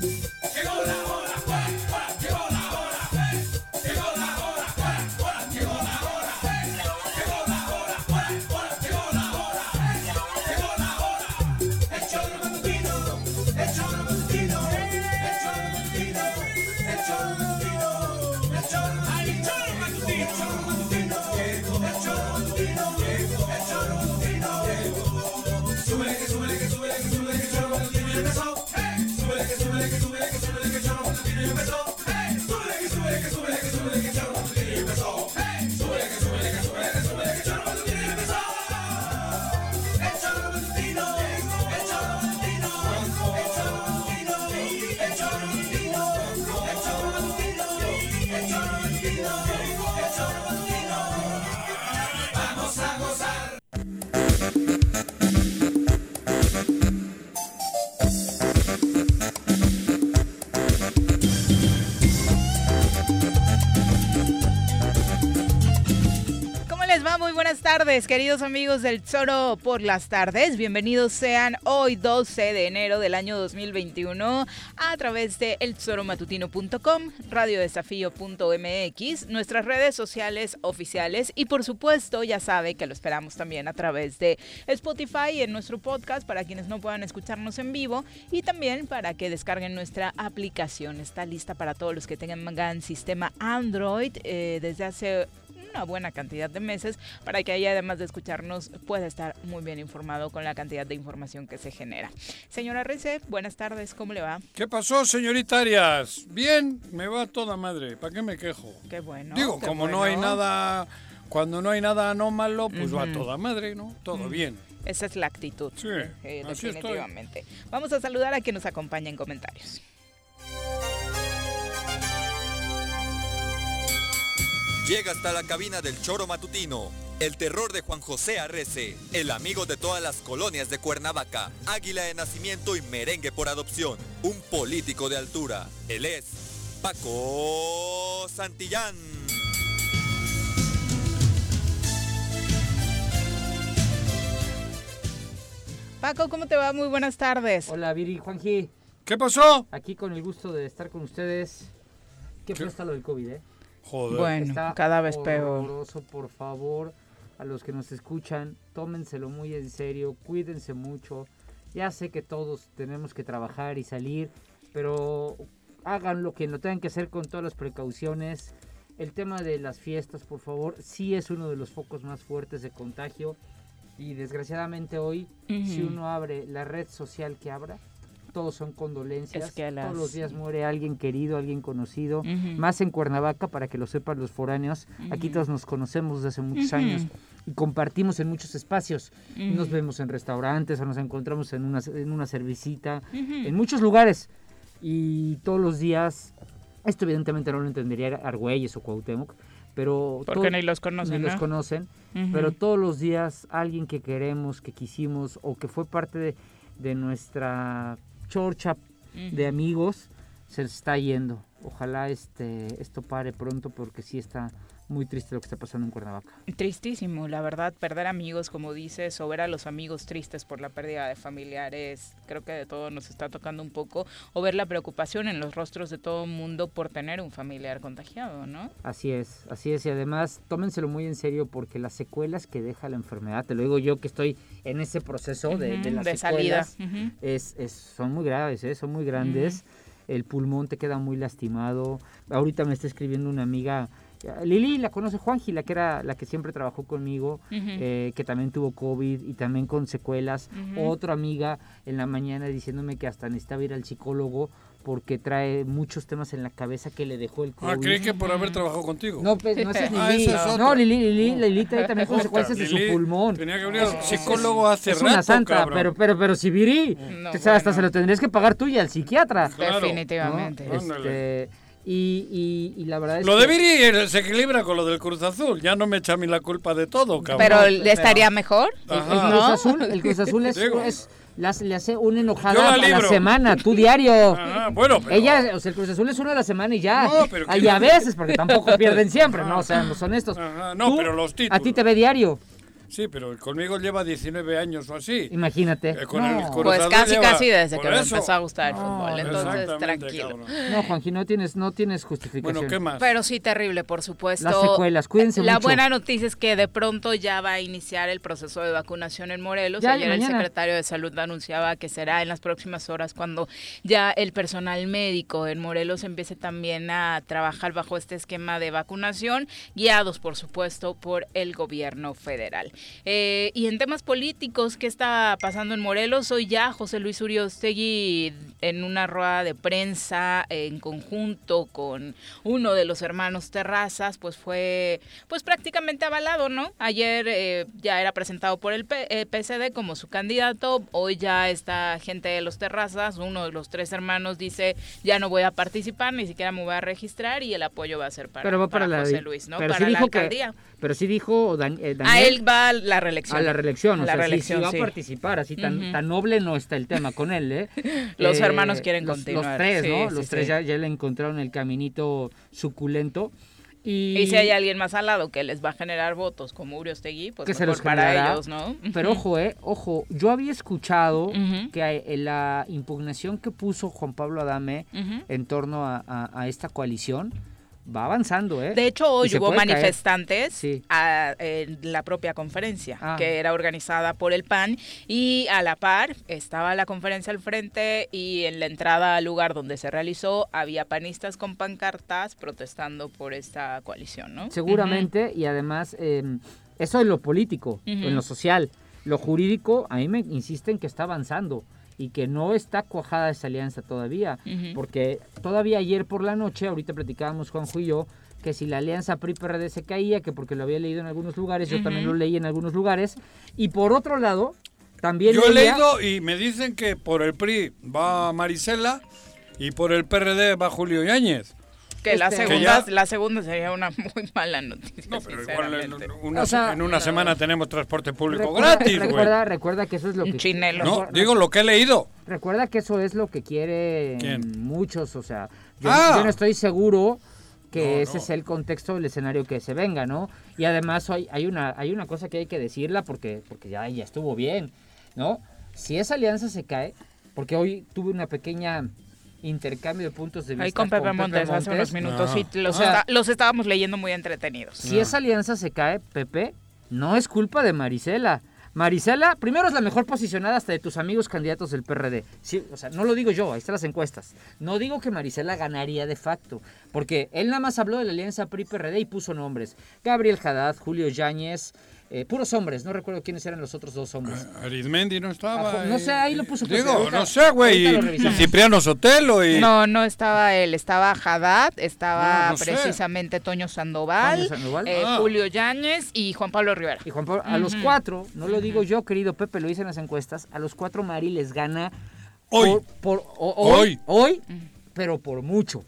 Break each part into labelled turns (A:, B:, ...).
A: Llegó la hora, cuá, cuá, llegó la hora, eh. Llegó la hora, cuá, cuá, llegó la hora, eh. Llegó la hora, cuá, cuá, llegó la hora, eh. Llegó la hora. El choro matutino, el choro matutino, el choro matutino, el choro matutino, el choro matutino, el choro matutino, el choro matutino, el choro matutino. Súbele que súbele que súbele que súbele que el choro matutino ya empezó. ¡Hey! Súbele que súbele que súbele que súbele que el choro matutino ya empezó. ¡Hey! Súbele que súbele que súbele que súbele que el choro matutino ya empezó. ¡Hey! Súbele que súbele que súbele que súbele que el choro matutino ya empezó. El choro matutino, el choro matutino, el choro matutino, el choro matutino, el choro matutino, el choro matutino, el choro matutino. Vamos a gozar.
B: ¿Cómo les va? Muy buenas tardes, queridos amigos del Zoro por las tardes. Bienvenidos sean hoy 12 de enero del año 2021 a través de elzoromatutino.com, radiodesafío.mx, nuestras redes sociales oficiales y por supuesto ya sabe que lo esperamos también a través de Spotify y en nuestro podcast para quienes no puedan escucharnos en vivo y también para que descarguen nuestra aplicación. Está lista para todos los que tengan sistema Android eh, desde hace una buena cantidad de meses para que ahí además de escucharnos pueda estar muy bien informado con la cantidad de información que se genera. Señora Rece, buenas tardes, ¿cómo le va?
C: ¿Qué pasó, señorita Arias? Bien, me va toda madre. ¿Para qué me quejo?
B: Qué bueno.
C: Digo,
B: qué
C: como no hay
B: bueno.
C: nada, cuando no hay nada anómalo, pues va
B: Ujú.
C: toda madre, ¿no? Todo
B: Ujú.
C: bien.
B: Esa es la actitud.
C: Sí,
B: eh,
C: así estoy.
B: definitivamente. Vamos a saludar a quien nos acompaña en comentarios.
D: Llega hasta la cabina del choro matutino. El terror de Juan José Arrece, el amigo de todas las colonias de Cuernavaca, águila de nacimiento y merengue por adopción, un político de altura. Él es Paco Santillán.
B: Paco, ¿cómo te va? Muy buenas tardes.
E: Hola Viri, Juanji.
C: ¿Qué pasó?
E: Aquí con el gusto de estar con ustedes. Qué feo está lo del COVID, ¿eh?
C: Joder.
B: Bueno. cada vez peor.
E: horroroso, por favor, a los que nos escuchan, tómenselo muy en serio, cuídense mucho. Ya sé que todos tenemos que trabajar y salir, pero hagan lo que lo tengan que hacer con todas las precauciones. El tema de las fiestas, por favor, sí es uno de los focos más fuertes de contagio. Y desgraciadamente hoy,
B: Ujú.
E: si uno abre la red social que abra, todos son condolencias.
B: Es que a las-
E: Todos los días muere alguien querido, alguien conocido
B: Ujú.
E: más en Cuernavaca para que lo sepan los foráneos. Aquí
B: Ujú.
E: todos nos conocemos desde hace muchos
B: Ujú.
E: años y compartimos en muchos espacios. Nos
B: Ujú.
E: vemos en restaurantes o nos encontramos en una, en una cervecita,
B: Ujú.
E: en muchos lugares. Y todos los días, esto evidentemente no lo entendería Argüelles o Cuauhtémoc, pero todo-
B: Porque ni los conocen,
E: ni
B: ¿no?
E: los conocen
B: Ujú.
E: pero todos los días alguien que queremos, que quisimos o que fue parte de, de nuestra chorcha de
B: Ujú.
E: amigos se está yendo. Ojalá este esto pare pronto porque sí está muy triste lo que está pasando en Cuernavaca.
B: Tristísimo, la verdad, perder amigos, como dices, o ver a los amigos tristes por la pérdida de familiares, creo que de todo nos está tocando un poco, o ver la preocupación en los rostros de todo el mundo por tener un familiar contagiado, ¿no?
E: Así es, así es. Y además, tómenselo muy en serio porque las secuelas que deja la enfermedad, te lo digo yo que estoy en ese proceso de, de
B: Ujú,
E: las
B: salida.
E: secuelas,
B: Ujú.
E: es, es- son muy graves, ¿eh? son muy grandes. El pulmón te queda muy lastimado. Ahorita me está escribiendo una amiga Lili la conoce Juanji, la que era la que siempre trabajó conmigo, eh, que también tuvo COVID y también con secuelas. Otra amiga en la mañana diciéndome que hasta necesitaba ir al psicólogo porque trae muchos temas en la cabeza que le dejó el COVID.
C: Ah, creí que por haber trabajado contigo.
E: No, pues, no esa es Lili.
C: Ah, esa es otra.
E: no, Lili, Lili, Lili trae también
C: Puta,
E: consecuencias de su
C: Lili,
E: pulmón.
C: Tenía que abrir al psicólogo hace
E: Es
C: rato,
E: una santa,
C: cabrón.
E: pero, pero, pero si Viri,
B: No,
E: o sea, hasta
B: bueno.
E: se lo tendrías que pagar tú y al psiquiatra.
C: Claro.
E: ¿no?
B: Definitivamente.
C: Ándale.
E: Este, y, y, y la verdad es
C: Lo de
E: que-
C: Viri eh, se equilibra con lo del Cruz Azul. Ya no me echa a mí la culpa de todo, cabrón.
B: Pero
E: pero-
B: ¿le estaría mejor,
E: El, el
C: Ajá.
E: Cruz
B: ¿no?
E: Azul, el Cruz Azul es,
C: Digo.
E: es- las- le hace una
C: Yo la
E: enojada a la
C: libro.
E: semana, tú diario.
C: Ajá, bueno, pero...
E: Ella, o sea, el Cruz Azul es una a la semana y ya.
C: No, pero
E: Ay,
C: que-
E: a veces, porque tampoco pierden siempre, ¿no? O sea, no son estos.
C: Ajá, no,
E: Tú,
C: pero los
E: A ti
C: títulos.
E: te ve diario,
C: Sí, pero conmigo lleva 19 años o así.
E: imagínate.
C: Eh, con
E: no.
C: el Cruz
B: Pues
C: Azul
B: casi,
C: lleva-
B: casi desde
C: por
B: que me
C: eso.
B: empezó a gustar el
E: No,
B: fútbol. Entonces,
C: Exactamente,
B: tranquilo.
C: cabrón.
E: No, Juanji, no tienes, no tienes justificación.
C: Bueno, ¿qué más?
B: Pero sí, terrible, por supuesto. Eh,
E: Las secuelas, cuídense
B: La
E: mucho.
B: buena noticia es que de pronto ya va a iniciar el proceso de vacunación en Morelos.
E: Ya,
B: Ayer el
E: mañana.
B: secretario de Salud anunciaba que será en las próximas horas cuando ya el personal médico en Morelos empiece también a trabajar bajo este esquema de vacunación, guiados, por supuesto, por el gobierno federal. Eh, y en temas políticos, ¿qué está pasando en Morelos? Hoy ya José Luis Uriostegui en una rueda de prensa en conjunto con uno de los hermanos Terrazas, pues fue pues prácticamente avalado, ¿no? Ayer eh, ya era presentado por el P- eh, PSD como su candidato, hoy ya está gente de los Terrazas, uno de los tres hermanos dice, ya no voy a participar, ni siquiera me voy a registrar y el apoyo va a ser para,
E: pero va para,
B: para
E: la,
B: José Luis, ¿no?
E: Pero
B: para
E: sí
B: la
E: dijo que-
B: alcaldía.
E: pero sí dijo Dan- eh,
B: A
E: Daniel-
B: él va a la reelección.
E: a la reelección.
B: A
E: o
B: la
E: sea, sí, sí
B: reelección,
E: va
B: sí.
E: a participar, así tan,
B: Ujú.
E: tan noble no está el tema con él, ¿eh?
B: Los
E: Eh,
B: hermanos quieren
E: los- Los
B: continuar,
E: tres,
B: sí,
E: ¿no?
B: sí,
E: los tres
B: sí.
E: Ya, ya le encontraron el caminito suculento. Y,
B: Y si hay alguien más al lado que les va a generar votos como Uriostegui, pues
E: Que se
B: mejor
E: los
B: para
E: generará.
B: ellos, ¿no?
E: Pero
B: Ujú.
E: ojo, ¿eh? Ojo, yo había escuchado
B: Ujú.
E: que eh, la impugnación que puso Juan Pablo Adame
B: Ujú.
E: en torno a, a- a esta coalición va avanzando, ¿eh?
B: De hecho, hoy
E: Y se
B: hubo
E: puede caer.
B: manifestantes
E: Sí.
B: a- en la propia conferencia,
E: Ah.
B: que era organizada por el PAN, y a la par estaba la conferencia al frente y en la entrada al lugar donde se realizó había panistas con pancartas protestando por esta coalición, ¿no?
E: Seguramente, y además, eh, eso en lo político,
B: Ujú.
E: en lo social. Lo jurídico, a mí me insisten que está avanzando y que no está cuajada esa alianza todavía.
B: Ujú.
E: Porque todavía ayer por la noche, ahorita platicábamos Juanjo y yo, que si la alianza PRI-PRD se caía, que porque lo había leído en algunos lugares, yo también lo leí en algunos lugares. Y por otro lado, también
C: Yo he
E: leía-
C: leído y me dicen que por el PRI va Marisela y por el PRD va Julio Yáñez.
B: Que, la,
E: Este-
B: segunda,
C: Que ya-
B: la segunda sería una muy mala noticia,
C: No, pero igual en
B: sinceramente.
C: una,
E: O sea,
C: en una semana tenemos transporte público
E: Recuerda,
C: gratis, güey.
E: recuerda, recuerda que eso es lo
B: Un
E: que...
B: chinelo.
C: No, digo lo que he leído.
E: Recuerda que eso es lo que quieren
C: ¿Quién?
E: muchos, o sea, yo,
C: Ah.
E: yo no estoy seguro que
C: No,
E: ese
C: no.
E: es el contexto del escenario que se venga, ¿no? Y además hay, hay, una, hay una cosa que hay que decirla porque, porque ya, ya estuvo bien, ¿no? Si esa alianza se cae, porque hoy tuve una pequeña intercambio de puntos de vista
B: Ahí con Pepe Montes hace
E: Montes.
B: unos minutos
C: No.
B: y los,
E: O sea-
B: está- los estábamos leyendo muy entretenidos.
E: Si esa alianza se cae, Pepe, no es culpa de Marisela. Marisela, primero es la mejor posicionada hasta de tus amigos candidatos del PRD. Sí, o sea, no lo digo yo, ahí están las encuestas. No digo que Marisela ganaría de facto, porque él nada más habló de la alianza PRI-PRD y puso nombres. Gabriel Haddad, Julio Yáñez, eh, puros hombres, no recuerdo quiénes eran los otros dos hombres.
C: Arizmendi no estaba.
E: Ah, no sé,
C: eh,
E: ahí lo puso Pepe,
C: Digo,
E: ahorita-
C: no sé, güey.
E: ahorita lo
C: y- Y
E: revisamos.
C: Cipriano Sotelo y.
B: No, no estaba él, estaba Haddad, estaba
C: No, no sé.
B: precisamente Toño
E: Ah,
B: Sandoval,
E: Toño Sandoval.
B: eh,
C: Ah.
B: Julio Yáñez y Juan Pablo Rivera.
E: Y Juan Pablo, a los cuatro, no lo digo yo, querido Pepe, lo dicen las encuestas, a los cuatro Mari les gana
C: Hoy.
E: Por, por- o- hoy,
C: Hoy.
E: hoy, pero por mucho.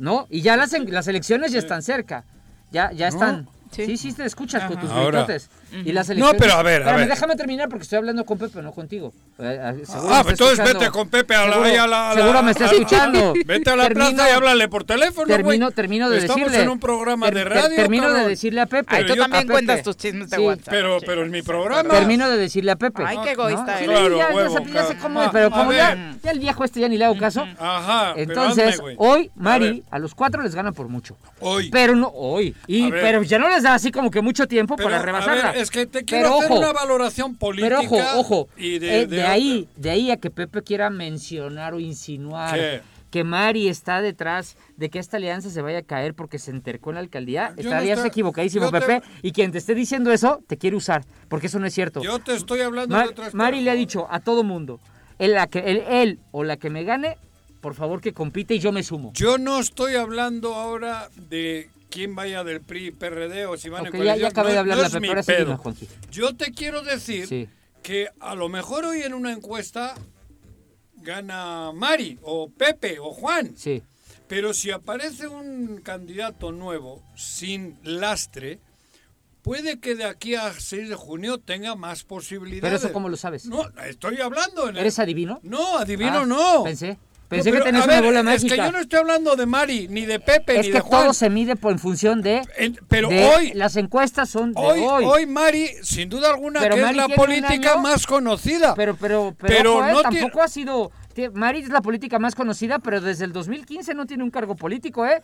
E: ¿No? Y ya las, en- las elecciones ya están cerca. Ya, ya están.
B: Sí. Ah,
E: Sí. sí, te escuchas con tus
C: Ahora.
E: brincotes. Y las
C: No,
E: elecciones-
C: pero a ver, a
E: Espérame,
C: ver.
E: déjame terminar porque estoy hablando con Pepe, no contigo. Eh,
C: Ah,
E: ah, seguro me está
C: entonces
E: escuchando.
C: vete con Pepe a la.
E: Seguro-
C: ahí a la- a la-
E: seguro me está
C: a- a-
E: escuchando.
C: vete a la
E: Termino-
C: plaza y háblale por teléfono, güey.
E: Termino, termino de
C: Estamos
E: decirle.
C: en un programa de
E: Ter- ter-
C: radio.
E: Termino de
C: cabrón.
E: decirle a Pepe.
B: Ay, tú
C: yo-
B: también
E: a Pepe.
B: cuentas tus chismes de
E: Sí.
B: WhatsApp.
C: Pero,
B: sí.
C: pero en mi programa.
E: Termino de decirle a Pepe.
B: Ay, qué egoísta
E: Sí,
B: eres.
C: Claro,
E: ya, ya
C: huevo,
E: se- ya sé
C: cabrón.
E: cómo
C: Ah,
E: es, pero
C: a
E: como ya,
C: ver.
E: ya el viejo este ya ni le hago caso.
C: Ajá. pero
E: Entonces,
C: hazme, güey.
E: hoy,
C: A
E: Mari,
C: ver,
E: a, los cuatro les gana por mucho.
C: Hoy.
E: Pero no, hoy. Y,
C: A ver.
E: pero ya no les da así como que mucho tiempo
C: Pero,
E: para rebasarla.
C: a ver, es que te
E: Pero
C: quiero hacer
E: ojo,
C: una valoración política.
E: Pero ojo, eh, ojo.
C: y
E: eh, de, ahí, de ahí a que Pepe quiera mencionar o insinuar
C: ¿Qué?
E: que Mari está detrás de que esta alianza se vaya a caer porque se entercó en la alcaldía,
C: Yo no
E: esta alianza
C: estoy- yo
E: equivocadísimo,
C: te-
E: Pepe. Y quien te esté diciendo eso, te quiere usar, porque eso no es cierto.
C: Yo te estoy hablando
E: Ma-
C: de otras
E: Mari le ha
C: cosas.
E: dicho a todo mundo, el, la que, el, él o la que me gane, por favor que compite y yo me sumo.
C: Yo no estoy hablando ahora de quién vaya del PRI y PRD o si van
E: Ok,
C: en
E: ya- ya
C: coalición.
E: acabé de
C: No-
E: hablar
C: no
E: la
C: es
E: Pepe,
C: mi
E: ahora sí
C: pedo.
E: dime, Juanqui.
C: Yo te quiero decir
E: Sí.
C: que a lo mejor hoy en una encuesta gana Mari o Pepe o Juan.
E: Sí,
C: Pero si aparece un candidato nuevo sin lastre, puede que de aquí a 6 de junio tenga más posibilidades.
E: pero eso cómo lo sabes.
C: No, estoy hablando. En el-
E: ¿Eres adivino?
C: No, adivino
E: Ah,
C: no.
E: Pensé,
C: No,
E: pensé
C: pero,
E: que tenías
C: a
E: una
C: ver,
E: bola
C: Es
E: mágica.
C: que yo no estoy hablando de Mari, ni de Pepe,
E: Es
C: ni
E: que
C: de Juan.
E: todo se mide por- en función de.
C: En- pero
E: de-
C: hoy-
E: Las encuestas son de
C: Hoy,
E: hoy.
C: hoy. Mari, sin duda alguna,
E: Pero
C: que
E: Mari
C: es la
E: tiene un
C: política
E: año-
C: más conocida.
E: Pero, pero, pero,
C: Pero
E: ojo, eh,
C: no tiene-
E: tampoco ha sido. tie- Mari es la política más conocida, pero desde el 2015 no tiene un cargo político, ¿eh?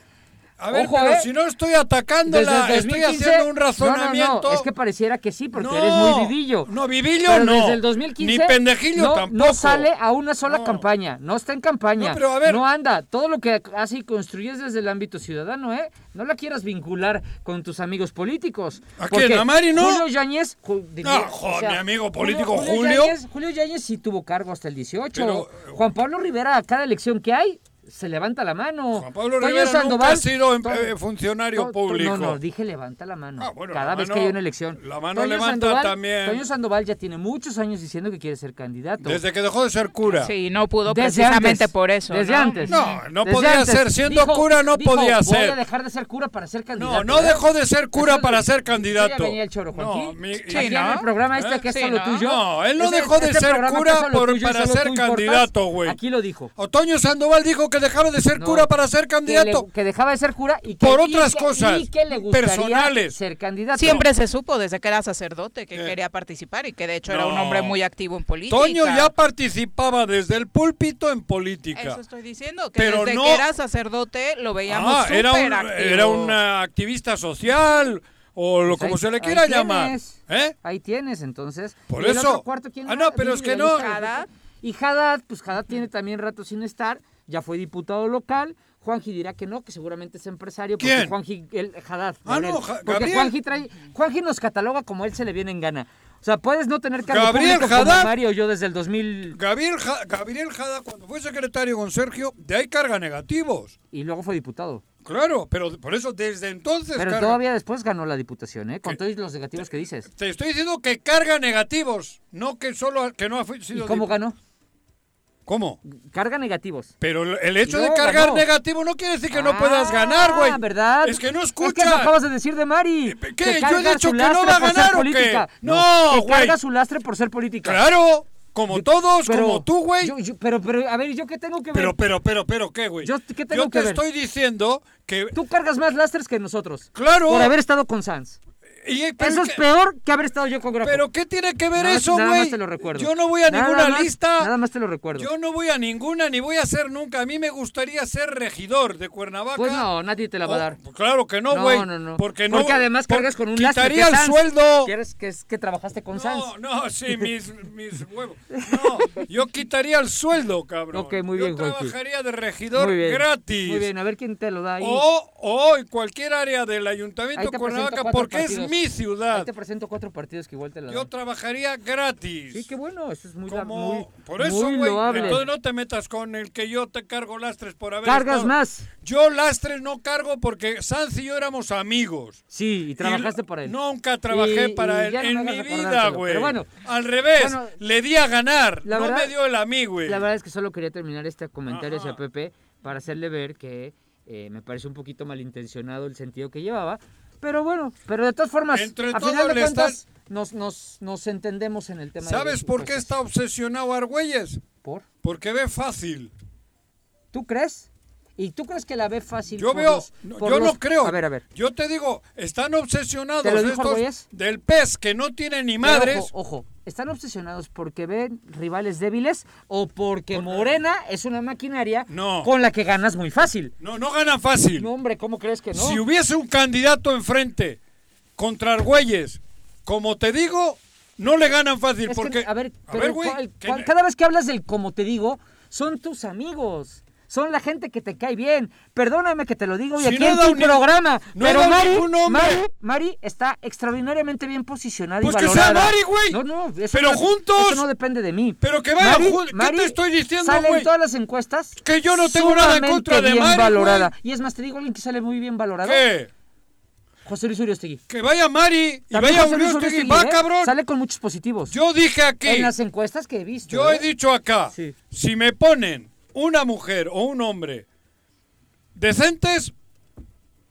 C: a ver,
E: ojo,
C: pero
E: eh,
C: si no estoy atacándola,
E: Desde el
C: estoy
E: 2015
C: haciendo un
E: no, no, no,
C: razonamiento.
E: es que pareciera que sí, porque
C: No,
E: eres muy vivillo.
C: no, vivillo
E: Pero
C: no,
E: Desde el 2015.
C: ni pendejillo
E: no,
C: tampoco.
E: No sale a una sola
C: No.
E: campaña. No está en campaña.
C: No, pero a ver.
E: No anda. Todo lo que hace y construyes desde el ámbito ciudadano, ¿eh? No la quieras vincular con tus amigos políticos.
C: ¿A
E: Porque
C: quién? ¿A Mari, no?
E: Julio Yáñez. ju-
C: No, jo, mi amigo político Julio.
E: Yáñez- Julio Yáñez sí tuvo cargo hasta el 18.
C: Pero, eh,
E: Juan Pablo Rivera, a cada elección que hay. Se levanta la mano.
C: Juan Pablo
E: Toño
C: Rivera nunca
E: Sandoval-
C: ha sido em-
E: To-
C: eh, funcionario
E: To- to-
C: público.
E: No, no, dije levanta la mano.
C: Ah, bueno,
E: Cada
C: la
E: vez
C: mano-
E: que hay una elección.
C: la mano levanta también.
E: Toño Sandoval ya tiene muchos años diciendo que quiere ser candidato.
C: Desde que dejó de ser cura.
B: Sí, no pudo
E: Desde
B: precisamente
E: antes,
B: por eso.
E: Desde
B: ¿no?
E: antes.
C: No, no
E: Desde
C: podía
E: antes.
C: ser. Siendo
E: Dijo-
C: cura no
E: dijo,
C: podía
E: Voy
C: ser.
E: a dejar de ser cura para ser candidato.
C: No, no
E: ¿eh?
C: dejó de ser cura
E: Eso
C: para
E: es-
C: ser
E: Eso
C: candidato.
E: ya venía el choro, Joaquín.
C: No, mi-
E: Aquí en
B: ¿no?
E: el programa este
C: ¿Eh?
E: que es
B: Sí,
E: solo
B: ¿no?
E: tuyo.
C: No, él no
E: ese-
C: dejó de
E: este
C: ser
E: programa que
C: cura
E: es solo
C: por-
E: tuyo y
C: para
E: solo
C: ser
E: tú importas,
C: candidato, güey.
E: Aquí lo dijo.
C: Otoño Sandoval dijo que dejaba de ser
E: No.
C: cura para ser
E: Que, le-
C: candidato.
E: que dejaba de ser cura y que,
C: Por
E: y
C: otras
E: que-
C: cosas
E: y que le gustaría
C: personales.
E: ser candidato.
B: Siempre se supo desde que era sacerdote que
C: Eh.
B: quería participar y que de hecho era un
C: No.
B: hombre muy activo en política.
C: Toño ya participaba desde el púlpito en política.
B: Eso estoy diciendo, que
C: Pero
B: desde
C: no-
B: que era sacerdote lo veíamos
C: Ah,
B: súper
C: era, un-
B: activo.
C: era una activista social o lo,
E: Pues
C: como
E: ahí-
C: se le
E: ahí
C: quiera llamar.
E: tienes.
C: ¿Eh?
E: Ahí tienes, entonces.
C: Por
E: ¿Y el
C: eso.
E: otro cuarto quién
C: Ah,
E: era?
C: no, pero es
E: Dime
C: que
E: la
C: no.
E: lista de los
B: Haddad.
E: otros. Y Haddad, pues Haddad tiene también rato sin estar, ya fue diputado local. Juanji dirá que no, que seguramente es empresario. porque
C: ¿Quién?
E: Juanji, el Haddad.
C: Ah,
E: Gabriel.
C: no, Ja-
E: Porque
C: Gabriel.
E: Juanji, trae, Juanji nos cataloga como él se le viene en gana. O sea, puedes no tener cargo
C: Gabriel
E: público como
C: Haddad.
E: Mario yo desde el 2000
C: Gabriel, Ja- Gabriel Jada, cuando fue secretario con Sergio, de ahí carga negativos.
E: y luego fue diputado.
C: Claro, pero por eso desde entonces.
E: Pero
C: carga-
E: todavía después ganó la diputación, ¿eh? Con todos los negativos que dices.
C: Te estoy diciendo que carga negativos, no que solo que no ha fu-
E: ¿Y
C: sido.
E: cómo
C: dip-
E: ganó?
C: ¿Cómo?
E: Carga negativos.
C: Pero el- el hecho de
E: No,
C: cargar
E: ganó.
C: negativo no quiere decir que no
E: Ah,
C: puedas ganar, güey.
E: ¿verdad?
C: Es que no
E: Es que eso
C: escuchas.
E: acabas de decir de Mari.
C: ¿Qué?
E: que
C: ¿Yo he
E: carga
C: dicho
E: su
C: que no
E: lastre
C: va a
E: por ser
C: ganar o
E: política.
C: qué? No,
E: que carga
C: güey.
E: su lastre por ser política.
C: Claro, como
E: Yo-
C: todos,
E: pero-
C: como tú, güey.
E: yo- yo- Pero, pero, a ver, ¿yo qué tengo que ver?
C: Pero, pero, pero, pero, ¿qué, güey?
E: Yo- ¿qué tengo que
C: te
E: ver?
C: estoy diciendo que...
E: Tú cargas más lastres que nosotros.
C: Claro.
E: Por haber estado con Sanz.
C: y- pero
E: Eso es
C: que-
E: peor que haber estado yo con Graco.
C: ¿Pero qué tiene que ver
E: Nada más-
C: eso,
E: nada más
C: güey?
E: te lo recuerdo.
C: Yo no voy a
E: Nada
C: ninguna
E: más-
C: lista.
E: nada más te lo recuerdo.
C: Yo no voy a ninguna ni voy a ser nunca. A mí me gustaría ser regidor de Cuernavaca.
E: Pues no, nadie te la va a
C: Oh,
E: dar.
C: pues claro que no, güey.
E: No, no, no.
C: Porque no.
E: además
C: por-
E: cargas con un lastre.
C: Quitaría
E: que
C: el
E: Sanz.
C: sueldo.
E: ¿Quieres que, es que trabajaste con Sanz?
C: No, no, sí, mis, mis huevos. No, yo quitaría el sueldo, cabrón.
E: Ok, muy bien,
C: Yo
E: Juanqui.
C: trabajaría de regidor gratis.
E: Muy bien, a ver quién te lo da ahí.
C: O, o en cualquier área del
E: Ahí
C: Ayuntamiento
E: te
C: de
E: presento
C: Cuernavaca,
E: cuatro
C: porque
E: partidos.
C: es mi
E: Ahí
C: ciudad.
E: te presento cuatro partidos que igual te la
C: Yo
E: dan.
C: trabajaría gratis.
E: Sí, qué bueno, eso es muy, la-
C: Como-
E: muy,
C: por eso,
E: muy
C: güey,
E: loable.
C: entonces no te metas con el que yo te cargo lastres por haber
E: Cargas
C: estado.
E: más.
C: Yo lastres no cargo porque Sanz y yo éramos amigos.
E: Sí, y trabajaste
C: Y
E: para él.
C: Nunca trabajé
E: Y-
C: para
E: y
C: él
E: ya no
C: en
E: me hagas
C: mi vida,
E: recordártelo,
C: güey.
E: pero bueno.
C: Al revés,
E: Bueno,
C: le di a ganar.
E: la
C: no
E: verdad-
C: me dio el a mí, güey.
E: La verdad es que solo quería terminar este comentario hacia
C: Ajá.
E: Pepe para hacerle ver que eh, me parece un poquito malintencionado el sentido que llevaba. Pero bueno, pero de todas formas,
C: Entre
E: a
C: todo
E: final de
C: le
E: cuentas, nos, nos, nos entendemos en el tema. de
C: ¿Sabes
E: los
C: por qué
E: impuestos.
C: está obsesionado Argüelles?
E: ¿Por?
C: Porque ve fácil.
E: ¿Tú crees? ¿Y tú crees que la ve fácil?
C: Yo
E: por
C: veo,
E: los-
C: no,
E: por
C: yo
E: los-
C: no creo.
E: A ver, a ver.
C: Yo te digo, están obsesionados
E: ¿Te lo dijo
C: estos
E: Argüelles?
C: del pez que no tiene ni
E: Pero
C: madres.
E: Ojo, ojo, ¿están obsesionados porque ven rivales débiles o porque Morena es una maquinaria
C: No.
E: con la que ganas muy fácil?
C: No, no ganan fácil.
E: No, hombre, ¿cómo crees que no?
C: Si hubiese un candidato enfrente contra Argüelles, como te digo, no le ganan
E: Es
C: fácil
E: que,
C: porque...
E: a ver, pero el
C: güey,
E: cual-
C: que-
E: cual- cada vez que hablas del como te digo, son tus amigos. son la gente que te cae bien. Perdóname que te lo digo y
C: Si
E: aquí
C: no he
E: en
C: dado
E: tu
C: ni-
E: programa.
C: no he
E: pero
C: dado
E: Mari,
C: ningún nombre.
E: Mari, Mari está extraordinariamente bien posicionada
C: Pues
E: y
C: que sea
E: valorada.
C: Mari, güey.
E: No, no, eso
C: Pero
E: no-
C: juntos.
E: Eso no depende de mí.
C: Pero que vayan jun- ¿qué te
E: Mari
C: estoy diciendo,
E: sale en
C: güey?
E: todas las encuestas.
C: Que yo no tengo nada en
E: sumamente
C: contra de
E: bien
C: Mari,
E: valorada.
C: güey.
E: Y es más, te digo alguien que sale muy bien valorado.
C: ¿Qué?
E: José Luis Uriostegui.
C: Que vaya Mari y
E: También
C: vaya
E: José Luis
C: Uriostegui.
E: Uriostegui,
C: Va,
E: ¿eh?
C: cabrón.
E: Sale con muchos positivos.
C: Yo dije aquí,
E: En las encuestas que he visto.
C: yo
E: ¿eh?
C: he dicho acá,
E: Sí.
C: si me ponen una mujer o un hombre decentes,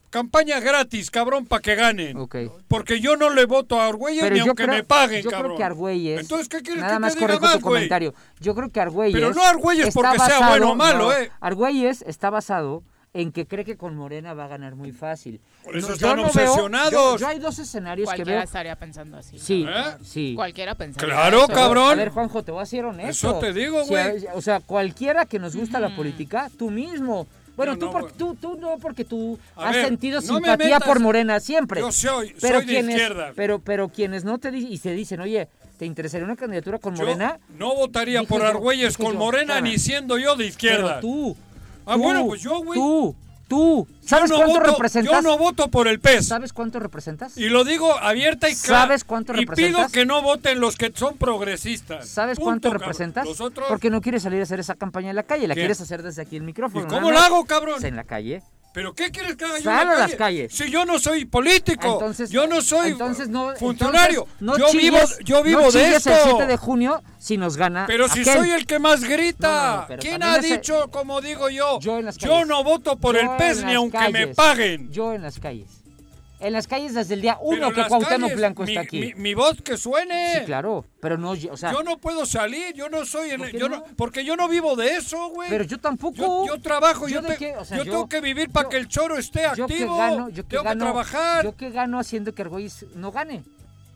C: campaña gratis, cabrón, para que ganen.
E: Ok.
C: Porque yo no le voto a Argüelles
E: Pero
C: ni
E: yo
C: aunque
E: creo,
C: me paguen,
E: yo
C: cabrón.
E: creo que Argüelles.
C: Entonces, ¿qué quieres
E: Nada
C: que
E: más
C: te diga
E: corrijo
C: más,
E: tu
C: güey?
E: comentario. Yo creo que Argüelles.
C: Pero no Argüelles
E: está
C: porque sea
E: basado-
C: bueno o malo, ¿eh?
E: Argüelles está basado en que cree que con Morena va a ganar muy fácil.
C: Por eso
E: yo
C: están
E: veo-
C: obsesionados.
E: yo- yo hay dos escenarios que
B: Cualquiera
E: veo.
B: estaría pensando así. ¿no?
E: Sí,
C: ¿Eh?
E: sí.
B: Cualquiera pensaría
C: Claro,
B: eso.
C: cabrón.
E: A ver, Juanjo, te voy a ser honesto.
C: Eso te digo,
E: Si
C: güey.
E: a- o sea, cualquiera que nos gusta la política, tú mismo. Bueno,
C: Yo
E: tú,
C: no,
E: porque, tú,
C: güey.
E: tú no, porque tú
C: A
E: has
C: ver,
E: sentido
C: no me
E: simpatía
C: metas.
E: por Morena siempre.
C: Yo soy- soy de
E: quienes,
C: izquierda.
E: Pero, pero quienes no te dicen y se dicen, oye, ¿te interesaría una candidatura con
C: Yo
E: Morena?
C: no votaría
E: Dije
C: por
E: yo,
C: Argüelles
E: dije
C: con
E: yo,
C: Morena
E: cara.
C: ni siendo yo de izquierda.
E: Pero tú.
C: Ah,
E: tú,
C: bueno, pues yo, güey.
E: Tú, tú. ¿Sabes
C: yo, no
E: cuánto
C: voto,
E: representas?
C: yo no voto por el PES.
E: ¿Sabes cuánto representas?
C: Y lo digo abierta y clara.
E: ¿Sabes cuánto
C: Y pido
E: representas?
C: que no voten los que son progresistas.
E: ¿Sabes
C: Punto,
E: cuánto
C: cabrón.
E: representas?
C: Los otros.
E: Porque no quieres salir a hacer esa campaña en la calle, la
C: ¿Qué?
E: quieres hacer desde aquí el micrófono.
C: ¿Y
E: nada
C: cómo la
E: más.
C: hago, cabrón?
E: Pues En la calle.
C: ¿Pero qué quieres que haga yo? en
E: Sal
C: la
E: a las
C: calle?
E: calles.
C: Si yo no soy político.
E: Entonces,
C: yo no soy
E: entonces no,
C: funcionario.
E: entonces no
C: yo,
E: chilles-
C: vivo, yo vivo
E: no
C: de
E: chilles
C: esto.
E: el 7 de junio si nos gana.
C: Pero si
E: aquel.
C: soy el que más
E: No,
C: grita,
E: no, no, pero
C: ¿quién
E: también
C: ha
E: ese-
C: dicho, como digo yo,
E: Yo en las calles.
C: no voto por
E: Yo
C: el PES
E: en
C: ni
E: las
C: aunque me
E: calles.
C: paguen?
E: Yo en las calles. En las calles desde el día
C: Pero
E: uno que
C: las
E: Cuauhtémoc
C: calles,
E: Blanco
C: mi,
E: está aquí.
C: Mi, mi voz que suene.
E: sí, claro. Pero no, o sea,
C: Eh. Yo no puedo salir, yo no soy, en-
E: ¿Por qué
C: yo
E: no?
C: no- porque yo no vivo de eso, güey.
E: pero yo tampoco.
C: Yo, yo trabajo, yo,
E: de
C: te-
E: qué, o sea,
C: yo tengo que vivir para
E: yo-
C: que el choro esté
E: yo
C: activo.
E: que gano, yo que
C: tengo
E: gano,
C: que trabajar.
E: Yo que gano haciendo que Argüelles no gane.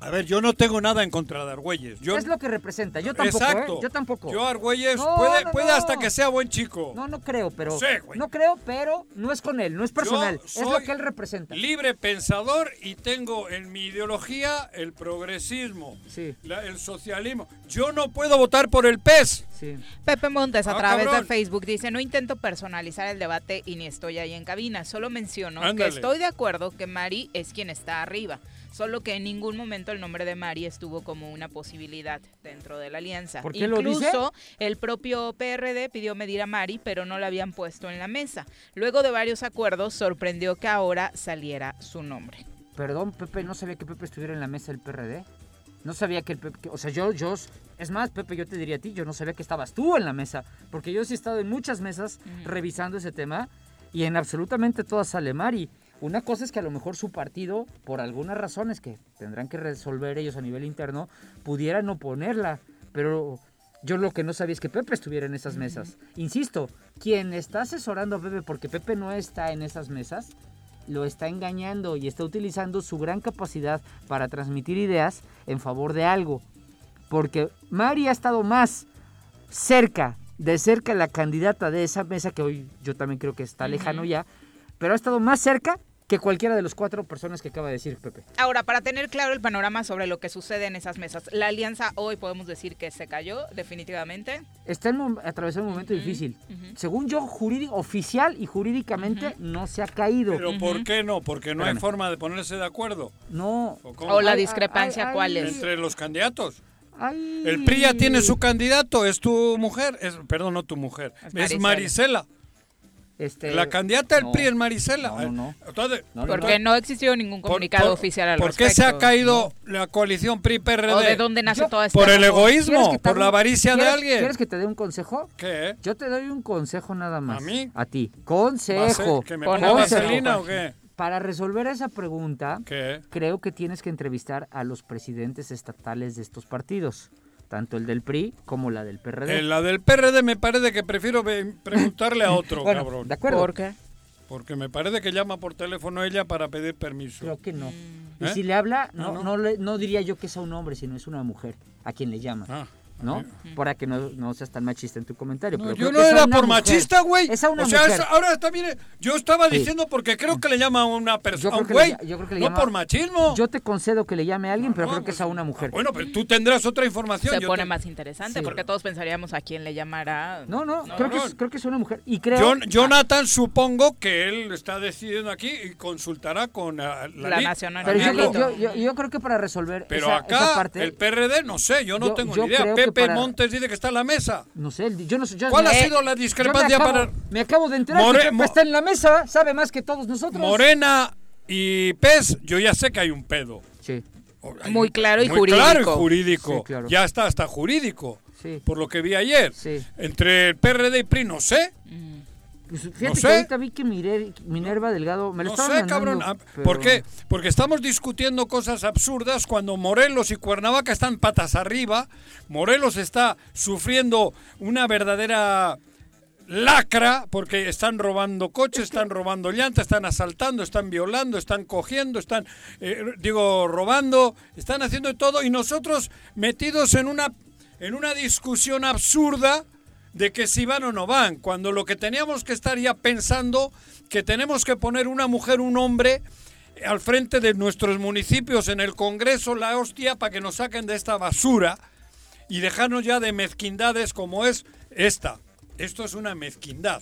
C: A ver, yo no tengo nada en contra de Argüelles. Yo,
E: es lo que representa. Yo tampoco,
C: Exacto.
E: ¿eh? Yo tampoco.
C: Yo Argüelles
E: No,
C: puede,
E: no,
C: puede
E: no.
C: hasta que sea buen chico.
E: No, no creo, pero.
C: Sí, güey.
E: no creo, pero no es con él, no es personal.
C: Yo
E: Es lo
C: soy
E: que él representa.
C: Libre pensador y tengo en mi ideología el progresismo,
E: Sí.
C: la- el socialismo. Yo no puedo votar por el PES.
E: Sí.
B: Pepe Montes a
C: Ah,
B: través de
C: cabrón.
B: Facebook dice, no intento personalizar el debate y ni estoy ahí en cabina, solo menciono
C: Ándale.
B: que estoy de acuerdo que Mari es quien está arriba, solo que en ningún momento el nombre de Mari estuvo como una posibilidad dentro de la alianza.
E: ¿Por qué lo dice?
B: Incluso el propio PRD pidió medir a Mari, pero no la habían puesto en la mesa. Luego de varios acuerdos, sorprendió que ahora saliera su nombre.
E: Perdón, Pepe, no sabía que Pepe estuviera en la mesa del PRD. No sabía que el Pepe. que- o sea, yo, yo. Es más, Pepe, yo te diría a ti, yo no sabía que estabas tú en la mesa. Porque yo sí he estado en muchas mesas revisando ese tema y en absolutamente todas sale Mari. Una cosa es que a lo mejor su partido, por algunas razones que tendrán que resolver ellos a nivel interno, pudieran oponerla. Pero yo lo que no sabía es que Pepe estuviera en esas mesas. Insisto, quien está asesorando a Pepe, porque Pepe no está en esas mesas, lo está engañando y está utilizando su gran capacidad para transmitir ideas en favor de algo. Porque Mari ha estado más cerca, de cerca la candidata de esa mesa, que hoy yo también creo que está lejano ya, pero ha estado más cerca que cualquiera de los cuatro personas que acaba de decir Pepe.
B: Ahora, para tener claro el panorama sobre lo que sucede en esas mesas, la alianza hoy podemos decir que se cayó definitivamente.
E: Está en mom- atravesando un momento difícil. Según yo, jurídico, oficial y jurídicamente no se ha caído.
C: Pero ¿por qué no? Porque no hay
E: Espérame.
C: forma de ponerse de acuerdo.
E: no.
C: ¿O cómo?
B: O la
E: Ay, ay,
B: discrepancia,
E: ay,
B: ¿cuál
E: ay.
B: es?
C: Entre los candidatos.
E: Ay.
C: El PRI ya tiene su candidato, es tu mujer, es, perdón, no tu mujer,
B: Es
C: es
B: Marisela.
C: Marisela.
E: Este,
C: La candidata del
E: no.
C: PRI es Marisela.
E: No, no, no.
C: Entonces,
E: No, no,
B: Porque no existió ningún
C: por-
B: comunicado
C: por-
B: oficial al
C: ¿Por
B: respecto.
C: qué se ha caído la coalición PRI-PRD?
B: ¿O de dónde nace
E: Yo-
B: toda esta
C: Por el
B: rumor?
E: ¿Quieres que
C: egoísmo,
E: te
C: por
E: haga
C: la
E: un-
C: avaricia de
E: quieres-
C: alguien.
E: ¿Quieres que te dé un consejo?
C: ¿Qué?
E: Yo te doy un consejo nada más.
C: mí?
E: A ti.
C: ¿Va a ser
E: Consejo.
C: ¿Que me
B: Con
C: ponga
B: once.
C: vaselina o qué?
E: Para resolver esa pregunta,
C: ¿Qué?
E: creo que tienes que entrevistar a los presidentes estatales de estos partidos, tanto el del PRI como la del PRD.
C: Eh, la del PRD me parece que prefiero ve- preguntarle a otro,
E: bueno,
C: cabrón.
E: de acuerdo.
B: ¿Por qué?
C: Porque me parece que llama por teléfono ella para pedir permiso.
E: Creo que no. Y
C: ¿Eh?
B: Mm.
C: Ah,
E: si le habla, no,
C: no.
E: no le- no diría yo que es a un hombre, sino es una mujer a quien le llama.
C: Ah, ah.
E: ¿no? Para que no, no seas tan machista en tu comentario.
C: No,
E: pero
C: yo
E: creo
C: no
E: que es a
C: era
E: una
C: por
E: mujer.
C: machista, güey.
E: Es a una
C: o sea,
E: mujer.
C: es- ahora está, mire, yo estaba
E: Sí.
C: diciendo porque creo que le llama a una
E: Yo
C: persona,
E: creo que le
C: güey.
E: ll- yo creo que le
C: No
E: llama-
C: por machismo.
E: Yo te concedo que le llame a alguien, pero
C: No,
E: creo que es a una mujer.
C: Bueno, pero tú tendrás otra información.
B: Se
C: yo
B: pone
C: te-
B: más interesante
E: Sí.
B: porque todos pensaríamos a quién le llamará.
E: No, no, creo, que es,
C: no.
E: creo que es una mujer. Y creo.
C: Jon- Jonathan, supongo que él está decidiendo aquí y consultará con ah, la,
B: La
C: lid-
B: nacional-
E: pero yo,
C: amigo.
E: creo- yo- yo- yo creo que para resolver
C: Pero
E: esa,
C: acá,
E: esa parte.
C: el PRD, no sé, yo no
E: Yo-
C: tengo
E: yo
C: ni idea.
E: creo que
C: Pepe
E: para-
C: Montes dice que está en la mesa.
E: No sé, el- yo no sé. yo-
C: ¿Cuál ha
E: eh,
C: sido la
E: yo me
C: discrepancia
E: acabo-
C: para-
E: Me acabo de enterar
C: More-
E: que Pepe
C: mo-
E: está en la mesa, sabe más que todos nosotros.
C: Morena y PES, yo ya sé que hay un pedo.
E: Sí,
C: O- hay
B: Muy
C: un-
B: claro y
C: muy claro y
B: jurídico.
C: jurídico.
E: Sí, claro.
C: Ya está hasta jurídico,
E: Sí.
C: por lo que vi ayer.
E: Sí.
C: Entre el PRD y PRI, no sé.
E: Pues fíjate
C: No
E: que
C: sé.
E: ahorita vi que Mire- Minerva Delgado me lo
C: No
E: estaban
C: sé,
E: mandando,
C: cabrón. Ah,
E: pero-
C: ¿Por qué? Porque estamos discutiendo cosas absurdas cuando Morelos y Cuernavaca están patas arriba. Morelos está sufriendo una verdadera lacra porque están robando coches, están robando llantas, están asaltando, están violando, están cogiendo, están, eh, digo, robando, están haciendo de todo y nosotros metidos en una, en una discusión absurda de que si van o no van, cuando lo que teníamos que estar ya pensando que tenemos que poner una mujer, un hombre eh, al frente de nuestros municipios en el Congreso, la hostia, para que nos saquen de esta basura y dejarnos ya de mezquindades como es esta. Esto es una mezquindad.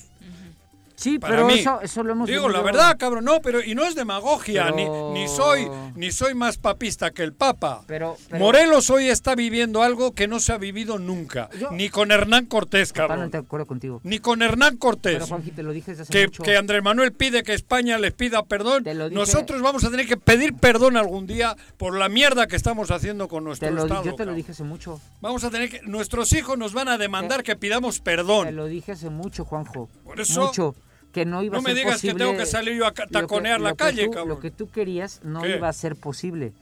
E: Sí,
C: Para
E: pero
C: mí.
E: eso, eso lo hemos
C: Digo, la
E: venido-
C: verdad, cabrón, no, pero y no es demagogia,
E: Pero-
C: ni, ni soy ni soy más papista que el Papa.
E: Pero- pero-
C: Morelos hoy está viviendo algo que no se ha vivido nunca,
E: Yo-
C: ni con Hernán Cortés, cabrón.
E: Totalmente de acuerdo contigo.
C: Ni con Hernán Cortés.
E: Pero Juanji, te lo dije desde hace
C: Que,
E: mucho.
C: que Andrés Manuel pide que España les pida perdón.
E: Te lo dije-
C: Nosotros vamos a tener que pedir perdón algún día por la mierda que estamos haciendo con nuestro
E: Te lo-
C: Estado.
E: yo te lo
C: cabrón.
E: dije hace mucho.
C: Vamos a tener que. Nuestros hijos nos van a demandar que pidamos
E: Te
C: perdón.
E: lo dije hace mucho, Juanjo.
C: Por eso,
E: Mucho. Que no iba
C: no
E: a
C: me
E: ser
C: digas que
E: posible-
C: tengo que salir yo a ca-
E: lo que-
C: taconear la
E: lo que
C: calle,
E: tú-
C: cabrón.
E: Lo que tú querías no
C: ¿Qué?
E: iba a ser posible.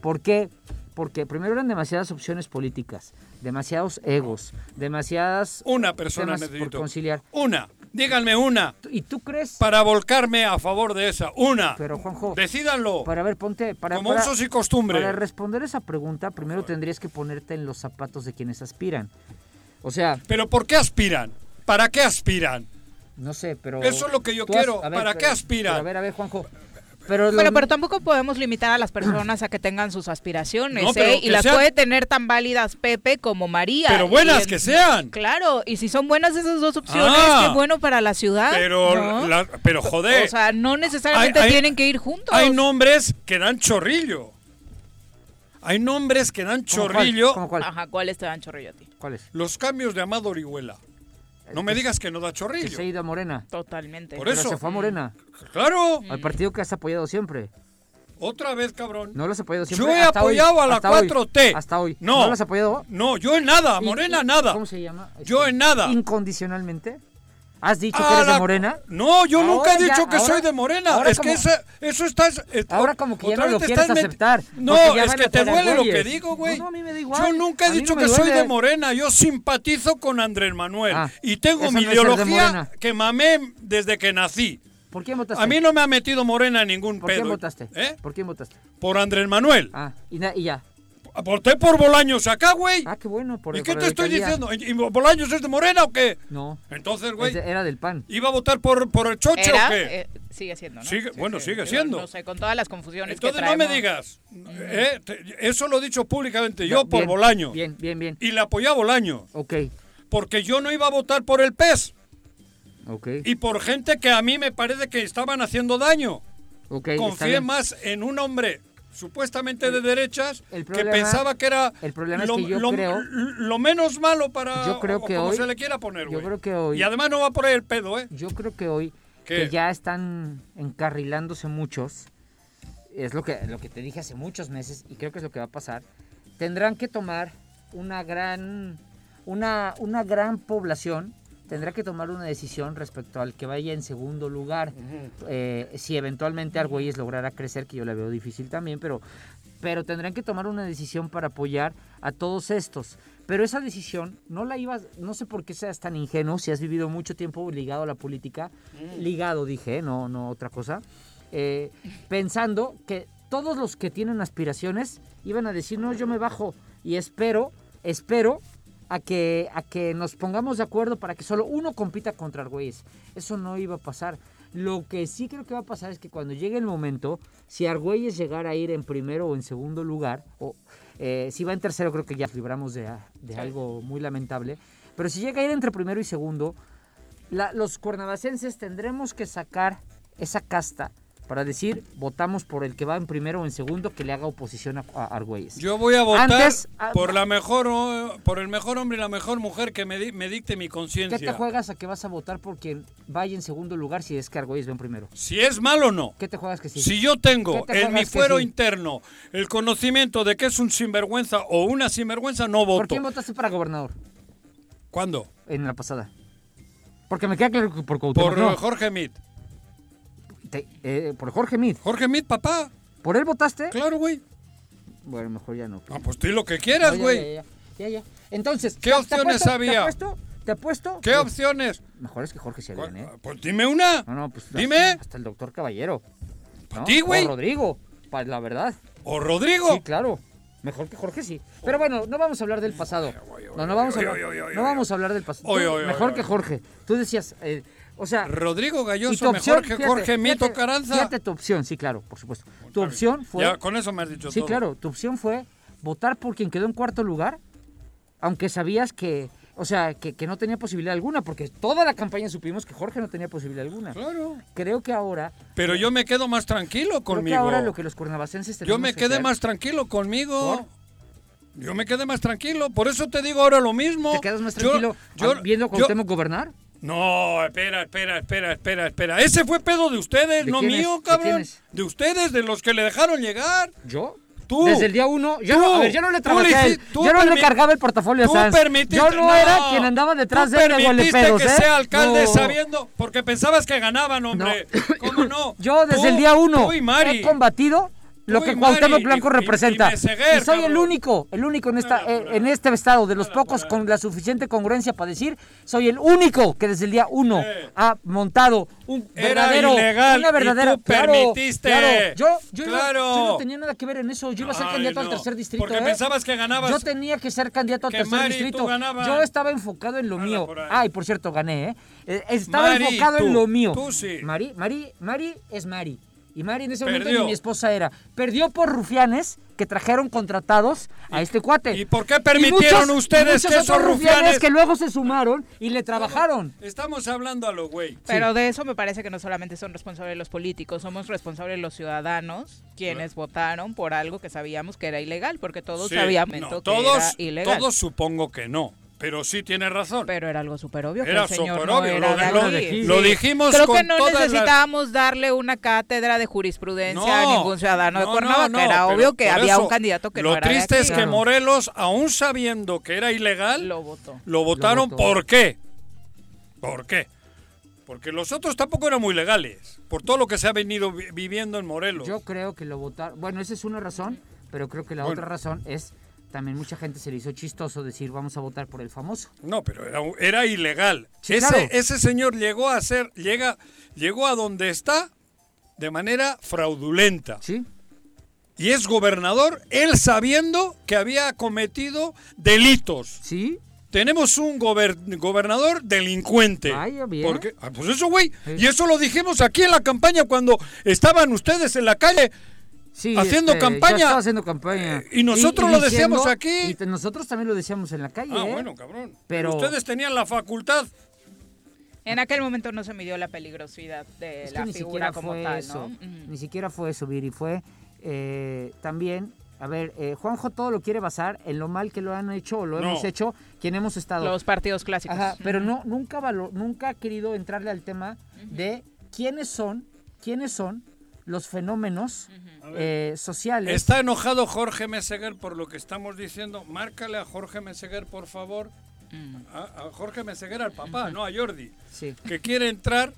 E: ¿Por qué? Porque primero eran demasiadas opciones políticas, demasiados egos, demasiadas
C: Una persona
E: temas
C: necesito.
E: por conciliar.
C: Una. Díganme una.
E: ¿Y tú crees?
C: Para volcarme a favor de esa. Una.
E: Pero Juanjo,
C: Decídanlo.
E: para ver, ponte para
C: Como
E: para-
C: usos y costumbres.
E: Para responder esa pregunta, primero tendrías que ponerte en los zapatos de quienes aspiran. O sea,
C: Pero ¿por qué aspiran? ¿Para qué aspiran?
E: no sé, pero
C: Eso es lo que yo
E: tú has-
C: quiero.
E: a
C: ¿Para qué
E: pero-
C: aspiran?
E: pero a ver, a ver, Juanjo. Pero,
B: Bueno,
E: lo-
B: pero tampoco podemos limitar a las personas a que tengan sus aspiraciones,
C: No, pero
B: ¿eh? Y
C: que
B: las
C: sean-
B: puede tener tan válidas Pepe como María.
C: Pero
B: Y
C: buenas que sean.
B: Claro, y si son buenas esas dos opciones,
C: Ah.
B: qué bueno para la
E: ¿ah?
B: ciudad.
C: Pero,
B: ¿no?
C: la- pero joder.
B: O sea, no necesariamente
C: Hay- hay-
B: tienen que ir juntos.
C: Hay nombres que dan chorrillo. Hay nombres que dan
E: ¿cómo cuál?
C: chorrillo.
E: ¿Cómo cuál?
B: Ajá, ¿cuál es te dan chorrillo a ti?
E: ¿Cuál es?
C: Los cambios de Amado Orihuela. No me digas que no da
E: Que
C: chorrillo.
E: se ha ido a Morena.
B: Totalmente.
C: Por
E: Pero
C: eso.
E: se fue a Morena.
C: Claro.
E: Al partido que has apoyado siempre.
C: Otra vez, cabrón.
E: No lo has apoyado siempre.
C: yo he
E: hasta hoy,
C: apoyado a la
E: hasta hoy,
C: 4T.
E: hasta hoy.
C: No.
E: lo has apoyado?
C: No, yo en nada. a Morena,
E: ¿Y- y-
C: nada.
E: ¿Cómo se llama? Este,
C: Yo en nada.
E: ¿Incondicionalmente? ¿Has dicho
C: A
E: que eres de
C: la-
E: Morena?
C: No, yo nunca
E: Ahora
C: he dicho
E: ya,
C: que
E: ahora-
C: soy de Morena.
E: ahora
C: Es que
E: como-
C: esa- eso está. es-
E: Ahora como que ya
C: otra
E: no lo
C: vez te
E: quieres
C: estás met-
E: aceptar, porque
C: No,
E: ya
C: es
E: van
C: que
E: a
C: te
E: traer
C: duele lo que
E: güeyes.
C: digo, güey.
E: No, no, a mí me da igual.
C: Yo nunca
E: A
C: he
E: mí
C: dicho
E: no me
C: que soy de
E: duele.
C: Morena. Yo simpatizo con Andrés Manuel.
E: Ah,
C: y tengo
E: eso
C: mi
E: no es ser de
C: ideología
E: Morena.
C: que mamé desde que nací.
E: ¿Por quién votaste?
C: A mí no me ha metido Morena en ningún
E: ¿Por
C: pedo.
E: quién votaste?
C: ¿Eh?
E: ¿Por quién votaste?
C: Por Andrés Manuel.
E: Ah, y, na- y ya.
C: Voté por Bolaños acá, güey.
E: Ah, qué bueno. Por,
C: ¿Y qué
E: por
C: te
E: la
C: estoy
E: alcaldía.
C: diciendo? ¿Y- y ¿Bolaños es de Morena o qué?
E: No.
C: Entonces,
E: es
C: güey,
E: de- era del PAN.
C: ¿iba a votar por, por el chocho
B: Era,
C: o qué?
B: eh, sigue siendo, ¿no?
C: Sigue- bueno, sigue
B: digo,
C: siendo.
B: No sé, con todas las confusiones que
C: Entonces no
B: traemos.
C: me digas. eh, te- eso lo he dicho públicamente yo
E: No,
C: por
E: bien,
C: Bolaño.
E: Bien, bien, bien.
C: Y le apoyé a Bolaño.
E: Ok,
C: Porque yo no iba a votar por el PES.
E: ok.
C: Y por gente que a mí me parece que estaban haciendo daño.
E: okay está
C: Confié
E: bien.
C: más en un hombre supuestamente de derechas
E: el
C: que
E: problema-
C: pensaba que era
E: el problema es que yo creo-
C: lo menos malo para
E: Yo creo
C: o
E: que
C: como
E: hoy-
C: se le quiera poner
E: yo
C: güey.
E: creo que hoy-
C: y además no va por ahí el pedo eh
E: Yo creo que hoy
C: ¿Qué?
E: que ya están encarrilándose muchos, es lo que, lo que te dije hace muchos meses y creo que es lo que va a pasar, tendrán que tomar una gran, una, una gran población, tendrá que tomar una decisión respecto al que vaya en segundo lugar, Eh, si eventualmente Argüelles logrará crecer, que yo la veo difícil también, pero, pero tendrán que tomar una decisión para apoyar a todos estos. Pero esa decisión no la ibas, no sé por qué seas tan ingenuo, si has vivido mucho tiempo ligado a la política, ligado dije, ¿eh? no, no otra cosa, eh, pensando que todos los que tienen aspiraciones iban a decir, no, yo me bajo y espero, espero a que, a que nos pongamos de acuerdo para que solo uno compita contra Argüelles. Eso no iba a pasar. Lo que sí creo que va a pasar es que cuando llegue el momento, si Argüelles llegara a ir en primero o en segundo lugar, o eh, si va en tercero creo que ya nos libramos de, de algo muy lamentable, pero si llega a ir entre primero y segundo, la- los cuernavacenses tendremos que sacar esa casta para decir votamos por el que va en primero o en segundo que le haga oposición a, a Argüelles.
C: Yo voy a votar
E: Antes, ah,
C: por la mejor o- por el mejor hombre y la mejor mujer que me, di- me dicte mi
E: ¿Qué te
C: conciencia.
E: juegas a que vas a votar por quien vaya en segundo lugar si es que Argüelles va en primero?
C: Si es malo o no.
E: ¿Qué te juegas que sí?
C: Si yo tengo
E: ¿Qué te
C: en mi
E: juegas que
C: fuero
E: sí?
C: interno el conocimiento de que es un sinvergüenza o una sinvergüenza, no
E: ¿Por
C: voto.
E: quién votaste para gobernador
C: ¿Cuándo?
E: en la pasada? Porque me queda claro que por Cuauhtémoc
C: Por
E: no.
C: eh, Jorge Mit.
E: Te- eh, por Jorge Meade.
C: Jorge Mit, papá.
E: ¿Por él votaste?
C: Claro, güey.
E: Bueno, mejor ya no.
C: No, pues di lo que
E: No,
C: quieras,
E: ya,
C: güey.
E: ya, ya, ya, ya. Entonces,
C: ¿Qué
E: te-
C: opciones
E: te apuesto-
C: había?
E: Te apuesto, te apuesto.
C: ¿Qué opciones?
E: Mejores que Jorge se habían, ¿eh?
C: Pues dime una.
E: No, no, pues.
C: Dime.
E: Hasta, hasta el doctor Caballero.
C: Pa' ti, güey.
E: O Rodrigo. Pues la verdad.
C: O Rodrigo.
E: Sí, claro. Mejor que Jorge sí. Pero bueno, no vamos a hablar del pasado. No, no vamos a hablar,
C: oye, oye, oye,
E: no vamos a hablar del pasado.
C: Oye,
E: Tú,
C: oye,
E: Mejor
C: oye,
E: que
C: oye.
E: Jorge. Tú decías, eh, o sea,
C: Rodrigo
E: y
C: Galloso,
E: tu opción,
C: mejor que
E: fíjate,
C: Jorge Mito
E: fíjate,
C: Caranza.
E: Fíjate tu opción, sí, claro, por supuesto. Tu opción fue
C: Ya, con eso me has dicho
E: Sí,
C: todo.
E: claro, tu opción fue votar por quien quedó en cuarto lugar, aunque sabías que, o sea, que, que no tenía posibilidad alguna, porque toda la campaña supimos que Jorge no tenía posibilidad alguna.
C: Claro.
E: Creo que ahora,
C: Pero yo me quedo más tranquilo
E: creo que
C: conmigo.
E: ahora lo que los cuernavacenses tenemos
C: Yo me
E: que
C: quedé
E: hacer-
C: más tranquilo conmigo. Yo me quedé más tranquilo. Por eso te digo ahora lo mismo.
E: ¿Te quedas más
C: Yo-
E: tranquilo
C: yo-
E: a- viendo a
C: yo-
E: Cuauhtémoc gobernar?
C: No, espera, espera, espera, espera, espera. Ese fue pedo de ustedes,
E: ¿De
C: no
E: quién es?
C: mío,
E: ¿De quién
C: cabrón.
E: es?
C: De ustedes, de los que le dejaron llegar.
E: ¿Yo?
C: Tú.
E: Desde el día uno, yo,
C: Tú.
E: no, a ver, yo no le
C: Tú
E: trabajé a él,
C: hici- tú
E: yo no le
C: permi-
E: cargaba el portafolio a
C: tú
E: Sanz,
C: permitiste-
E: yo no, era quien andaba detrás
C: tú
E: de él de
C: permitiste
E: golepedos,
C: que
E: ¿eh?
C: sea alcalde
E: No.
C: sabiendo, porque pensabas que ganaban, hombre.
E: No.
C: ¿Cómo no?
E: Yo desde
C: Tú-
E: el día uno
C: tú y Mari.
E: he combatido lo
C: Tú
E: que
C: y
E: Cuauhtémoc
C: Mari,
E: Blanco
C: y- y- y
E: representa. Y,
C: Meseguer,
E: soy el
C: cabrón.
E: único, el único en, esta,
C: Nada,
E: eh,
C: nada.
E: en este estado, de los pocos con la suficiente congruencia para decir, soy el único que desde el día uno
C: Eh.
E: ha montado un
C: Era
E: verdadero,
C: ilegal
E: una
C: y
E: verdadera,
C: tú
E: claro,
C: permitiste.
E: claro. yo, yo, iba-
C: Claro.
E: yo no tenía nada que ver en eso, yo iba a ser
C: Ay,
E: candidato al
C: no,
E: tercer distrito.
C: porque
E: ¿eh?
C: pensabas que ganabas.
E: Yo tenía que ser candidato al
C: Que
E: tercer
C: Mari y tú
E: distrito.
C: ganabas.
E: Yo estaba enfocado en lo
C: Anda
E: mío.
C: por ahí.
E: Ay, por cierto, gané, ¿eh? Eh, Estaba
C: Mari,
E: enfocado en
C: tú,
E: lo mío.
C: tú sí.
E: Mari, Mari, Mari es Mari. Y Mari en ese momento
C: Perdió.
E: ni mi esposa era. Perdió por rufianes que trajeron contratados a este cuate.
C: y por qué permitieron
E: muchos-
C: ustedes
E: y muchos
C: que esos
E: otros
C: rufianes-
E: que luego se sumaron y le trabajaron.
C: Estamos hablando a lo güey.
B: Pero de eso me parece que no solamente son responsables los políticos, somos responsables los ciudadanos, quienes votaron por algo que sabíamos que era ilegal, porque todos
C: Sí,
B: sabíamos
C: no,
B: que
C: todos,
B: era ilegal.
C: todos supongo que no, pero sí tiene razón.
B: Pero era algo súper obvio que
C: Era
B: el señor
C: súper
B: no
C: obvio,
B: era
C: lo,
B: de
C: de- lo-
B: aquí.
C: lo dijimos
B: Creo
C: con
B: que no
C: todas las-
B: necesitábamos darle una cátedra de jurisprudencia a ningún ciudadano de
C: no,
B: Cuernavaca.
C: no, no,
B: era
C: pero
B: obvio que
C: por
B: había
C: eso,
B: un candidato que
C: Lo
B: no era de
C: triste es que
B: aquí.
C: Morelos, aún sabiendo que era ilegal,
B: lo
C: lo,
B: votó.
C: votaron.
E: votó.
C: ¿Por qué? ¿Por qué? Porque los otros tampoco eran muy legales, por todo lo que se ha venido vi- viviendo en Morelos.
E: Yo creo que lo votaron. Bueno, esa es una razón, pero creo que la
C: Bueno.
E: otra razón es también mucha gente se le hizo chistoso decir vamos a votar por el famoso.
C: No, pero era, un- era ilegal.
E: Sí,
C: ese,
E: claro.
C: ese señor llegó a ser, llega, llegó a donde está de manera fraudulenta.
E: Sí.
C: Y es gobernador, él sabiendo que había cometido delitos.
E: Sí.
C: Tenemos un gober- gobernador delincuente.
E: Vaya, bien.
C: Porque- ah, pues eso, güey.
E: Sí.
C: Y eso lo dijimos aquí en la campaña cuando estaban ustedes en la calle.
E: Sí,
C: Haciendo
E: este, yo
C: campaña.
E: estaba haciendo campaña.
C: Eh, y nosotros lo decíamos aquí.
E: Y te- nosotros también lo decíamos en la calle.
C: Ah,
E: ¿eh?
C: bueno, cabrón.
E: Pero-
C: Ustedes tenían la facultad.
B: En aquel momento no se midió la peligrosidad de
E: Es que
B: la
E: ni
B: figura
E: siquiera
B: como
E: fue
B: tal,
E: eso.
B: ¿no? Ujú.
E: Ni siquiera fue eso, Viri. Fue eh, también. A ver, eh, Juanjo todo lo quiere basar en lo mal que lo han hecho o lo
C: No.
E: hemos hecho, quien hemos estado.
B: Los partidos clásicos.
E: Ajá, pero no, nunca, valo- nunca ha querido entrarle al tema de quiénes son, quiénes son los fenómenos eh, sociales.
C: Está enojado Jorge Meseguer por lo que estamos diciendo. Márcale a Jorge Meseguer, por favor. A, a Jorge Meseguer, al papá, no a Jordi.
E: Mm. Sí.
C: que quiere entrar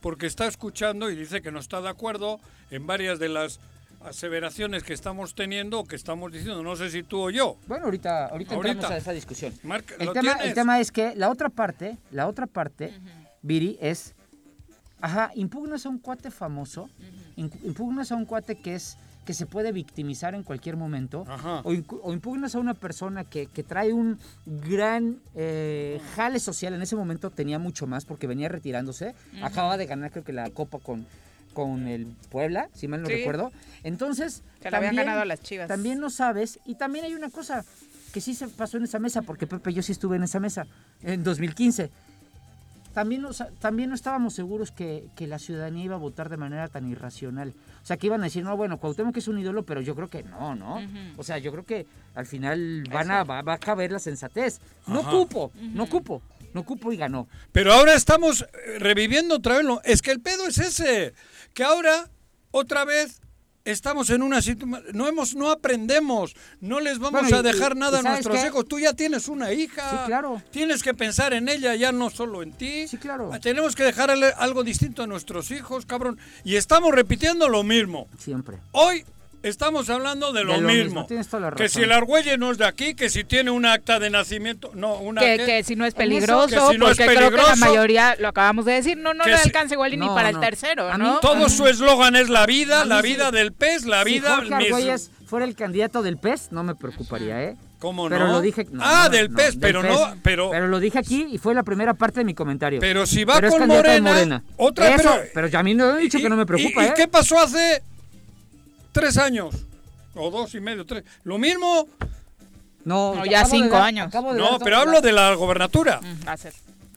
C: porque está escuchando y dice que no está de acuerdo en varias de las aseveraciones que estamos teniendo o que estamos diciendo, no sé si tú o yo.
E: Bueno, ahorita, ahorita,
C: Ahorita.
E: entramos a esa discusión.
C: Marca-
E: el,
C: ¿lo
E: tema, el
C: tienes?
E: tema es que la otra parte, la otra parte, Viri, es, ajá, impugnas a un cuate famoso, impu- impugnas a un cuate que es que se puede victimizar en cualquier momento,
C: Ajá.
E: o, incu- o impugnas a una persona que, que trae un gran eh, jale social, en ese momento tenía mucho más porque venía retirándose, acababa de ganar creo que la copa con, con el Puebla, si mal no
B: Sí.
E: recuerdo. Entonces,
B: Se la habían ganado a las Chivas.
E: También no sabes, y también hay una cosa que sí se pasó en esa mesa, porque Pepe, yo sí estuve en esa mesa en 2015 también no, sa- también no estábamos seguros que, que la ciudadanía iba a votar de manera tan irracional. O sea, que iban a decir, no, bueno, Cuauhtémoc es un ídolo, pero yo creo que no, ¿no? O sea, yo creo que al final van a, va, va a caber la sensatez. No
C: Ajá.
E: cupo, no cupo, no cupo y ganó.
C: Pero ahora estamos eh, reviviendo otra vez. lo- Es que el pedo es ese. Que ahora, otra vez, estamos en una situación. No, hemos- no aprendemos. No les vamos
E: Bueno, y-
C: a dejar
E: y-
C: nada
E: ¿y
C: a
E: sabes
C: nuestros
E: qué?
C: hijos. Tú ya tienes una hija.
E: Sí, claro.
C: Tienes que pensar en ella, ya no solo en ti. Ah,
E: Sí, claro.
C: Tenemos que dejarle algo distinto a nuestros hijos, cabrón. Y estamos repitiendo lo mismo.
E: Siempre.
C: Hoy estamos hablando de lo,
E: lo
C: mismo.
E: mismo, tienes toda la
C: Que
E: razón.
C: si el Argüelle no es de aquí, que si tiene un acta de nacimiento, no, una
B: Que,
C: ¿qué?
B: que si no es
E: En eso-
B: peligroso,
C: que si no es
B: porque creo que
C: peligroso.
B: la mayoría, lo acabamos de decir, no, no
C: Que
B: le
C: si-
B: alcanza igual y ni
E: No,
B: para el
E: no.
B: tercero,
E: A mí
B: ¿no?
C: Todo su eslogan es la vida,
E: mí
C: la
E: sí.
C: vida del pez, la vida...
E: si Jorge
C: mis-
E: Argüelles fuera el candidato del PES, no me preocuparía, ¿eh?
C: ¿Cómo
E: pero
C: no?
E: Lo dije, no,
C: Ah,
E: no,
C: del
E: no,
C: PES, pero no- pero-
E: Pero lo dije aquí y fue la primera parte de mi comentario.
C: Pero si va
E: es
C: con
E: candidato de
C: Morena, otra-
E: Eso,
C: pero-
E: pero, ya a mí no he dicho que no me preocupa,
C: ¿Y, y
E: ¿eh?
C: qué pasó hace tres años? O dos y medio, tres. Lo mismo,
E: No,
B: No, ya
E: acabo de
B: cinco
E: dar-
B: años.
E: acabo de
C: no,
E: dar-
C: pero hablo de la gobernatura,
B: Mm, va a ser.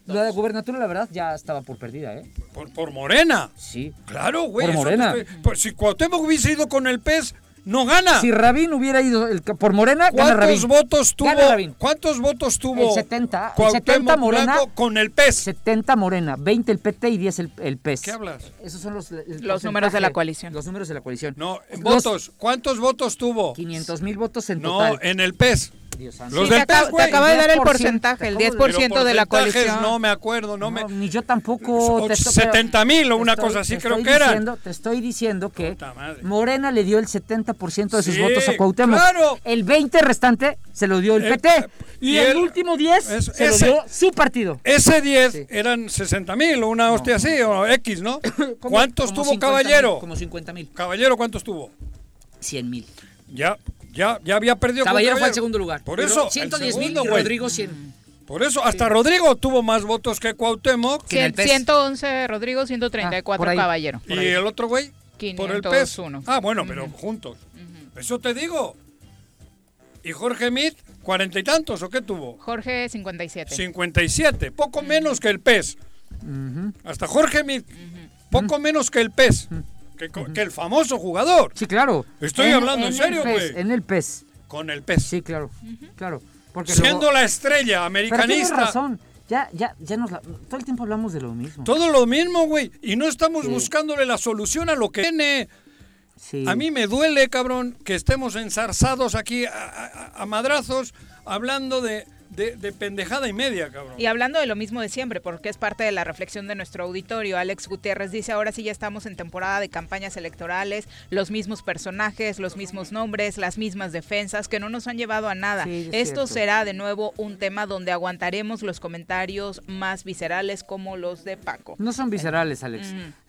E: La de gubernatura, la verdad, ya estaba por perdida, ¿eh?
C: por, por Morena.
E: Sí.
C: Claro, güey.
E: Por
C: eso te
E: Morena.
C: estoy- pues si Cuauhtémoc hubiese ido con el pez, no gana.
E: Si Rabín hubiera ido el- por Morena,
C: ¿Cuántos
E: gana Rabín.
C: votos
E: Gana Rabín.
C: tuvo? ¿Cuántos votos tuvo?
E: El 70, el
C: Cuauhtémoc
E: 70 Morena.
C: Blanco con el pez.
E: 70 Morena, 20 el PT y 10 el, el E PES.
C: ¿Qué hablas?
E: Esos son los... el
B: Los
E: porcentaje,
B: números de la coalición.
E: Los números de la coalición.
C: No, en
E: Los
C: votos. ¿Cuántos votos tuvo?
E: 500 mil votos en
C: No,
E: total.
C: en el pez.
E: Dios santo.
C: Los
B: Sí, te,
C: del PES,
B: acabo, te
C: güey.
B: acabo de dar el
E: 10%,
B: porcentaje, el
E: te
B: 10%
E: acabo de-
B: de la
C: porcentajes
B: coalión.
C: No me acuerdo, no,
E: No,
C: me.
E: ni yo tampoco.
C: Och-
E: te estoy- pero
C: 70,000 o
E: te
C: una
E: estoy-
C: cosa así
E: te
C: creo
E: estoy
C: que eran.
E: diciendo- Te estoy diciendo que
C: Puta madre.
E: Morena le dio el 70% de sus
C: Sí,
E: votos a Cuauhtémoc.
C: claro.
E: El 20 restante se lo dio el
C: Eh,
E: PT. y,
C: y
E: el,
C: el-
E: último 10
C: eso-
E: se
C: ese-
E: lo dio su partido.
C: Ese 10
E: Sí.
C: eran 60 mil o una hostia así, o X, ¿no?
E: Como-
C: ¿Cuántos
E: como
C: tuvo
E: 50,000,
C: Caballero?
E: Como 50 mil.
C: Caballero, ¿cuántos tuvo?
E: 100 mil.
C: Ya, ya, ya había perdido. con
E: Caballero fue el segundo lugar.
C: Por
E: Y Ro-
C: eso.
E: 110
C: el
E: mil
C: segundo,
E: y
C: güey.
E: Rodrigo 100.
C: Por eso, hasta Rodrigo tuvo más votos que Cuauhtémoc.
E: que en el
B: Cien-
E: PES.
B: 111 Rodrigo,
E: Ah, por
B: 134
E: ahí.
B: Caballero.
C: ¿Y el otro güey? Por el pez.
B: 501.
C: Ah, bueno, pero juntos. Eso te digo. ¿Y Jorge Mit? ¿Cuarenta y tantos o qué tuvo?
B: Jorge, 57.
C: 57, poco menos que el pez. Hasta Jorge Mit, poco menos que el pez. Que, co- que el famoso jugador.
E: Sí, claro.
C: Estoy hablando en
E: el
C: serio,
E: PES,
C: güey.
E: En el PES.
C: Con el pez.
E: Sí, claro. Claro. Porque
C: Siendo
E: luego-
C: la estrella
E: Pero tienes
C: americanista.
E: razón. Ya, ya, ya nos la- Todo el tiempo hablamos de lo mismo.
C: Todo lo mismo, güey. Y no estamos
E: Sí.
C: buscándole la solución a lo que tiene.
E: Sí.
C: A mí me duele, cabrón, que estemos enzarzados aquí a, a- a madrazos hablando de, de- de pendejada y media, cabrón.
B: Y hablando de lo mismo de siempre, porque es parte de la reflexión de nuestro auditorio, Alex Gutiérrez dice, ahora sí ya estamos en temporada de campañas electorales, los mismos personajes, los mismos nombres, las mismas defensas, que no nos han llevado a nada.
E: Sí, es
B: Esto
E: cierto.
B: será de nuevo un tema donde aguantaremos los comentarios más viscerales como los de Paco.
E: No son viscerales, Alex.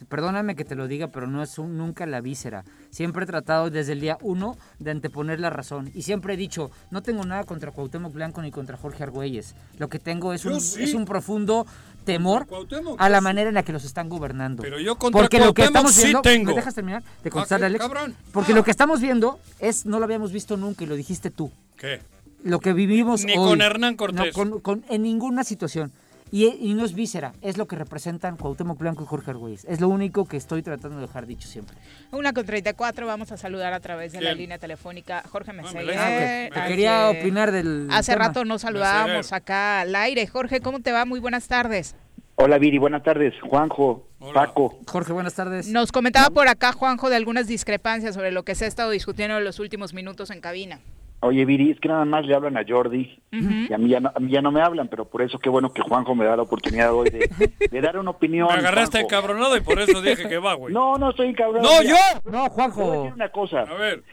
E: Perdóname que te lo diga, pero no es un- nunca la víscera. Siempre he tratado desde el día uno de anteponer la razón. Y siempre he dicho, no tengo nada contra Cuauhtémoc Blanco ni contra Jorge Argüelles. Lo que tengo es
C: Yo
E: un,
C: sí.
E: es un profundo temor
C: Cuauhtémoc,
E: a la
C: yo sí.
E: manera en la que los están gobernando.
C: Pero yo contra
E: Porque lo que
C: Cuauhtémoc
E: estamos
C: sí
E: viendo,
C: tengo. Ah,
E: ¿Me dejas terminar de contestar,
C: qué
E: Alex?
C: cabrón.
E: Porque
C: Ah.
E: lo que estamos viendo es, no lo habíamos visto nunca y lo dijiste tú
C: ¿Qué?
E: lo que vivimos
C: Ni
E: hoy.
C: con Hernán Cortés.
E: No, con- con- en ninguna situación. Y, y no es víscera, es lo que representan Cuauhtémoc Blanco y Jorge Argüelles. Es lo único que estoy tratando de dejar dicho siempre.
C: Eh,
B: Una con 34, vamos a saludar a través de la
C: ¿Quién?
B: línea telefónica Jorge
C: me
B: Meseguer.
C: la-
E: Ah, ok. Te
B: a
E: quería
C: eh,
B: quien
E: opinar del
B: Hace
E: tema.
B: rato nos saludábamos
C: Meseguer.
B: acá al aire. Jorge, ¿cómo te va? Muy buenas tardes.
F: Hola Viri, buenas tardes. Juanjo,
C: Hola.
F: Paco.
E: Jorge, buenas tardes.
B: Nos comentaba por acá Juanjo de algunas discrepancias sobre lo que se ha estado discutiendo en los últimos minutos en cabina.
F: Oye Viri, es que nada más le hablan a Jordi y a mí, ya no, a mí ya no me hablan, pero por eso qué bueno que Juanjo me da la oportunidad hoy de, de dar una opinión.
C: Me agarraste
F: Juanjo.
C: encabronado y por eso dije que va, güey.
F: No, no estoy encabronado.
C: No,
F: Mira,
C: yo.
E: No,
F: Te voy a decir
E: Juanjo.
F: una
C: A
F: cosa,
C: ver,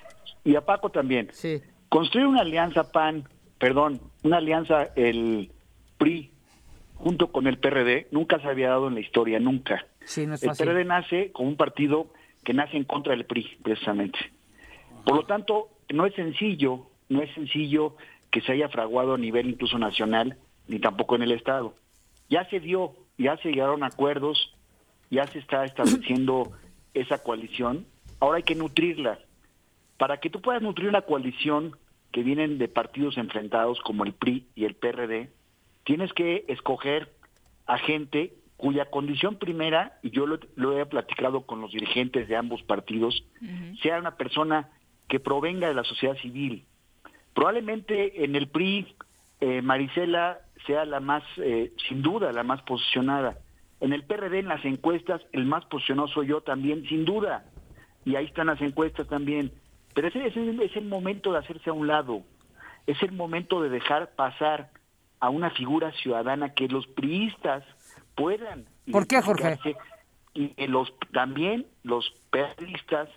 F: y a Paco también.
E: Sí.
F: Construir una alianza PAN, perdón, una alianza el PRI junto con el PRD nunca se había dado en la historia, nunca.
E: Sí, no es
F: el PRD
E: fácil.
F: nace como un partido que nace en contra del PRI, precisamente. Por lo tanto, no es sencillo, no es sencillo que se haya fraguado a nivel incluso nacional, ni tampoco en el Estado. Ya se dio, ya se llegaron a acuerdos, ya se está estableciendo esa coalición, ahora hay que nutrirla. Para que tú puedas nutrir una coalición que vienen de partidos enfrentados como el PRI y el PRD, tienes que escoger a gente cuya condición primera, y yo lo, lo he platicado con los dirigentes de ambos partidos, sea una persona que provenga de la sociedad civil. Probablemente en el PRI eh, Marisela sea la más, eh, sin duda, la más posicionada. En el PRD, en las encuestas, el más posicionado soy yo también, sin duda. Y ahí están las encuestas también. Pero ese, ese es el momento de hacerse a un lado. Es el momento de dejar pasar a una figura ciudadana que los priistas puedan.
E: ¿Por qué, Jorge?
F: identificarse. Y que los, también los periodistas,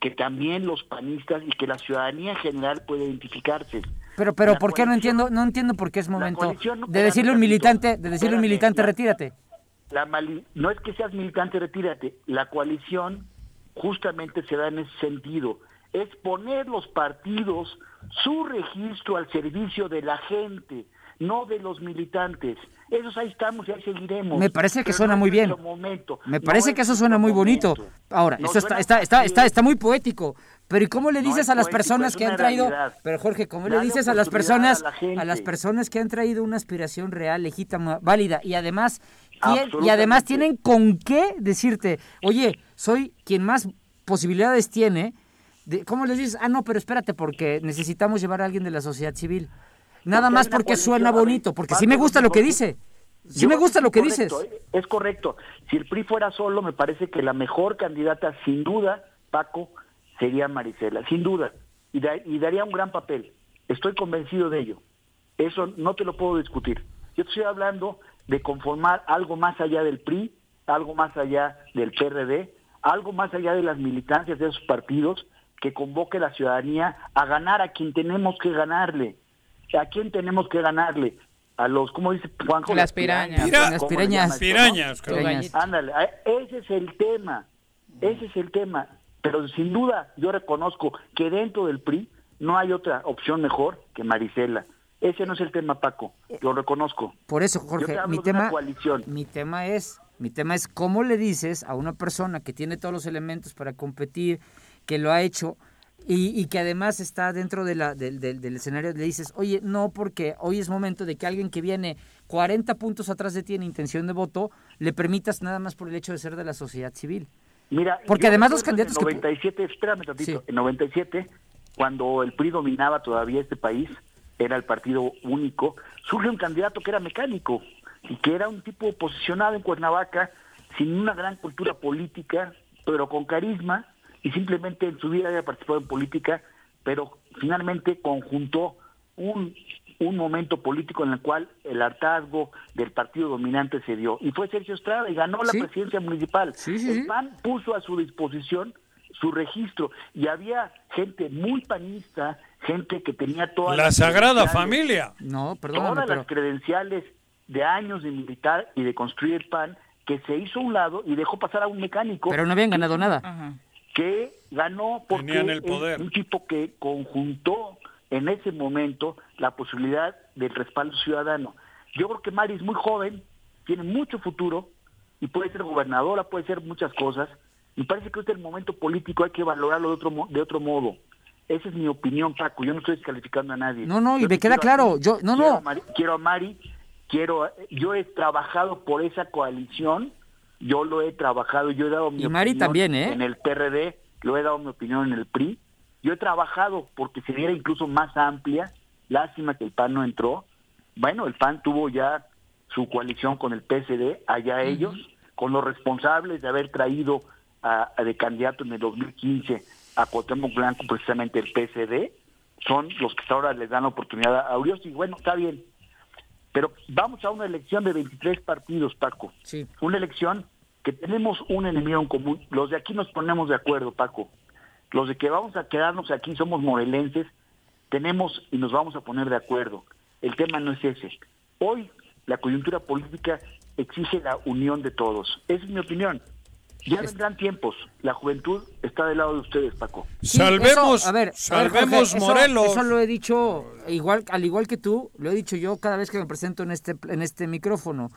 F: que también los panistas y que la ciudadanía en general puede identificarse.
E: Pero, pero,
F: La
E: ¿por qué no
F: coalición-
E: entiendo, no entiendo por qué es momento
F: coalición no-
E: de decirle a un
F: espérame,
E: militante, de decirle a un
F: espérame,
E: militante,
F: la-
E: retírate?
F: la mali- no es que seas militante, retírate. La coalición justamente se da en ese sentido. Es poner los partidos, su registro al servicio de la gente, no de los militantes. Esos ahí estamos y ahí seguiremos.
E: Me parece que
F: Pero
E: suena
F: no es
E: muy bien.
F: nuestro momento.
E: Me
F: No
E: parece
F: es
E: que eso suena muy
F: nuestro
E: bonito.
F: momento.
E: Ahora,
F: No,
E: eso está,
F: suena
E: está, está,
F: así.
E: está, está muy poético. Pero ¿y cómo le
F: No
E: dices
F: es
E: a las
F: poético,
E: personas
F: es
E: que han
F: una
E: traído?
F: realidad.
E: Pero Jorge, ¿cómo le
F: Dale
E: dices a
F: oportunidad
E: las
F: a
E: personas,
F: la gente.
E: a las personas que han traído una aspiración real, legítima, válida y además tien- y
F: Absolutamente.
E: además tienen con qué decirte, oye, soy quien más posibilidades tiene? de- ¿Cómo les dices? Ah, no, pero espérate porque necesitamos llevar a alguien de la sociedad civil. Nada
F: Porque
E: más
F: hay una
E: porque
F: coalición,
E: suena
F: a ver,
E: bonito, porque sí me
F: Pablo,
E: gusta lo que
F: porque-
E: dice. Sí
F: Yo
E: me
F: creo que
E: gusta
F: es
E: lo que dices.
F: correcto, ¿eh? Es correcto. Si el PRI fuera solo, me parece que la mejor candidata, sin duda, Paco, sería Marisela, sin duda. Y, da- y daría un gran papel. Estoy convencido de ello. Eso no te lo puedo discutir. Yo estoy hablando de conformar algo más allá del PRI, algo más allá del PRD, algo más allá de las militancias de esos partidos, que convoque la ciudadanía a ganar a quien tenemos que ganarle. ¿A quién tenemos que ganarle? A los, ¿cómo dice Juanjo?
B: Las pirañas.
C: Pira-
E: Las
F: ¿Cómo le
E: pirañas.
F: llama esto, no?
C: Pirañas, cabrón.
E: Pirañas.
F: Ándale, a- ese es el tema, ese es el tema. Pero sin duda yo reconozco que dentro del PRI no hay otra opción mejor que Marisela. Ese no es el tema, Paco, lo reconozco.
E: Por eso,
F: Yo
E: Eh, Jorge,
F: te hablo
E: mi
F: de una
E: tema,
F: coalición.
E: mi tema es, mi tema es cómo le dices a una persona que tiene todos los elementos para competir, que lo ha hecho y, y que además está dentro de la, del, del- del escenario, le dices, oye, no, porque hoy es momento de que alguien que viene 40 puntos atrás de ti en intención de voto, le permitas nada más por el hecho de ser de la sociedad civil.
F: Mira,
E: Porque
F: yo
E: además los
F: recuerdo
E: candidatos que pu-
F: En 97, espérame tantito,
E: Sí.
F: en 97, cuando el PRI dominaba todavía este país, era el partido único, surge un candidato que era mecánico y que era un tipo posicionado en Cuernavaca, sin una gran cultura política, pero con carisma, y simplemente en su vida había participado en política, pero finalmente conjuntó un, un momento político en el cual el hartazgo del partido dominante se dio. Y fue Sergio Estrada y ganó la
E: Sí.
F: presidencia municipal.
E: Sí, sí, sí.
F: El PAN puso a su disposición su registro y había gente muy panista, gente que tenía todas
C: La
F: las
C: Sagrada
F: credenciales,
C: Familia.
E: No, perdóname,
F: todas
E: pero...
F: las credenciales de años de militar y de construir el PAN que se hizo a un lado y dejó pasar a un mecánico
E: Pero no habían ganado nada.
B: Ajá.
F: que ganó porque
C: Tenían el
F: es
C: poder.
F: un tipo que conjuntó en ese momento la posibilidad del respaldo ciudadano. Yo creo que Mari es muy joven, tiene mucho futuro y puede ser gobernadora, puede ser muchas cosas. Me parece que este es el momento político, hay que valorarlo de otro, mo- de otro modo. Esa es mi opinión, Paco. Yo no estoy descalificando a nadie.
E: No, no, y
F: Yo
E: me
F: te
E: queda
F: quiero a
E: claro.
F: ti,
E: Yo- no,
F: quiero
E: no.
F: a Mari- quiero a Mari, quiero. a- Yo he trabajado por esa coalición, yo lo he trabajado, yo he dado mi
E: Y Mari
F: opinión
E: también, ¿eh?
F: En el PRD, lo he dado mi opinión en el PRI. Yo he trabajado porque se diera incluso más amplia. Lástima que el PAN no entró. Bueno, el PAN tuvo ya su coalición con el PSD, allá ellos, con los responsables de haber traído a, a de candidato en el 2015 a Cuauhtémoc Blanco, precisamente el PSD, son los que hasta ahora les dan la oportunidad a Urios. Y bueno, está bien. Pero vamos a una elección de 23 partidos, Paco.
E: Sí.
F: Una elección que tenemos un enemigo en común. Los de aquí nos ponemos de acuerdo, Paco. Los de que vamos a quedarnos aquí somos morelenses, tenemos y nos vamos a poner de acuerdo. El tema no es ese. Hoy la coyuntura política exige la unión de todos. Esa es mi opinión. Ya vendrán tiempos. La juventud está del lado de ustedes, Paco.
E: Sí,
C: salvemos
E: eso, a ver, a ver,
C: salvemos
E: Jorge, eso-
C: Morelos.
E: Eso, lo he dicho igual, al igual que tú, lo he dicho yo cada vez que me presento en este en este micrófono.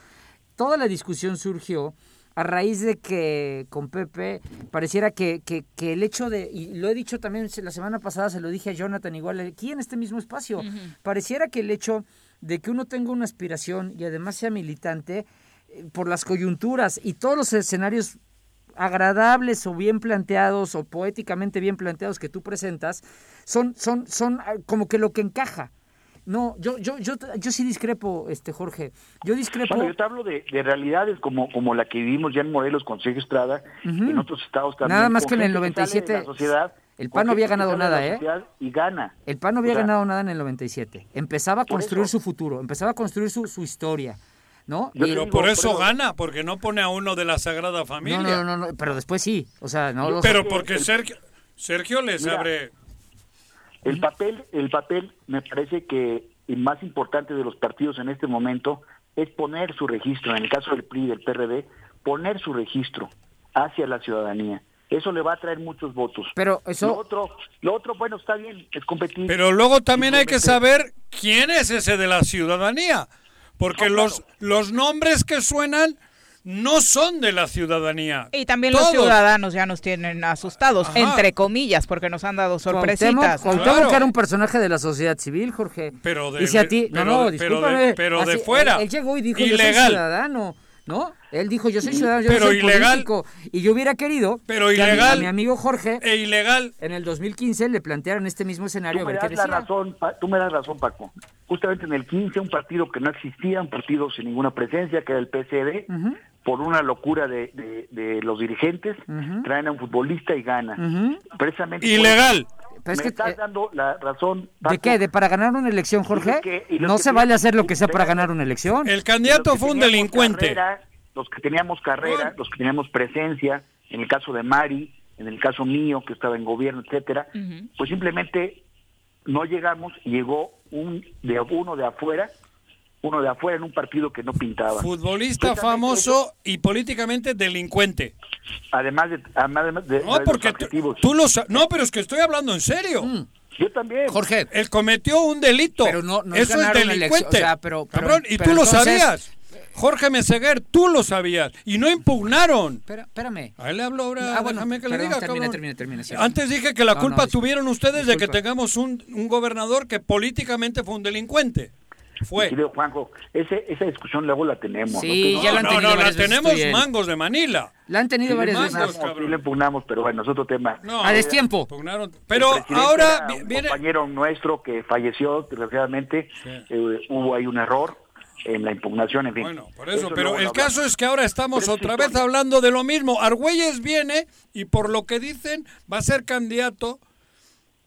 E: Toda la discusión surgió a raíz de que con Pepe pareciera que, que- que el hecho de, y lo he dicho también se- la semana pasada, se lo dije a Jonathan igual aquí en este mismo espacio, pareciera que el hecho de que uno tenga una aspiración y además sea militante, eh, por las coyunturas y todos los escenarios agradables o bien planteados o poéticamente bien planteados que tú presentas son son son ah, como que lo que encaja. No, yo yo yo yo sí discrepo, este Jorge. Yo discrepo.
F: Bueno, yo te hablo de, de realidades como, como la que vivimos ya en Morelos con Sergio Estrada, en otros estados también.
E: Nada más
F: con
E: que en el
F: gente sale de
E: 97,
F: la sociedad,
E: el
F: con
E: PAN no había
F: gente que
E: ganado
F: sale de la
E: nada, ¿eh?
F: sociedad Y gana.
E: El PAN no había
F: O sea,
E: ganado nada en el 97. Empezaba a
F: por
E: construir
F: eso.
E: su futuro, empezaba a construir su, su historia, ¿no?
F: Yo te
C: Pero
F: digo,
C: por eso
F: pero-
C: gana, porque no pone a uno de la Sagrada Familia.
E: No, no, no, no, pero después sí, o sea, no los-
C: Pero porque Sergio, Sergio les
F: Mira.
C: abre.
F: El papel, el papel me parece que el más importante de los partidos en este momento es poner su registro, en el caso del PRI y del PRD, poner su registro hacia la ciudadanía. Eso le va a traer muchos votos.
E: Pero eso-
F: Lo otro, lo otro bueno, está bien, es competir.
C: Pero luego también hay que
F: Simplemente-
C: saber quién es ese de la ciudadanía. Porque
F: No, claro.
C: los, los nombres que suenan no son de la ciudadanía.
B: Y también
C: Todos.
B: los ciudadanos ya nos tienen asustados,
C: Ajá.
B: entre comillas, porque nos han dado
E: Cuauhtémoc,
B: sorpresitas.
E: Cuauhtémoc
C: Claro.
E: que era un personaje de la sociedad civil, Jorge.
C: Pero de-
E: y si a ti,
C: pero
E: no, no,
C: de- pero de-
E: discúlpame,
C: pero de fuera.
E: Él, él llegó y dijo, yo soy
C: Ilegal.
E: ciudadano, ¿no? Él dijo, yo soy ciudadano, yo
C: Pero
E: no soy
C: ilegal.
E: político. Y yo hubiera querido
C: Pero
E: que a mi-
C: ilegal.
E: a mi amigo Jorge,
C: E ilegal.
E: en el 2015, le plantearon este mismo escenario.
F: Tú
E: a
F: me
E: ver qué
F: das la
E: decía.
F: razón, Pa- tú me das razón, Paco. Justamente en el 15, un partido que no existía, un partido sin ninguna presencia, que era el PSD, por una locura de, de- de los dirigentes, traen a un futbolista y gana. Precisamente. por-
C: Ilegal.
E: Pero es
F: me
E: que,
F: estás
E: eh,
F: dando la razón.
E: ¿De
F: Paco.
E: qué? ¿De para ganar una elección, Jorge?
F: que- y los
E: no
F: que
E: se
F: tenían-
E: vale hacer lo que sea para ganar una elección.
C: El
F: Los
C: candidato
F: que
C: fue un
F: teníamos
C: delincuente.
F: carrera, los que teníamos carrera, los que teníamos presencia, en el caso de Mari, en el caso mío, que estaba en gobierno, etcétera, pues simplemente no llegamos y llegó un de uno de afuera, uno de afuera en un partido que no pintaba.
C: Futbolista
F: Precisamente
C: famoso y políticamente delincuente.
F: eso, Además de, además de, además
C: No,
F: de
C: porque
F: los
C: tú,
F: adjetivos.
C: tú lo sa- No, pero es que estoy hablando en serio.
F: Yo también.
E: Mm. Jorge,
C: Él cometió un delito.
E: Pero no- no es
C: Eso es,
E: ganar una elección,
C: delincuente.
E: o sea, pero- pero-
C: Cabrón, y
E: pero
C: tú lo
E: entonces-
C: sabías. Jorge Meseguer, tú lo sabías. Y no impugnaron.
E: espera- espérame.
C: A él le hablo ahora,
E: Ah, bueno,
C: déjame que le
E: perdón,
C: diga,
E: termina,
C: cabrón.
E: termina, termina, sí.
C: Antes dije que la
E: No, no,
C: culpa
E: disculpa,
C: tuvieron ustedes de que
E: disculpa.
C: tengamos un, un gobernador que políticamente fue un delincuente. Fue.
F: Querido Juanjo, ese, esa discusión luego la tenemos.
E: Sí,
F: ¿no?
E: ya la
C: No,
E: han
C: no,
E: tenido
C: no, la
E: varias veces tú
C: tenemos
E: y él.
C: mangos de Manila.
E: La han tenido
F: Sí,
E: varias
C: mangos,
E: veces.
F: impugnamos,
C: cabrón.
F: sí le impugnamos, pero bueno, es otro tema.
C: No,
E: A destiempo.
C: impugnaron.
F: El
C: Pero
F: presidente
C: ahora
F: era
C: vi-
F: un
C: viene.
F: compañero nuestro que falleció desgraciadamente eh, hubo ahí un error en la impugnación en fin
C: Bueno, por eso,
F: luego
C: pero el
F: lo
C: caso
F: hablamos.
C: es que ahora estamos
F: Pero es
C: otra
F: historia.
C: vez hablando de lo mismo. Argüelles viene y por lo que dicen va a ser candidato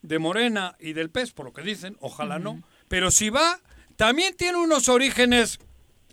C: de Morena y del PES, por lo que dicen, ojalá no. Pero si va, también tiene unos orígenes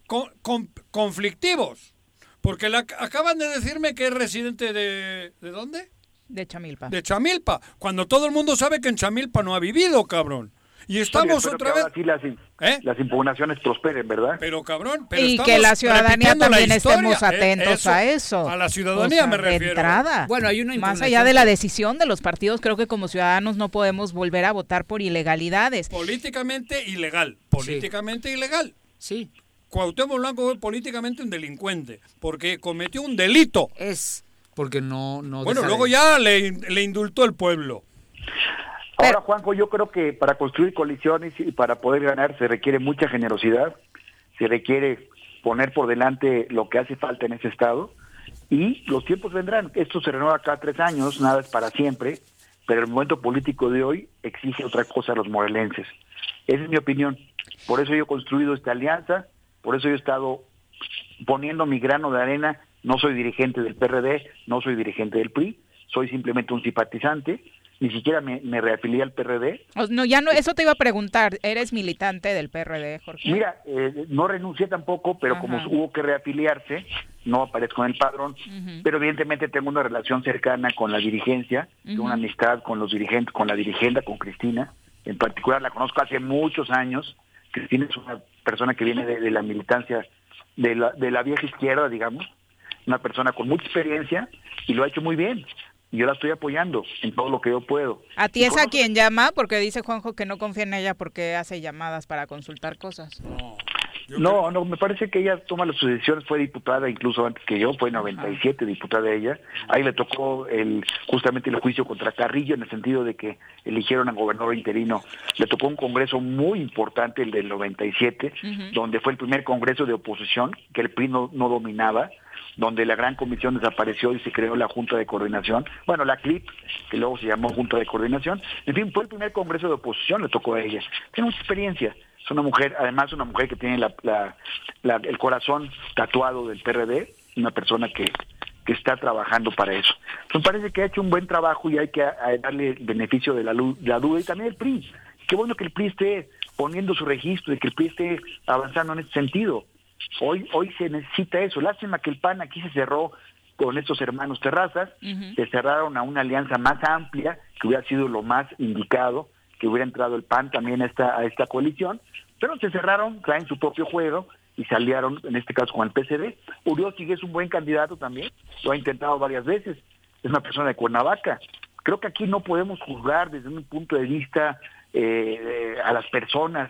C: con- con- conflictivos. Porque la- acaban de decirme que es residente de... ¿De dónde?
B: De Chamilpa.
C: De Chamilpa. Cuando todo el mundo sabe que en Chamilpa no ha vivido, cabrón. Y
F: Bueno,
C: estamos
F: espero que
C: otra vez...
F: ahora sí las, im-
C: ¿Eh?
F: las impugnaciones prosperen verdad
C: Pero cabrón, pero
B: Y
C: estamos
B: que la ciudadanía
C: repitiendo
B: también
C: la historia.
B: estemos
C: Eh,
B: atentos a eso.
C: A la ciudadanía
B: O sea,
C: me
B: de
C: refiero.
B: entrada.
E: Bueno, hay una
B: Más
E: impugnación
B: allá de
E: que-
B: la decisión de los partidos, creo que como ciudadanos no podemos volver a votar por ilegalidades.
C: Políticamente ilegal, políticamente ilegal.
E: Sí,
C: Cuauhtémoc Blanco fue políticamente un delincuente porque cometió un delito.
E: es porque no... no
C: bueno,
E: deja
C: luego
E: de-
C: ya le, le indultó el pueblo.
F: ahora Juanjo yo creo que para construir coaliciones y para poder ganar se requiere mucha generosidad se requiere poner por delante lo que hace falta en ese estado y los tiempos vendrán esto se renueva cada tres años nada es para siempre pero el momento político de hoy exige otra cosa a los morelenses esa es mi opinión por eso yo he construido esta alianza por eso yo he estado poniendo mi grano de arena, no soy dirigente del PRD, no soy dirigente del PRI, soy simplemente un simpatizante, ni siquiera me, me reafilié al PRD.
B: O- No, ya no, eso te iba a preguntar. ¿Eres militante del PRD, Jorge?
F: Mira, eh, no renuncié tampoco, pero como
B: Ajá.
F: hubo que reafiliarse, no aparezco en el padrón, pero evidentemente tengo una relación cercana con la dirigencia, tengo una amistad con los dirigentes, con la dirigenda, con Cristina, en particular la conozco hace muchos años, Cristina es una persona que viene de, de la militancia de la, de la vieja izquierda, digamos, una persona con mucha experiencia y lo ha hecho muy bien. Y Yo la estoy apoyando en todo lo que yo puedo.
B: A ti
F: Y
B: es a
F: conozco-
B: quien llama, porque dice Juanjo que no confía en ella porque hace llamadas para consultar cosas.
F: No, no, me parece que ella toma las decisiones, fue diputada incluso antes que yo, fue 97 diputada ella. Ahí le tocó el justamente el juicio contra Carrillo en el sentido de que eligieron al gobernador interino. Le tocó un congreso muy importante, el del 97, donde fue el primer congreso de oposición que el PRI no, no dominaba donde la gran comisión desapareció y se creó la Junta de Coordinación, bueno, la CLIP, que luego se llamó Junta de Coordinación, en fin, fue el primer Congreso de Oposición, le tocó a ella. Tiene mucha experiencia, es una mujer, además una mujer que tiene la- la- la- el corazón tatuado del PRD, una persona que, que está trabajando para eso. Entonces parece que ha hecho un buen trabajo y hay que a- a darle el beneficio de la, lu- de la duda y también el PRI. Qué bueno que el PRI esté poniendo su registro y que el PRI esté avanzando en ese sentido. Hoy, hoy se necesita eso. Lástima que el PAN aquí se cerró con estos hermanos terrazas, se cerraron a una alianza más amplia, que hubiera sido lo más indicado, que hubiera entrado el PAN también a esta, a esta coalición, pero se cerraron, traen su propio juego y se aliaron, en este caso, con el PCD. Uriosi es un buen candidato también, lo ha intentado varias veces, es una persona de Cuernavaca. Creo que aquí no podemos juzgar desde un punto de vista eh, eh, a las personas,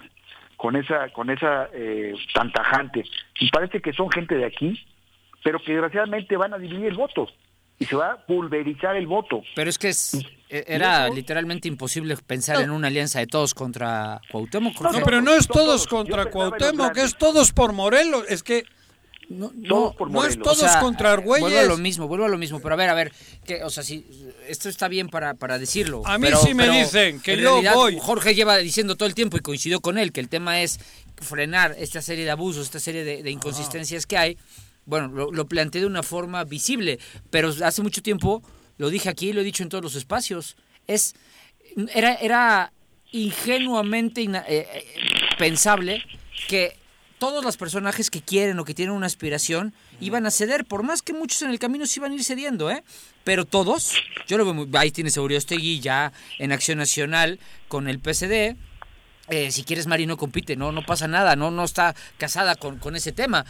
F: con esa con esa eh, tan tajante. Y parece que son gente de aquí, pero que desgraciadamente van a dividir el voto y se va a pulverizar el voto.
E: Pero es que es- e- era
F: eso-
E: literalmente imposible pensar en una alianza de todos contra Cuauhtémoc.
F: No,
C: No,
E: Cruz.
C: pero no es
F: Son
C: todos
F: todos. Yo
C: contra
F: pensaba en los
C: Cuauhtémoc,
F: grandes.
C: es todos por Morelos. Es que
E: No, no,
F: Todos por
C: no es
F: Morelos.
C: todos contra
E: eh,
C: Argüelles.
E: Vuelvo a lo mismo, vuelvo a lo mismo. Pero a ver, a ver, que, o sea, si esto está bien para, para decirlo.
C: A mí
E: pero-
C: sí me
E: pero
C: dicen que
E: en
C: yo
E: realidad,
C: voy.
E: Jorge lleva diciendo todo el tiempo y coincidió con él que el tema es frenar esta serie de abusos, esta serie de, de inconsistencias que hay. Bueno, lo, lo planteé de una forma visible, pero hace mucho tiempo lo dije aquí y lo he dicho en todos los espacios. Es era era ingenuamente ina- eh, eh, pensable que todos los personajes que quieren o que tienen una aspiración iban a ceder, por más que muchos en el camino se iban a ir cediendo, ¿eh? Pero todos, yo lo veo muy, ahí tiene Seguriostegui ya en Acción Nacional con el PSD, eh, si quieres Marino compite, no, no pasa nada, no, no está casada con, con ese tema.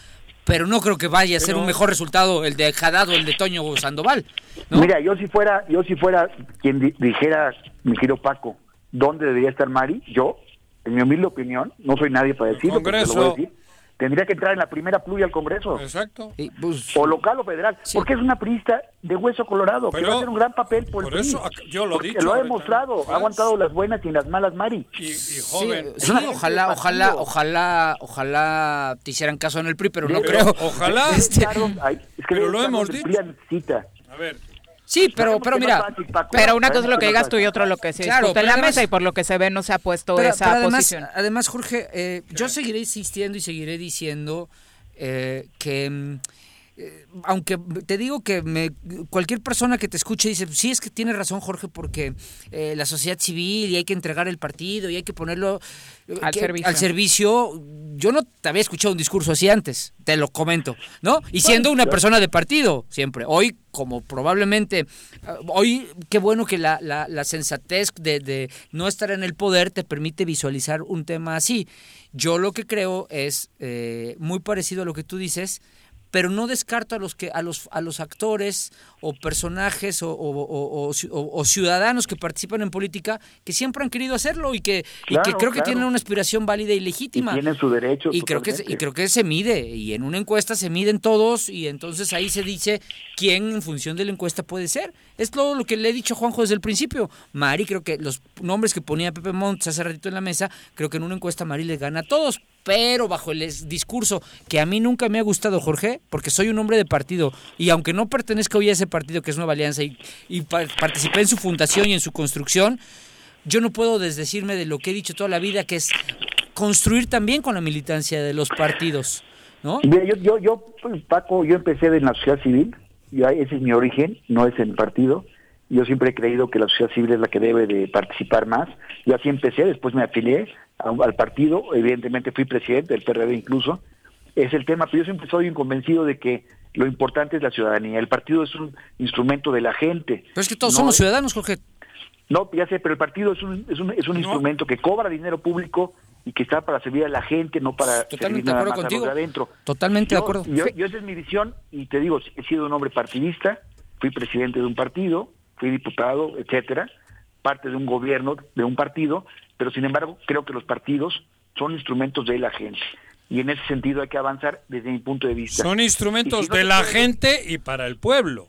E: Pero no creo que vaya a ser un mejor resultado el de Haddad o el de Toño Sandoval. ¿no?
F: Mira, yo si fuera yo si fuera quien di- dijera mi querido Paco, ¿dónde debería estar Mari? Yo, en mi humilde opinión, no soy nadie para decirlo, pero te lo voy a
C: Congreso.
F: decir. Tendría que entrar en la primera pluria al Congreso.
C: Exacto.
E: Y, pues,
F: O local o federal,
E: Sí.
F: porque es una priista de hueso colorado, que
C: Pero-
F: va a hacer un gran papel por, el
C: por eso,
F: PRI.
C: ac- yo lo he
F: Porque
C: dicho
F: Lo ha
C: ahorita,
F: demostrado,
C: ¿no?
F: ha aguantado las buenas y las malas Mari.
C: Y, y
E: Sí,
C: joven.
E: sí, ojalá, ojalá, ojalá, ojalá te hicieran caso en el PRI, pero no
C: Pero
E: creo.
C: ojalá.
E: Este,
F: Carlos, ay, es que
C: Pero
F: ve,
C: lo hemos
F: Carlos, el
C: dicho.
F: PRI necesita.
C: A ver,
E: sí, pero,
F: Sabemos
E: pero
F: que no
E: mira,
F: es fácil, Paco.
B: Pero una cosa es
F: Sabemos
B: lo que
F: no
B: digas tú y
F: fácil.
B: otra lo que se
E: Claro,
B: discute en
E: pero
B: la
E: además-
B: mesa y por lo que se ve no se ha puesto
E: Pero-
B: esa
E: pero además,
B: posición.
E: además, Jorge, eh, yo seguiré insistiendo y seguiré diciendo eh, que mm, eh, aunque te digo que me, cualquier persona que te escuche dice, sí, es que tienes razón Jorge, porque eh, la sociedad civil y hay que entregar el partido y hay que ponerlo eh,
B: Al
E: que-
B: servicio.
E: al servicio. Yo no te había escuchado un discurso así antes, te lo comento, ¿no? Y siendo una persona de partido, siempre. Hoy, como probablemente, ah, hoy qué bueno que la, la- la sensatez de, de no estar en el poder te permite visualizar un tema así. Yo lo que creo es eh, muy parecido a lo que tú dices, pero no descarto a los que a los a los actores o personajes o, o- o- o- o- o ciudadanos que participan en política que siempre han querido hacerlo y que, y que
F: Claro,
E: creo que
F: claro.
E: tienen una aspiración válida y legítima
F: Y tienen su derecho,
E: y creo que
F: totalmente.
E: y creo que se mide y en una encuesta se miden todos y entonces ahí se dice quién en función de la encuesta puede ser es todo lo que le he dicho a Juanjo desde el principio Mari creo que los nombres que ponía Pepe Montes hace ratito en la mesa creo que en una encuesta Mari les gana a todos pero bajo el es- discurso que a mí nunca me ha gustado, Jorge, porque soy un hombre de partido y aunque no pertenezca hoy a ese partido que es Nueva Alianza y, y par- participé en su fundación y en su construcción, yo no puedo desdecirme de lo que he dicho toda la vida, que es construir también con la militancia de los partidos, ¿no?
F: Mira, yo, yo, yo, pues, Paco, yo empecé en la sociedad civil, yo, ese es mi origen, no es en el partido. Yo siempre he creído que la sociedad civil es la que debe de participar más. Yo así empecé, después me afilié a un- al partido, evidentemente fui presidente del PRD incluso. Es el tema, pero yo siempre soy un convencido de que lo importante es la ciudadanía. El partido es un instrumento de la gente.
E: Pero es que todos
F: No
E: somos
F: es-
E: ciudadanos, Jorge.
F: No, ya sé, pero el partido es un, es un, es un instrumento que cobra dinero público y que está para servir a la gente, no para servir
G: Totalmente de
F: nada
G: acuerdo
F: más a los
G: contigo.
F: de adentro.
G: Totalmente de
F: Yo-
G: acuerdo.
F: Yo, yo esa es mi visión y te digo, he sido un hombre partidista, fui presidente de un partido, fui diputado, etcétera, parte de un gobierno, de un partido, pero sin embargo creo que los partidos son instrumentos de la gente y en ese sentido hay que avanzar desde mi punto de vista.
C: Son
F: Y
C: instrumentos
F: si no
C: de
F: se
C: la
F: puede-
C: gente y para el pueblo.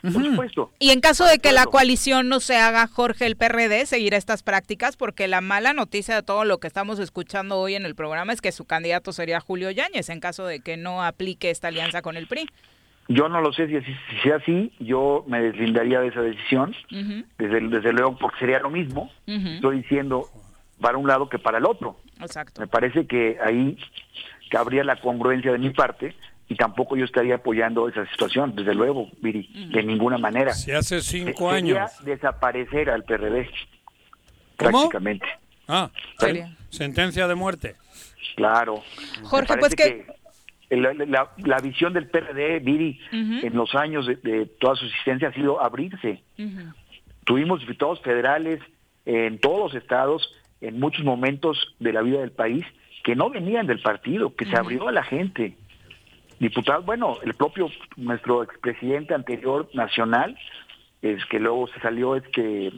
F: Por supuesto.
B: Y en caso de que la
F: Claro.
B: coalición no se haga, Jorge, el PRD seguirá estas prácticas, porque la mala noticia de todo lo que estamos escuchando hoy en el programa es que su candidato sería Julio Yáñez, en caso de que no aplique esta alianza con el PRI.
F: Yo no lo sé si, así- si sea así, yo me deslindaría de esa decisión,
B: Ujú,
F: desde, desde luego porque sería lo mismo,
B: ujú,
F: estoy diciendo para un lado que para el otro.
B: Exacto.
F: Me parece que ahí cabría la congruencia de mi parte y tampoco yo estaría apoyando esa situación, desde luego, Viri, de ninguna manera.
C: Si hace cinco
F: Se- sería
C: años.
F: desaparecer al PRD,
C: ¿Cómo?
F: prácticamente.
C: Ah,
B: Sería.
C: sentencia de muerte.
F: Claro.
B: Jorge,
F: Me parece
B: pues que-
F: que la, la- la visión del PRD, Viri,
B: Ujú.
F: en los años de, de toda su existencia ha sido abrirse.
B: Ujú.
F: Tuvimos diputados federales en todos los estados, en muchos momentos de la vida del país, que no venían del partido, que se abrió a la gente. Diputados, bueno, el propio nuestro expresidente anterior nacional, es que luego se salió este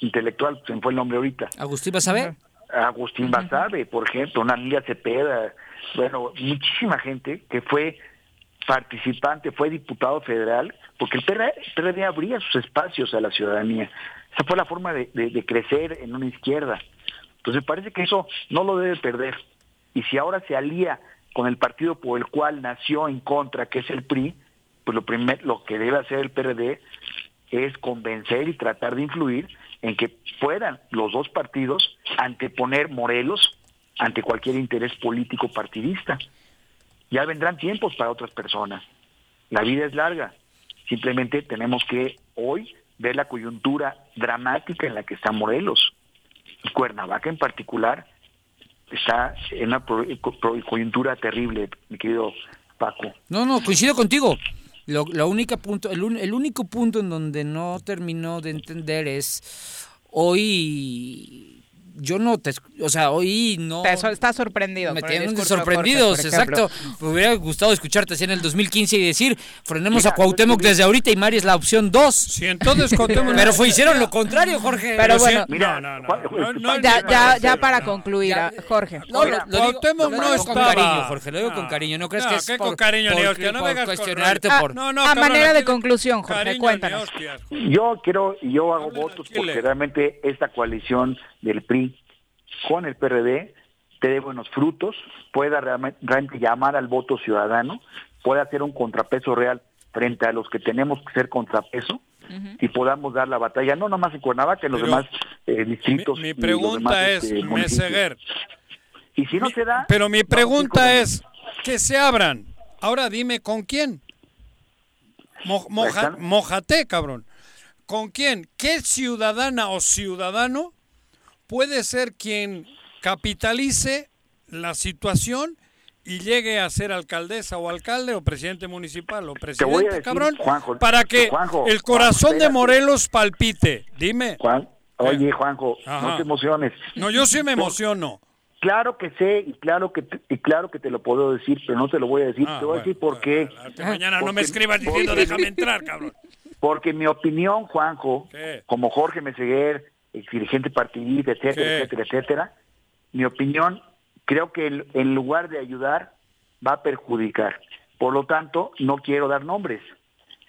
F: intelectual, se me fue el nombre ahorita.
G: Agustín, ¿vas a ver?
F: Agustín Basabe, por ejemplo, una Lilia Cepeda, bueno, muchísima gente que fue participante, fue diputado federal, porque el PRD, PRD abría sus espacios a la ciudadanía. Esa fue la forma de, de- de crecer en una izquierda. Entonces parece que eso no lo debe perder. Y si ahora se alía con el partido por el cual nació en contra, que es el PRI, pues lo, primer, lo que debe hacer el PRD es convencer y tratar de influir en que puedan los dos partidos anteponer Morelos ante cualquier interés político partidista. Ya vendrán tiempos para otras personas. La vida es larga. Simplemente tenemos que hoy ver la coyuntura dramática en la que está Morelos. Y Cuernavaca en particular está en una pro- pro- coyuntura terrible, mi querido Paco.
G: No, no, coincido contigo. Lo, la única punto, el, un- el único punto en donde no terminó de entender es hoy yo no te, esc- o sea, hoy no
B: Te so- Estás sorprendido.
G: me
B: por el
G: tienen
B: discurso de Jorge,
G: sorprendidos,
B: por ejemplo.
G: exacto. Me hubiera gustado escucharte así en el 2015 y decir, frenemos
F: Mira,
G: a Cuauhtémoc
F: yo
B: pues,
F: te digo-
G: desde ahorita y Mari es la opción 2.
C: Si entonces contemos...
G: Pero fue, hicieron lo contrario, Jorge.
B: Pero
C: si-
B: bueno.
F: Mira,
C: no, no, no,
F: Juan-
C: no, no,
B: Ya,
C: no,
B: ya,
C: no,
B: ya
C: no,
B: para
C: no.
B: concluir,
G: Ya,
B: ah, Jorge.
G: No, lo,
F: Mira,
G: lo digo,
C: Cuauhtémoc
G: lo
C: no
G: digo con
C: estaba.
G: cariño, Jorge, lo digo con
E: Ah.
C: No.
G: cariño. ¿No crees
C: No,
G: que es
C: qué
G: por,
C: con cariño,
G: por-
C: ni hostia, no
G: por
C: vengas con
G: cuestionarte
C: rollo.
E: Ah,
G: por...
C: No, no,
B: A
C: cabrón,
B: manera de
E: Eh,
C: aquí-
B: conclusión, Jorge,
C: cariño, ni
B: cuéntanos.
C: hostias, Jorge.
F: Yo quiero, y yo hago
C: Háblale al
F: votos
C: Chile.
F: porque realmente esta coalición del PRI con el PRD te dé buenos frutos, pueda realme- realmente llamar al voto ciudadano, pueda hacer un contrapeso real frente a los que tenemos que ser contrapeso y podamos dar la batalla, no nomás en Cuernavaca, en los
C: Pero
F: demás
C: Mi,
F: eh, distritos.
C: mi
F: y los
C: pregunta
F: demás,
C: es,
F: este, municipios.
C: Meseguer,
F: Y si no se da...
C: pero mi
F: vamos a ir
C: pregunta
F: con-
C: es que se abran. Ahora dime con quién. Mo- moja-
F: Están-
C: mojate, cabrón. ¿Con quién? ¿Qué ciudadana o ciudadano puede ser quien capitalice la situación y llegue a ser alcaldesa o alcalde o presidente municipal o presidente,
F: voy a decir,
C: cabrón,
F: Juanjo,
C: para que
F: Juanjo,
C: el corazón
F: Juanjo,
C: de
F: espérate.
C: Morelos palpite? Dime. Eh.
F: Juan, oye, Juanjo,
C: Ajá.
F: no te emociones.
C: No, yo sí me emociono.
F: Claro que sé y claro que te, y claro que te lo puedo decir, pero no te lo voy a decir.
C: Ah,
F: te voy
C: bueno,
F: a decir por qué.
C: bueno, que mañana no
F: Porque-
C: me escribas diciendo
F: porque-
C: déjame entrar, cabrón.
F: Porque mi opinión, Juanjo,
C: ¿Qué?
F: como Jorge Meseguer, ex dirigente partidista, etcétera,
C: ¿Qué?
F: etcétera, etcétera, mi opinión, creo que el- en lugar de ayudar, va a perjudicar. Por lo tanto, no quiero dar nombres.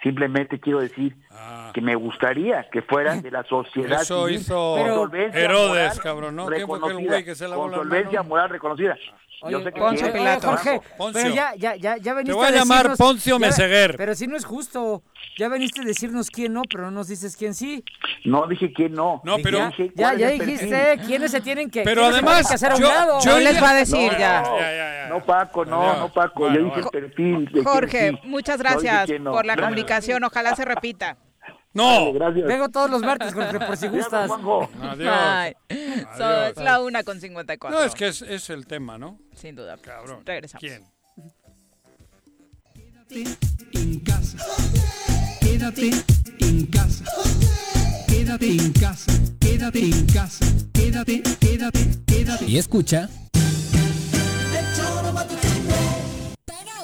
F: Simplemente quiero decir
C: Ah.
F: que me gustaría que fueran de la sociedad.
C: Eso
F: civil,
C: hizo
F: con solvencia
C: Herodes,
F: moral
C: cabrón, ¿no? ¿Quién fue aquel
F: reconocida,
C: güey que se lavó
F: con
C: las
F: solvencia
C: manos?
F: moral reconocida. Yo
E: Oye,
F: sé que
E: Poncio
F: quieres,
E: Pilato,
F: Juanjo.
E: eh, Jorge,
C: Poncio.
E: pero ya, ya, ya, ya veniste
C: voy a llamar
E: decirnos-
C: Poncio
E: ya-
C: Meseguer.
E: Pero si no es justo, ya veniste a decirnos quién no, pero no nos dices quién sí.
F: No dije que no.
C: No, pero-
F: Dije,
E: Ya,
F: ¿cuál
E: ya
F: es el perfil?
E: dijiste quiénes se tienen que,
C: Pero
E: quiénes se
C: además,
E: tienen que hacer a un
C: yo-
E: lado.
C: yo
B: No les
C: ya-
B: va a decir ya.
F: No,
C: Ya, ya, ya.
F: no, Paco, no,
C: Ya.
F: no, Paco.
C: Bueno,
F: yo dije
C: bueno.
F: el perfil. de quién
B: Jorge,
F: sí.
B: muchas
F: No
B: gracias
F: dije que no.
B: por la
F: Gracias.
B: comunicación. Ojalá se repita.
C: No.
F: Gracias.
E: Vengo todos los martes, Jorge, por si
F: Gracias,
E: gustas.
F: Juanjo.
C: Adiós.
B: Ay, so-
C: Adiós.
B: es la una con 54.
C: No, es que es, es el tema, ¿no?
B: Sin duda.
C: Cabrón.
B: Regresamos.
C: ¿Quién?
A: Quédate en casa. Quédate en casa. Quédate en casa. Quédate en casa. Quédate, quédate, quédate.
H: Y escucha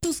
I: Tus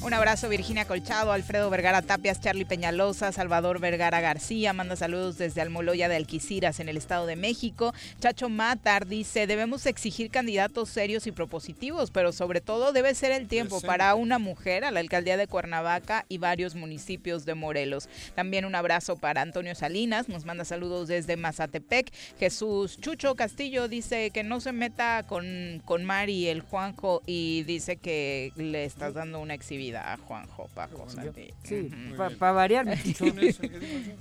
B: Un abrazo Virginia Colchado, Alfredo Vergara Tapias, Charlie Peñalosa, Salvador Vergara García, manda saludos desde Almoloya de Alquiciras en el Estado de México. Chacho Matar dice, debemos exigir candidatos serios y propositivos, pero sobre todo debe ser el tiempo para una mujer a la alcaldía de Cuernavaca y varios municipios de Morelos. También un abrazo para Antonio Salinas, nos manda saludos desde Mazatepec. Jesús Chucho Castillo dice que no se meta con, con Mari, el Juanjo, y dice que le estás dando una exhibida a Juanjo Paco Santi.
E: Sí, para variar, mi chichón.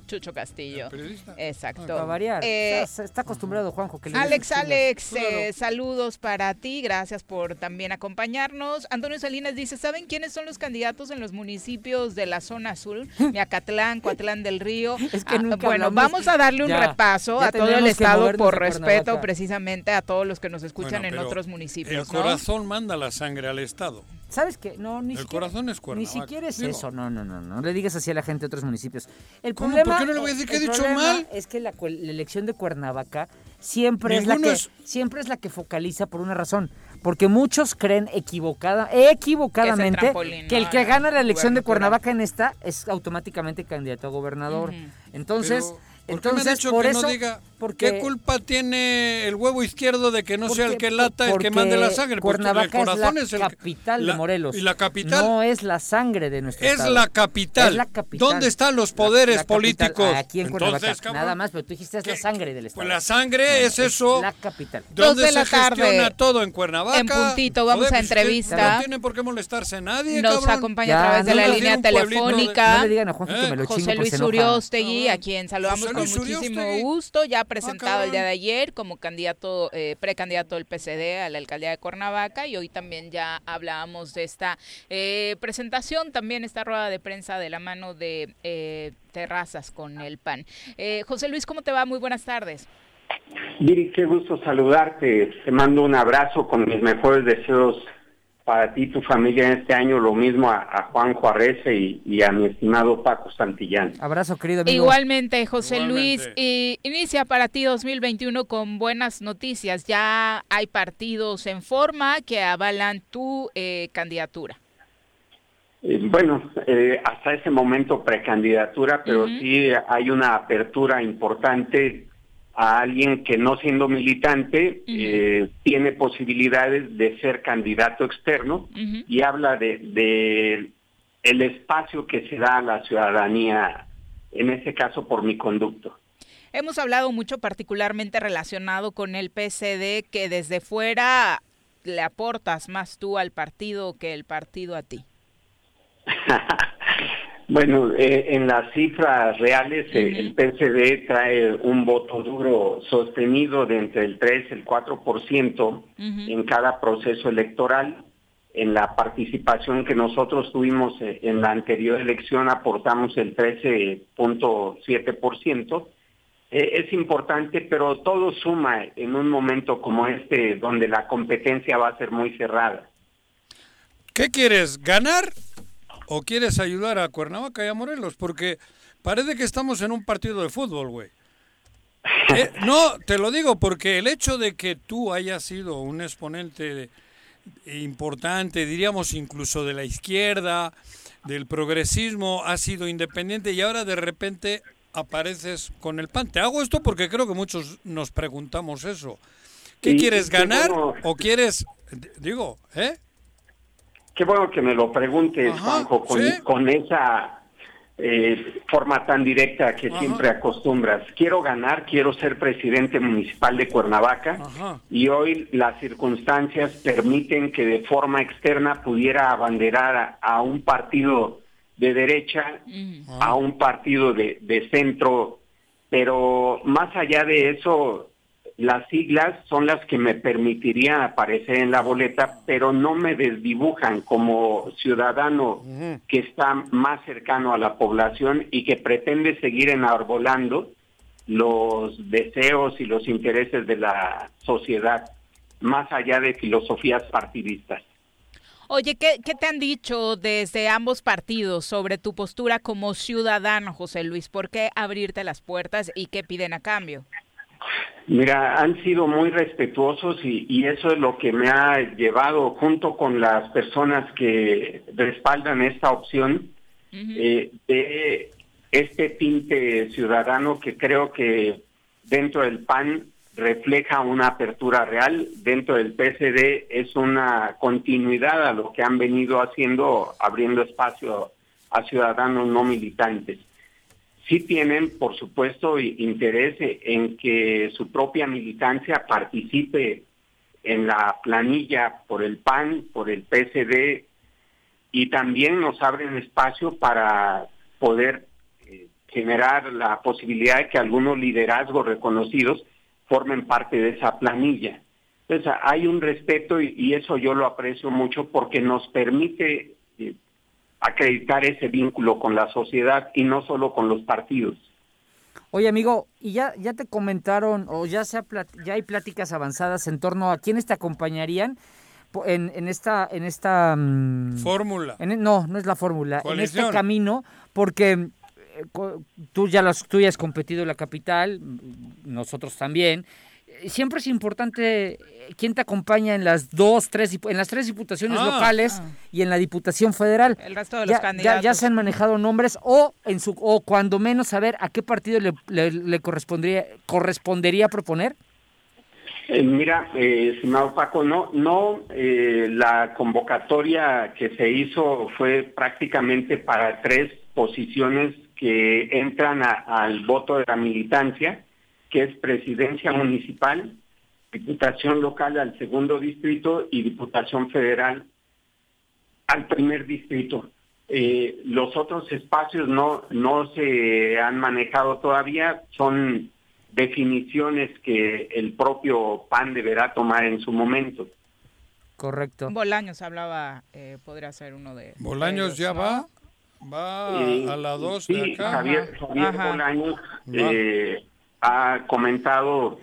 B: Chucho Castillo. Exacto.
E: Para Ah, variar.
B: Eh,
E: O sea, está acostumbrado Juanjo que le digan
B: Alex,
E: chingas.
B: Alex,
E: Claro.
B: eh, saludos para ti, gracias por también acompañarnos. Antonio Salinas dice, ¿saben quiénes son los candidatos en los municipios de la zona azul? Miacatlán, Coatlán del Río. Ah,
E: nunca
B: bueno,
E: hablamos.
B: vamos a darle un
E: Ya,
B: repaso
E: ya
B: a todo el
E: tenemos que
B: estado
E: movernos
B: por
E: a
B: respeto
E: Cuernavaca.
B: precisamente a todos los que nos escuchan
C: Bueno,
B: en
C: pero
B: otros municipios.
C: El
B: ¿no?
C: corazón manda la sangre al Estado.
E: ¿Sabes qué? No, ni
C: El
E: siquiera-
C: corazón es
E: Ni
C: Cuernavaca.
E: siquiera es
C: Digo,
E: eso, no, no, no, no le digas así a la gente de otros municipios. El
C: ¿Cómo?
E: problema,
C: ¿Por qué no le voy a decir que he
E: el
C: dicho
E: problema
C: mal?
E: Es que la, cual- la elección de Cuernavaca siempre es, la
C: Ninguno
E: que,
C: es-
E: siempre es la que focaliza por una razón, porque muchos creen equivocada, equivocadamente que,
B: trampolín,
E: el
B: no,
E: que
B: no,
E: gana la elección de
B: gubernatura.
E: Cuernavaca en esta es automáticamente candidato a gobernador.
B: Ujú.
E: Entonces,
C: pero, ¿por qué me ha
E: entonces
C: dicho
E: por
C: que
E: eso
C: no diga
E: porque
C: qué culpa tiene el huevo izquierdo de que no sea el
E: porque-
C: que lata, el que
E: porque
C: mande la sangre? Pues, el
E: Cuernavaca es
C: corazón
E: la
C: es el
E: capital
C: la-
E: de Morelos.
C: Y la capital
E: No es la sangre de nuestro
C: es
E: estado.
C: la capital.
E: Es la capital.
C: ¿Dónde están los
E: La-
C: poderes
E: la capital, Ah,
C: políticos?
E: Aquí en
C: Entonces,
E: Cuernavaca.
C: cabrón,
E: Nada más, pero tú dijiste es la
C: ¿qué-
E: sangre del estado.
C: Pues la sangre es eso.
E: La capital.
B: Dos
C: ¿Dónde
B: de la
C: se
B: tarde.
C: gestiona todo en Cuernavaca?
B: En puntito, vamos
C: Joder,
B: a
C: pues, usted
B: entrevista.
C: No tiene por qué molestarse nadie,
B: Nos
C: cabrón.
B: acompaña
E: Ya,
B: a través de
E: no
B: la
E: nos
C: diga
B: línea
C: un pueblito de-
B: telefónica.
E: No le digan a Juanjo
C: Eh,
E: que me lo
B: José
E: chingo porque
B: Luis
E: se enoja.
B: Uriostegui, a quien saludamos
C: José
B: con
C: Luis
B: muchísimo
C: Uriostegui.
B: gusto, ya presentado el día de
C: cabrón.
B: ayer como candidato, eh, precandidato del PCD a la alcaldía de Cuernavaca y hoy también ya hablábamos de esta eh, presentación, también esta rueda de prensa de la mano de eh, Terrazas con el PAN. Eh, José Luis, ¿cómo te va? Muy buenas tardes.
J: Viri, qué gusto saludarte. Te mando un abrazo con mis mejores deseos para ti y tu familia en este año lo mismo a, a Juan Juárez y, y a mi estimado Paco Santillán.
E: Abrazo, querido
J: amigo.
B: Igualmente, José Luis, y inicia para ti 2021 con buenas noticias. Ya hay partidos en forma que avalan tu eh, candidatura.
J: Eh, Bueno, eh, hasta ese momento precandidatura, pero sí hay una apertura importante a alguien que no siendo militante eh, tiene posibilidades de ser candidato externo y habla de, de el espacio que se da a la ciudadanía, en este caso por mi conducto.
B: Hemos hablado mucho particularmente relacionado con el PCD, que desde fuera le aportas más tú al partido que el partido a ti.
J: Bueno, eh, en las cifras reales eh, el PCD trae un voto duro sostenido de entre el 3 y el 4% en cada proceso electoral. En la participación que nosotros tuvimos eh, en la anterior elección aportamos el 13.7%. Eh, es importante, pero todo suma en un momento como este donde la competencia va a ser muy cerrada.
C: ¿Qué quieres, ganar o quieres ayudar a Cuernavaca y a Morelos? Porque parece que estamos en un partido de fútbol, güey. Eh, no, te lo digo porque el hecho de que tú hayas sido un exponente importante, diríamos incluso de la izquierda, del progresismo, has sido independiente y ahora de repente apareces con el PAN. Te hago esto porque creo que muchos nos preguntamos eso. ¿Qué
J: Sí,
C: quieres
J: sí,
C: ganar
J: bueno.
C: o quieres, d- digo, eh?
J: Qué bueno que me lo preguntes,
C: Ajá,
J: Juanjo, con,
C: sí.
J: con esa eh, forma tan directa que
C: Ajá.
J: siempre acostumbras. Quiero ganar, quiero ser presidente municipal de Cuernavaca
C: Ajá.
J: y hoy las circunstancias permiten que de forma externa pudiera abanderar a, a un partido de derecha, a un partido de, de centro, pero más allá de eso, las siglas son las que me permitirían aparecer en la boleta, pero no me desdibujan como ciudadano que está más cercano a la población y que pretende seguir enarbolando los deseos y los intereses de la sociedad, más allá de filosofías partidistas.
B: Oye, ¿qué, qué te han dicho desde ambos partidos sobre tu postura como ciudadano, José Luis? ¿Por qué abrirte las puertas y qué piden a cambio?
J: Mira, han sido muy respetuosos y, y eso es lo que me ha llevado, junto con las personas que respaldan esta opción, eh, de este tinte ciudadano que creo que dentro del PAN refleja una apertura real, dentro del PSD es una continuidad a lo que han venido haciendo, abriendo espacio a ciudadanos no militantes sí tienen, por supuesto, i- interés e- en que su propia militancia participe en la planilla por el PAN, por el PSD, y también nos abren espacio para poder eh, generar la posibilidad de que algunos liderazgos reconocidos formen parte de esa planilla. Entonces, a- hay un respeto y, y eso yo lo aprecio mucho porque nos permite eh, acreditar ese vínculo con la sociedad y no solo con los partidos.
E: Oye, amigo, ¿y ya, ya te comentaron o ya, se ha plat- ya hay pláticas avanzadas en torno a quiénes te acompañarían po- en, en esta... En esta mm,
C: Fórmula.
E: en e- no, no es la fórmula. En
C: Coalición.
E: este camino, porque mm, eh, co- tú, ya los, tú ya has competido en la capital, mm, nosotros también. Eh, Siempre es importante eh, quién te acompaña en las dos, tres, dipu- en las tres diputaciones
B: Ah.
E: locales y en la diputación federal.
B: El resto de los
E: ya, ya-
B: candidatos.
E: ya se han manejado nombres o en su o cuando menos saber a qué partido le, le- le correspondría correspondería proponer.
J: Eh, mira, eh, estimado Paco, no, no, eh, la convocatoria que se hizo fue prácticamente para tres posiciones que entran a- al voto de la militancia, que es presidencia municipal, diputación local al segundo distrito y diputación federal al primer distrito. Eh, los otros espacios no, no se han manejado todavía, son definiciones que el propio PAN deberá tomar en su momento.
E: Correcto.
B: Bolaños hablaba, eh, podría ser uno de...
C: Bolaños ya va,
B: Ah,
C: va
J: Eh,
C: a la 2
J: sí,
C: de acá.
J: Javier, Javier
B: Ajá.
J: Bolaños
C: Va.
J: eh, ha comentado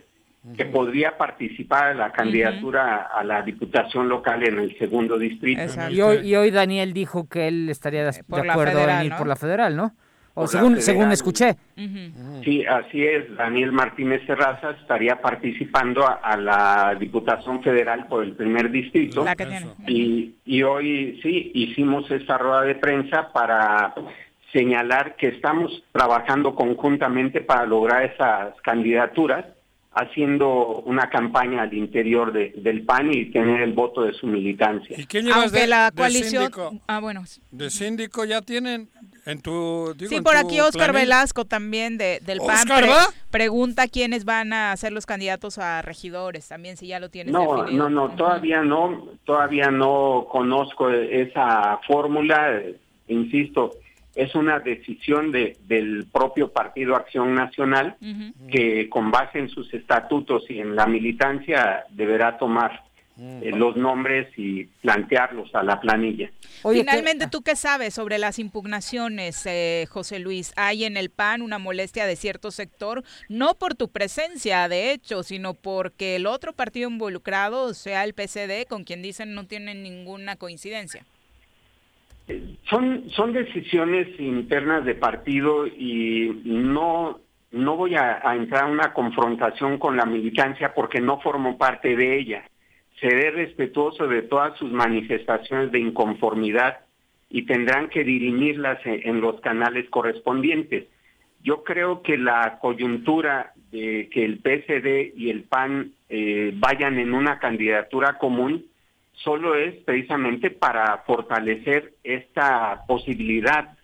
J: que podría participar a la candidatura a la diputación local en el segundo distrito.
E: Y hoy, y hoy Daniel dijo que él estaría
B: Eh,
E: de,
J: por
E: de
J: la
E: acuerdo
J: federal,
E: en ir
J: ¿no?
E: por la federal, ¿no? O
J: Por la
E: según, según
J: federal.
E: escuché.
J: Sí, así es. Daniel Martínez Terraza estaría participando a, a la Diputación Federal por el primer distrito.
B: La que tiene.
J: Y, y hoy sí, hicimos esta rueda de prensa para señalar que estamos trabajando conjuntamente para lograr esas candidaturas, haciendo una campaña al interior de- del PAN y tener el voto de su militancia.
C: ¿Qué llevas
B: Aunque
C: de-
B: la
C: de
B: coalición...
C: síndico?
B: ah, bueno. sí.
C: De síndico ya tienen en tu... digo,
B: Sí,
C: en
B: por
C: tu
B: aquí Oscar
C: planilla.
B: Velasco también de, del PAN
C: ¿Óscar
B: pre-
C: va?
B: pregunta quiénes van a ser los candidatos a regidores, también si ya lo tienes
J: No,
B: definido.
J: no, no, todavía no, todavía no conozco esa fórmula, eh, insisto, es una decisión de, del propio Partido Acción Nacional que con base en sus estatutos y en la militancia deberá tomar eh, los nombres y plantearlos a la planilla.
B: Finalmente, ¿tú qué sabes sobre las impugnaciones, eh, José Luis? Hay en el PAN una molestia de cierto sector, no por tu presencia, de hecho, sino porque el otro partido involucrado, o sea, el PCD, con quien dicen no tienen ninguna coincidencia.
J: Son, son decisiones internas de partido y no, no voy a, a entrar en una confrontación con la militancia porque no formo parte de ella. Seré respetuoso de todas sus manifestaciones de inconformidad y tendrán que dirimirlas e, en, en los canales correspondientes. Yo creo que la coyuntura de que el PSD y el PAN eh, vayan en una candidatura común solo es precisamente para fortalecer esta posibilidad,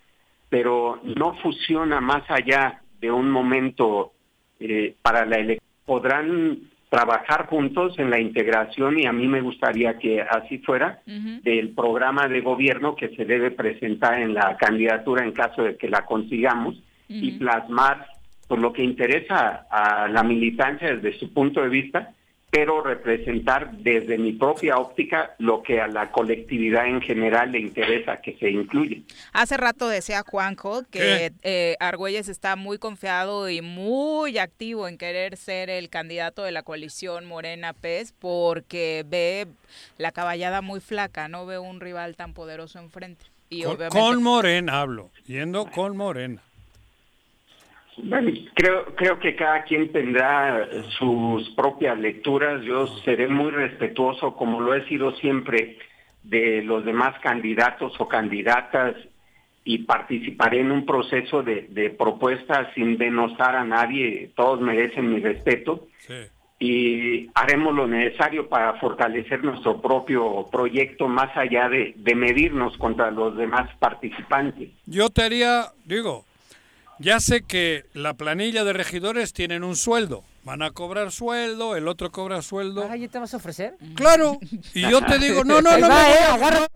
J: pero no fusiona más allá de un momento eh, para la elección. Podrán trabajar juntos en la integración y a mí me gustaría que así fuera del programa de gobierno que se debe presentar en la candidatura en caso de que la consigamos y plasmar por lo que interesa a la militancia desde su punto de vista, pero representar desde mi propia óptica lo que a la colectividad en general le interesa que se incluya.
B: Hace rato decía Juanjo que eh, Argüelles está muy confiado y muy activo en querer ser el candidato de la coalición Morena PES porque ve la caballada muy flaca, no ve un rival tan poderoso enfrente. Y
C: Con,
B: obviamente-
C: con Morena hablo, yendo con Morena.
J: Bueno, creo, creo que cada quien tendrá sus propias lecturas. Yo seré muy respetuoso, como lo he sido siempre, de los demás candidatos o candidatas y participaré en un proceso de, de propuestas sin denostar a nadie. Todos merecen mi respeto y haremos lo necesario para fortalecer nuestro propio proyecto más allá de- de medirnos contra los demás participantes.
C: Yo te haría, digo, ya sé que la planilla de regidores tienen un sueldo. Van a cobrar sueldo, el otro cobra sueldo.
E: Ah, ¿ya te vas a ofrecer?
C: Claro. Y yo te digo, no, no,
E: Ahí
C: no.
E: va,
C: me-
E: eh, agarra.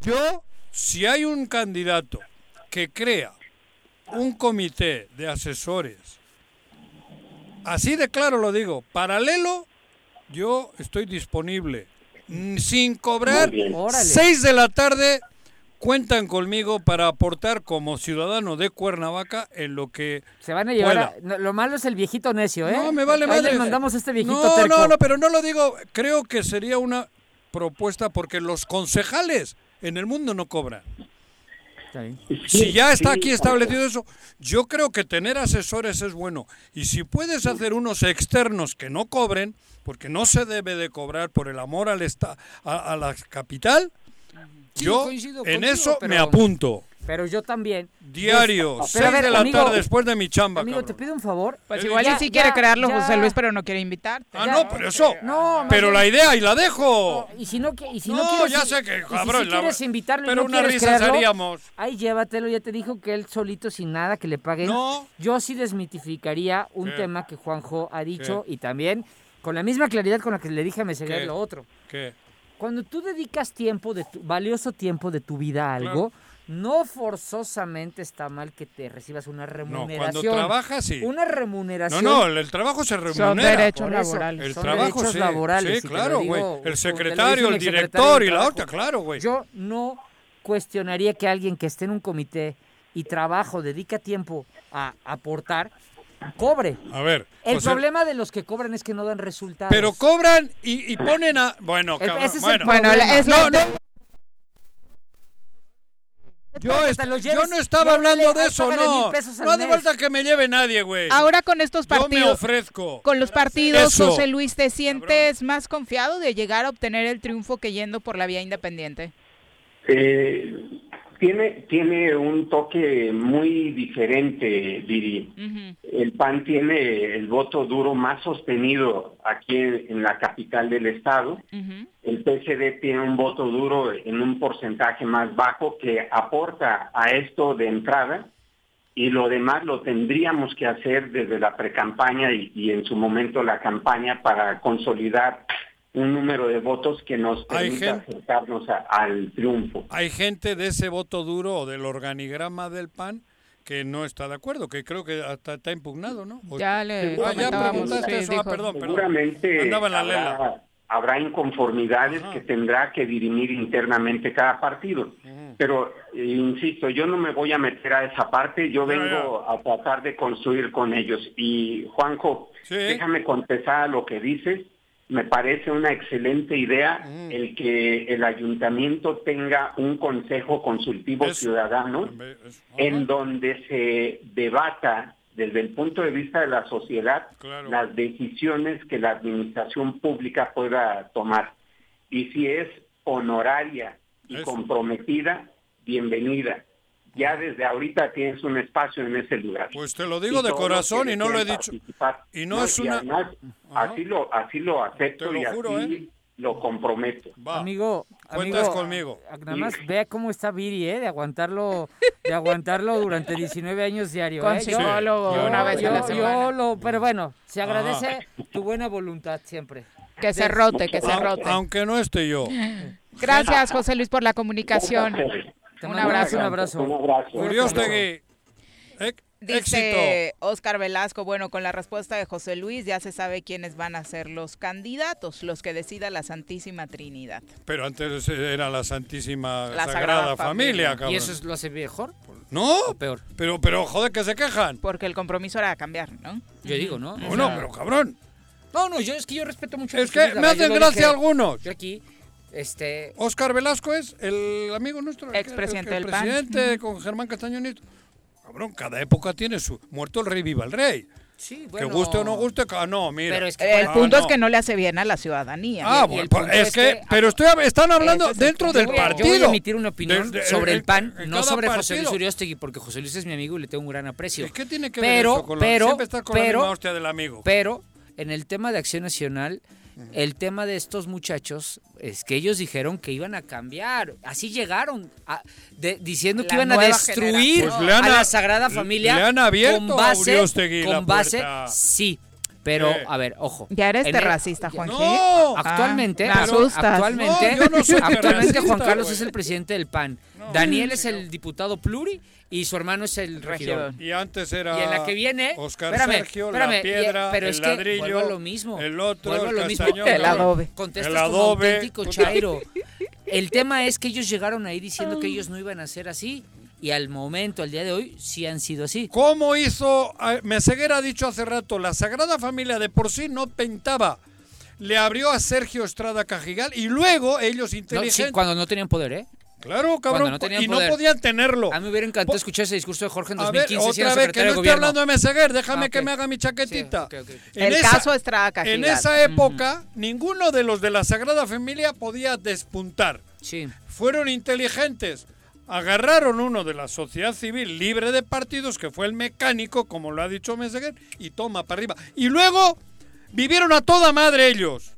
C: Yo, si hay un candidato que crea un comité de asesores, así de claro lo digo, paralelo, yo estoy disponible. Mm, Sin cobrar,
J: Muy bien. Órale.
C: 6 de la tarde, cuentan conmigo para aportar como ciudadano de Cuernavaca en lo que
E: Se van a llevar a- no, lo malo es el viejito necio, ¿eh?
C: No, me vale
E: Ahí
C: madre.
E: les mandamos a este viejito
C: No,
E: terco.
C: no, no, pero no lo digo. Creo que sería una propuesta porque los concejales en el mundo no cobran. Si ya está
J: sí,
C: aquí establecido eso, yo creo que tener asesores es bueno. Y si puedes hacer unos externos que no cobren, porque no se debe de cobrar por el amor al esta, a, a la capital,
E: Sí,
C: yo en
E: coincido contigo,
C: eso me
E: pero-
C: apunto.
E: Pero yo también.
C: Diario,
E: Pero,
C: 6
E: a ver,
C: de la
E: amigo,
C: tarde después de mi chamba.
E: Amigo,
C: cabrón.
E: te pido un favor.
B: Pues igual y sí quiere crearlo José Luis, pero no quiere invitarte.
C: Ah, no, por eso.
E: No, más
C: Pero
E: bien-
C: la idea y la dejo.
E: Y si no, que- y si
C: No,
E: no quieres,
C: ya sé que,
E: y si
C: cabrón,
E: sí
C: la-
E: quieres invitarlo y
C: pero
E: no
C: una
E: quieres
C: risa
E: crearlo,
C: haríamos.
E: Ay, llévatelo, ya te dijo que él solito sin nada que le paguen.
C: No.
E: Yo sí desmitificaría un
C: ¿Qué?
E: tema que Juanjo ha dicho y también con la misma claridad con la que le dije a Meseguer
C: ¿Qué?
E: lo otro.
C: ¿Qué?
E: Cuando tú dedicas tiempo, de tu, valioso tiempo de tu vida a algo, no forzosamente está mal que te recibas una
C: No,
E: remuneración.
C: cuando trabajas sí.
E: Una remuneración.
C: No, no, el, el trabajo se remunera.
E: derechos Por eso, laborales.
C: El
E: son
C: trabajo
E: derechos
C: sí.
E: laborales, y
C: Sí,
E: te lo
C: claro,
E: digo,
C: güey.
E: porque
C: El
E: lo
C: secretario,
E: dice mi
C: el
E: exsecretario
C: director
E: del
C: y la
E: trabajo.
C: otra, claro, güey.
E: Yo no cuestionaría que alguien que esté en un comité y trabajo dedica tiempo a aportar, cobre.
C: A ver.
E: El
C: José-
E: problema de los que cobran es que no dan resultados.
C: Pero cobran y, y ponen a. Bueno,
E: El-
C: cabrón.
E: ese es el
C: bueno,
E: problema. Bueno, la- es
C: no,
E: la-
C: no. Yo,
E: que
C: es-
E: te los
C: yo
E: lleves,
C: no estaba
E: llévale,
C: hablando de
E: ahí
C: eso,
E: págale
C: no.
E: mil pesos al
C: No hace
E: mes.
C: falta que me lleve nadie, güey.
B: Ahora con estos
C: Yo
B: partidos.
C: me ofrezco.
B: Con los partidos,
C: Eso.
B: José Luis, ¿te sientes más confiado de llegar a obtener el triunfo que yendo por la vía independiente?
J: Eh, tiene, tiene un toque muy diferente, Didi. El PAN tiene el voto duro más sostenido aquí en, en la capital del estado. El PCD tiene un voto duro en un porcentaje más bajo que aporta a esto de entrada y lo demás lo tendríamos que hacer desde la precampaña y, y en su momento la campaña para consolidar un número de votos que nos
C: Hay
J: permita
C: gente-
J: acercarnos a- al triunfo.
C: Hay gente de ese voto duro o del organigrama del PAN que no está de acuerdo, que creo que hasta está impugnado, ¿no? O-
B: Ya le
C: Ah, ya
B: comentábamos,
C: preguntaste
B: sí,
C: eso. Ah,
B: dijo.
C: perdón, perdón.
J: Seguramente
C: Andaba en la lela.
J: habrá, habrá inconformidades que tendrá que dirimir internamente cada partido. Pero, eh, insisto, yo no me voy a meter a esa parte, yo vengo a tratar de construir con ellos. Y, Juanjo, déjame contestar a lo que dices. Me parece una excelente idea el que el ayuntamiento tenga un consejo consultivo ciudadano en donde se debata desde el punto de vista de la sociedad
C: Claro.
J: las decisiones que la administración pública pueda tomar. Y si es honoraria y
C: Eso.
J: comprometida, bienvenida. Ya desde ahorita tienes un espacio en ese lugar.
C: Pues te lo digo de corazón y no lo he dicho. Y no es una-
J: así lo así lo acepto
C: Te lo
J: y así
C: juro, ¿eh?
J: lo comprometo.
E: Amigo,
C: Cuentas
E: amigo,
C: conmigo.
E: Nada más vea cómo está Viri, ¿eh? De aguantarlo, de aguantarlo durante 19 años diario.
B: Con
E: ¿eh? Yo-
B: psicólogo
E: yo-
B: una vez a la
E: yo-
B: semana.
E: yo lo- pero bueno, se agradece tu buena voluntad siempre.
B: Que se rote, que se
C: Aun-
B: rote.
C: Aunque no esté yo.
B: Gracias, José Luis, por la comunicación. Un abrazo.
E: Un abrazo.
J: Un abrazo.
C: Uriostegui.
B: Dice Oscar Velasco, bueno, con la respuesta de José Luis ya se sabe quiénes van a ser los candidatos, los que decida la Santísima Trinidad.
C: Pero antes era la Santísima
B: La
C: Sagrada,
B: Sagrada
C: Familia,
B: Familia.
C: cabrón.
B: ¿Y eso es
E: lo hace mejor?
C: No, peor. Pero, pero joder, que se quejan.
B: Porque el compromiso era cambiar, ¿no?
G: Yo digo, ¿no? O
C: Bueno,
G: sea-
C: pero cabrón.
G: No, no, yo es que yo respeto mucho.
C: Es que me hacen gracia algunos.
G: Yo aquí, este.
C: Oscar Velasco es el amigo nuestro. el que- el que-
G: Expresidente
C: el
G: del PAN.
C: presidente con Germán Castaño Nieto. Cabrón, cada época tiene su. Muerto el rey, viva el rey.
G: Sí,
B: bueno.
C: Que guste o no guste, ca- no, mira.
G: Pero es
B: Eh, El punto
C: Ah,
B: es que no le hace bien a la ciudadanía.
C: Ah, bueno, pues, es, que,
E: Este,
C: pero estoy, están hablando
G: Ese es el
C: dentro
G: punto.
C: del
G: Yo voy a-
C: partido.
G: Yo voy a emitir una opinión
C: Del- de-
G: sobre el PAN,
C: en
G: no
C: cada
G: sobre José Luis
C: partido.
G: Uriostegui, porque José Luis es mi amigo y le tengo un gran aprecio.
C: ¿Y qué tiene que
G: pero,
C: ver eso con la-
G: pero,
C: siempre está con la
G: pero,
C: misma hostia del amigo?
G: Pero, en el tema de Acción Nacional, el tema de estos muchachos es que ellos dijeron que iban a cambiar. Así llegaron, a- de- diciendo
B: La
G: que iban a
B: nueva
G: destruir
B: generación. Pues le han
G: a
B: a-
G: la Sagrada
B: le-
G: Familia
C: le han abierto
G: con
C: a
G: base,
C: Uriostegui la
G: con base,
C: puerta.
G: sí. Pero,
C: Eh.
G: a ver, ojo.
B: Ya eres
G: En el-
B: terracista, Juan
G: no, actualmente, Ah, actualmente, actualmente Juan Carlos es el presidente del PAN. Daniel es el diputado pluri y su hermano es el regidor.
C: Y antes era
G: Y en la que viene,
C: Oscar
G: espérame,
C: Sergio,
G: espérame,
C: la
G: y-
C: piedra,
G: pero
C: el
G: es que
C: ladrillo,
G: vuelvo a lo mismo,
C: el otro,
G: vuelvo a lo mismo,
C: castañón,
G: el
C: cabrón.
G: adobe. Contestas
C: el
G: como
C: adobe.
G: auténtico chairo. El tema es que ellos llegaron ahí diciendo que ellos no iban a ser así y al momento, al día de hoy, sí han sido así.
C: ¿Cómo hizo? eh, Meseguera ha dicho hace rato, la Sagrada Familia de por sí no pintaba. Le abrió a Sergio Estrada Cajigal y luego ellos
G: No, sí,
C: inteligentes.
G: cuando no tenían poder, ¿eh?
C: Claro,
G: Cuando
C: cabrón.
G: no tenían
C: y
G: poder.
C: no podían tenerlo.
G: A mí me hubiera encantado escuchar ese discurso de Jorge en
C: A ver,
G: 2015 siendo
C: otra vez, que no
G: secretario de
C: estoy
G: gobierno.
C: hablando de Meseguer, déjame
G: Ah, ok.
C: que me haga mi chaquetita. En
B: El
C: esa-
B: caso Estrada
C: En
B: Cajigal.
C: esa época, ninguno de los de la Sagrada Familia podía despuntar. Fueron inteligentes. Agarraron uno de la sociedad civil libre de partidos, que fue el mecánico, como lo ha dicho Meseguer, y toma para arriba. Y luego vivieron a toda madre ellos.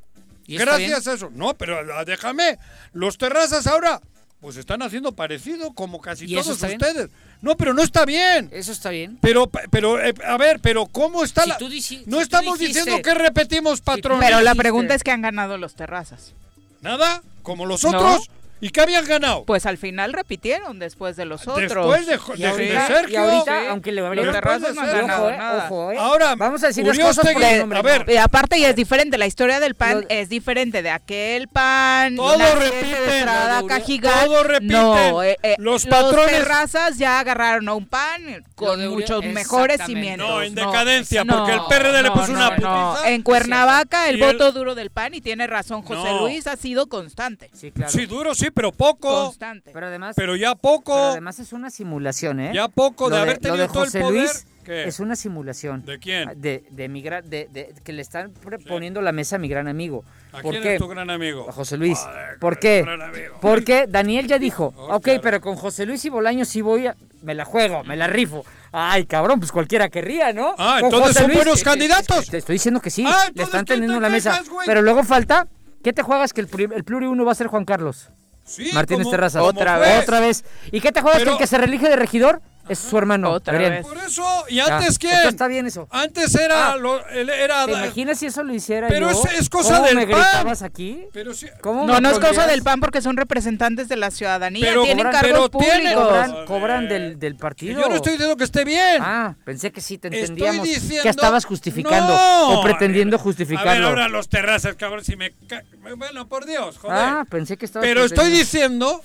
G: ¿Y está
C: Gracias a eso. No, pero ah, déjame. Los terrazas ahora, pues están haciendo parecido, como casi
G: ¿Y eso
C: todos
G: está bien?
C: ustedes. No, pero no está bien.
G: Eso está bien.
C: Pero, pero, eh, a ver, pero ¿cómo está
G: Si
C: la...?
G: tú dici- si
C: no
G: tú
C: estamos
G: dijiste-
C: diciendo que repetimos patrones.
B: Pero la pregunta es que han ganado los terrazas.
C: Nada, como los otros. ¿Y qué habían ganado?
B: Pues al final repitieron después de los otros.
C: Después de,
B: Y
C: de- de
B: ahorita-
C: Sergio.
B: y ahorita, aunque le
C: Después
B: los
C: de
B: terrazos no han
C: Sergio.
B: ganado nada.
C: Ahora, Uriostegui, A ver,
B: Y aparte ya es diferente, la historia del pan es diferente de aquel pan.
C: Todo
B: la gente
C: repiten,
B: de Estrada
C: Maduro,
B: Cajigal.
C: todo repiten.
B: No, eh, eh,
C: Los patrones-
B: terrazas ya agarraron a un pan con
C: de Uri-
B: muchos mejores
C: Exactamente.
B: cimientos.
C: No, en decadencia, porque el PRD le puso una putiza.
B: En Cuernavaca el
C: Y el-
B: voto duro del pan y tiene razón José
C: No.
B: Luis, ha sido constante.
G: Sí,
C: sí, duro, sí, pero poco.
B: Constante.
G: Pero además.
C: Pero ya poco.
E: además es una simulación, ¿eh?
C: Ya poco de
E: Lo
C: haber
E: lo
C: tenido todo el
E: José
C: poder,
E: Luis
C: ¿qué?
E: es una simulación.
C: ¿De quién?
E: De, de mi gran- de- de- que le están pre- poniendo la mesa a mi gran amigo.
C: ¿A
E: ¿Por
C: quién
E: qué?
C: es tu gran amigo?
E: A José Luis.
C: Joder,
E: ¿Por
C: tu
E: qué?
C: gran amigo.
E: Porque Daniel ya dijo,
C: Oh,
E: ok, pero con José Luis y Bolaños sí voy a... Me la juego, me la rifo. Ay, cabrón, pues cualquiera querría, ¿no?
C: Ah,
E: Con
C: entonces
E: José
C: son
E: Luis- eh,
C: buenos candidatos.
E: Te estoy diciendo que sí,
C: Ah,
E: le
C: entonces
E: están
C: tú te
E: teniendo la mesa.
C: quejas, güey.
E: Pero luego falta, ¿qué te juegas que el, pri- el pluri uno va a ser Juan Carlos?
C: Sí,
E: Martínez
C: como-
E: Terrazas.
C: como fue.
E: Otra vez. ¿Y qué te juegas
C: Pero-
E: que el que se relige de regidor es su hermano? Adrián.
C: Por eso, y
E: Ya,
C: antes quién?
E: esto está bien eso.
C: Antes era
E: Ah,
C: lo- él era
E: ¿Te imaginas si eso lo hiciera
C: Pero
E: yo?
C: es- es cosa
E: ¿Cómo
C: del
E: me
C: PAN.
E: gritabas aquí?
C: Pero sí-
E: ¿Cómo
B: No,
E: me
B: no es cosa
E: pondrías?
B: del PAN porque son representantes de la ciudadanía,
E: Pero
B: tienen
E: cobran-
B: cargos
E: pero tienen-
B: públicos.
E: Cobran, cobran del, del partido.
C: Yo no estoy diciendo que esté bien.
E: Ah, pensé que sí te
C: Estoy
E: entendíamos.
C: diciendo-
E: que estabas justificando
C: No.
E: o pretendiendo
C: A ver,
E: justificarlo.
C: ahora los terrazas, cabrón, si me... ca- Bueno, por Dios, joder.
E: ah, pensé que estabas
C: Pero estoy
E: pretendiendo-
C: diciendo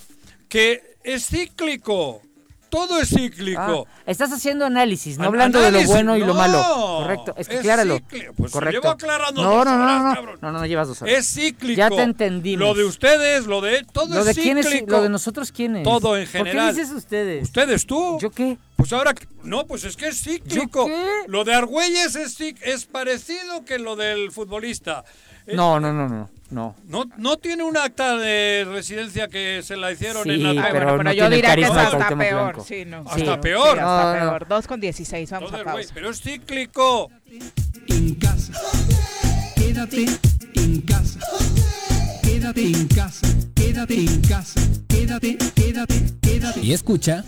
C: que es cíclico. Todo es cíclico.
E: Ah, estás haciendo análisis, no
C: An-
E: hablando de
C: análisis,
E: lo bueno y
C: no.
E: lo malo. Correcto, es que
C: Es
E: acláralo.
C: cíclico. Pues si
E: Correcto.
C: llevo aclarando
E: no,
C: dos
E: no, no,
C: horas,
E: no,
C: cabrón.
E: no, no, no llevas dos horas.
C: Es cíclico.
E: Ya te entendimos.
C: Lo de ustedes, lo de... Todo
E: ¿Lo
C: es
E: de
C: cíclico.
E: quién es- lo de nosotros quién es?
C: Todo en
E: ¿Por
C: general.
E: qué dices ustedes?
C: ¿Ustedes tú?
E: ¿Yo qué?
C: Pues ahora, no, pues es que es cíclico. Lo de Argüelles es, cí- es parecido que lo del futbolista. Eh,
E: No, no, no, no, no.
C: No, no tiene un acta de residencia que se la hicieron
E: Sí,
C: en la Bueno,
E: pero no
B: Pero yo
E: tiene
B: diría que
E: carisma
B: esa
E: de
B: está
E: Cuauhtémoc
B: peor,
E: Blanco.
B: sí, no.
C: Hasta peor.
B: sí, hasta
C: No, no, no.
B: peor. 2 con 16, vamos a
C: Joder, güey,
B: pausa.
C: pero es cíclico.
A: En casa. Quédate en casa. Quédate en casa. Quédate en casa. Quédate, quédate, quédate.
H: Y escucha.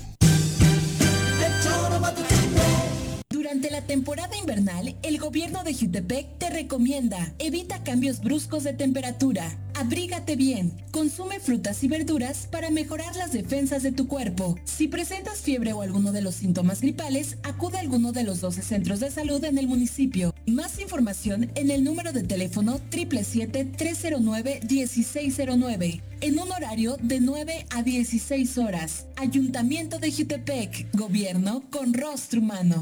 I: Durante la temporada invernal, el gobierno de Jutepec te recomienda, evita cambios bruscos de temperatura, abrígate bien, consume frutas y verduras para mejorar las defensas de tu cuerpo. Si presentas fiebre o alguno de los síntomas gripales, acude a alguno de los 12 centros de salud en el municipio. Más información en el número de teléfono 777-309-1609, en un horario de 9 a 16 horas. Ayuntamiento de Jutepec, gobierno con rostro humano.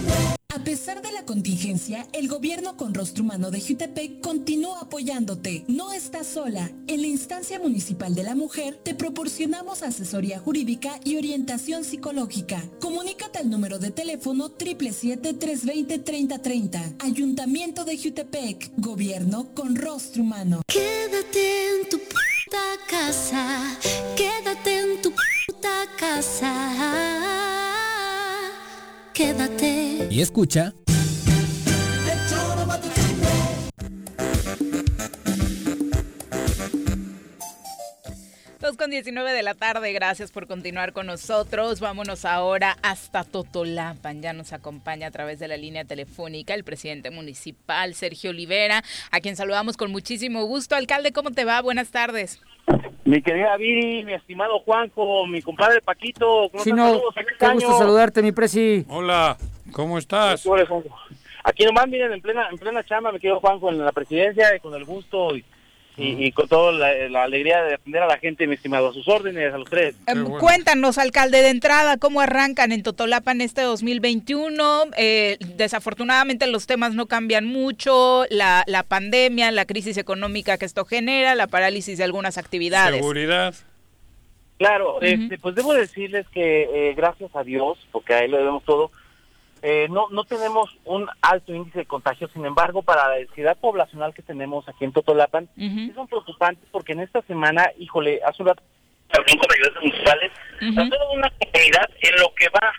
I: A pesar de la contingencia, el gobierno con rostro humano de Jutepec continúa apoyándote. No estás sola. En la instancia municipal de la mujer te proporcionamos asesoría jurídica y orientación psicológica. Comunícate al número de teléfono 777-320-3030. Ayuntamiento de Jutepec. Gobierno con rostro humano.
K: Quédate en tu puta casa, quédate en tu puta casa. Quédate.
H: y escucha.
B: Dos con 19 de la tarde, gracias por continuar con nosotros. Vámonos ahora hasta Totolapan. Ya nos acompaña a través de la línea telefónica el presidente municipal, Sergio Olivera, a quien saludamos con muchísimo gusto. Alcalde, ¿cómo te va? Buenas tardes.
L: Mi querida Viri, mi estimado Juanjo, mi compadre Paquito. ¿cómo
E: Sí,
L: están
E: no,
L: todos? Feliz
E: qué gusto
L: año.
E: saludarte, mi presi.
C: Hola, ¿cómo estás?
L: Tú eres un- Aquí nomás, miren, en plena, en plena chamba, mi querido Juanjo, en la presidencia, y con el gusto y,
E: Ah.
L: y- y con toda la, la alegría de atender a la gente, mi estimado, a sus órdenes, a los tres.
B: Em, Cuéntanos, alcalde, de entrada, ¿cómo arrancan en Totolapan este 2021? Eh, desafortunadamente los temas no cambian mucho, la, la pandemia, la crisis económica que esto genera, la parálisis de algunas actividades.
C: Seguridad.
L: Claro, este, pues debo decirles que eh, gracias a Dios, porque a él le debemos todo, eh, no, no tenemos un alto índice de contagio, sin embargo, para la densidad poblacional que tenemos aquí en Totolapan, sí son preocupantes porque en esta semana, híjole, hace un rato hablé con ayudantes municipales, tan solo en una comunidad en lo que va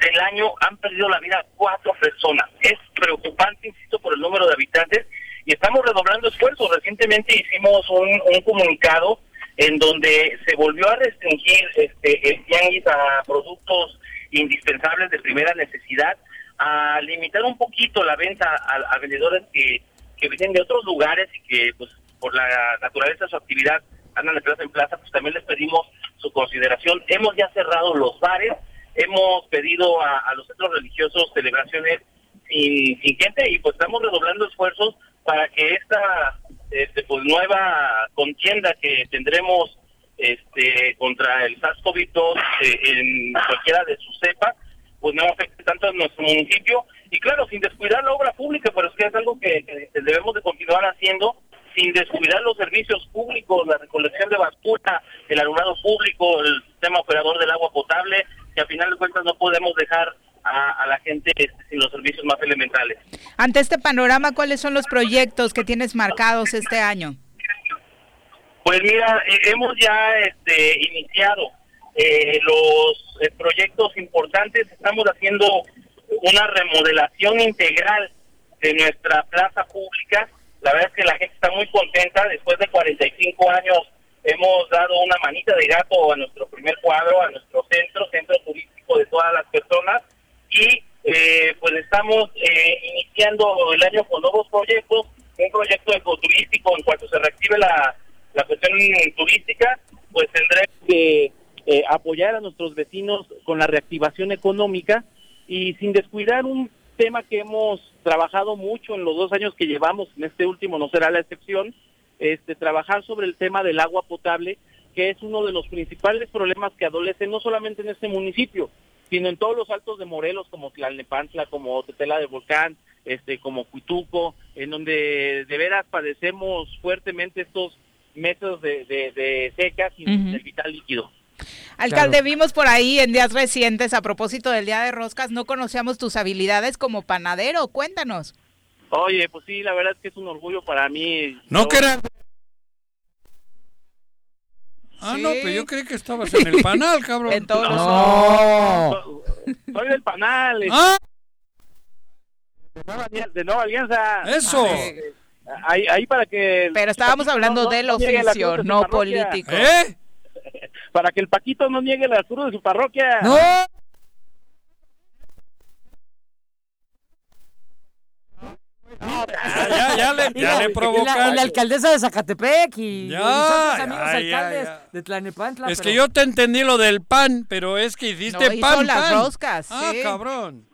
L: del año han perdido la vida cuatro personas. Es preocupante, insisto, por el número de habitantes y estamos redoblando esfuerzos. Recientemente hicimos un, un comunicado en donde se volvió a restringir este, el tianguis a productos indispensables de primera necesidad, a limitar un poquito la venta a, a vendedores que, que vienen de otros lugares y que pues por la naturaleza de su actividad andan de plaza en plaza, pues también les pedimos su consideración. Hemos ya cerrado los bares, hemos pedido a, a los centros religiosos celebraciones sin, sin gente y pues estamos redoblando esfuerzos para que esta este, pues nueva contienda que tendremos este contra el SARS-CoV-2 eh, en cualquiera de sus cepas pues no afecte tanto a nuestro municipio y claro sin descuidar la obra pública pero es que es algo que, que debemos de continuar haciendo sin descuidar los servicios públicos la recolección de basura el alumbrado público el sistema operador del agua potable que a final de cuentas no podemos dejar a, a la gente este, sin los servicios más elementales
B: Ante este panorama, ¿cuáles son los proyectos que tienes marcados este año?
L: Pues mira, eh, hemos ya este, iniciado eh, los eh, proyectos importantes. Estamos haciendo una remodelación integral de nuestra plaza pública. La verdad es que la gente está muy contenta. Después de 45 años hemos dado una manita de gato a nuestro primer cuadro, a nuestro centro, centro turístico de todas las personas. Y eh, pues estamos eh, iniciando el año con nuevos proyectos. Un proyecto ecoturístico en cuanto se reactive la la cuestión turística, pues tendré que eh, apoyar a nuestros vecinos con la reactivación económica y sin descuidar un tema que hemos trabajado mucho en los dos años que llevamos, en este último no será la excepción, este, trabajar sobre el tema del agua potable, que es uno de los principales problemas que adolece no solamente en este municipio, sino en todos los altos de Morelos, como Tlalnepantla, como Tetela de Volcán, este, como Cuituco, en donde de veras padecemos fuertemente estos metros de, de, de secas y
B: Ujú.
L: del vital líquido.
B: Alcalde, vimos por ahí en días recientes, a propósito del Día de Roscas, no conocíamos tus habilidades como panadero. Cuéntanos.
L: Oye, pues sí, la verdad es que es un orgullo para mí.
C: No que
L: queremos
C: eras- Ah, no, pero yo creí que estabas en el panal, cabrón.
L: En todos los-
C: No.
L: Soy del panal. este,
C: Ah.
L: De Nueva Alian- De Nueva Alianza.
C: Eso.
L: Eh, Ahí, ahí para que...
B: Pero estábamos hablando
L: de
B: del
L: los
B: oficio, no político.
C: ¿Eh?
L: Para que el Paquito no niegue la cruz de su parroquia.
C: ¡No! Ah, Ya, ya le,
E: Y
C: ya
E: la-
C: le
E: y la-
C: provocaste.
E: y la alcaldesa de Zacatepec y,
C: Ya,
E: y tantos amigos
C: ya, ya,
E: alcaldes
C: ya.
E: de Tlanepantla.
C: Es
E: pero-
C: que yo te entendí lo del pan, pero es que hiciste
E: No, hizo
C: pan.
E: las
C: pan.
E: roscas,
C: Ah,
E: sí.
C: cabrón.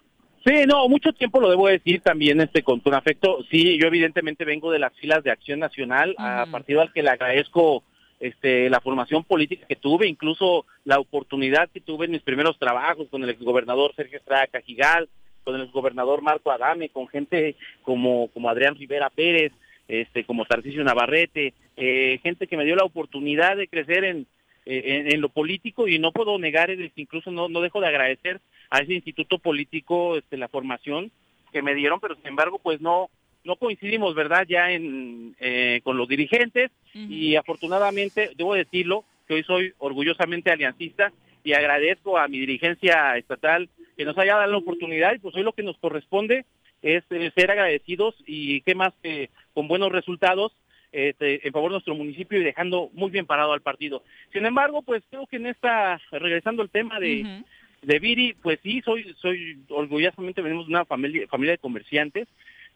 L: Sí, no, mucho tiempo lo debo decir también este con un afecto. Sí, yo evidentemente vengo de las filas de Acción Nacional, a partido al que le agradezco este la formación política que tuve, incluso la oportunidad que tuve en mis primeros trabajos con el exgobernador Sergio Estrada Cajigal, con el exgobernador Marco Adame, con gente como, como Adrián Rivera Pérez, este, como Tarcisio Navarrete, eh, gente que me dio la oportunidad de crecer en, eh, en, en lo político y no puedo negar, el- incluso no, no dejo de agradecer a ese instituto político este, la formación que me dieron, pero sin embargo pues no no coincidimos, ¿verdad? Ya en, eh, con los dirigentes y afortunadamente, debo decirlo, que hoy soy orgullosamente aliancista y agradezco a mi dirigencia estatal que nos haya dado la oportunidad y pues hoy lo que nos corresponde es eh, ser agradecidos y qué más que con buenos resultados este, en favor de nuestro municipio y dejando muy bien parado al partido. Sin embargo, pues creo que en esta, regresando al tema de,
A: Ujú.
L: de Viri, pues sí, soy, soy orgullosamente venimos de una familia, familia de comerciantes.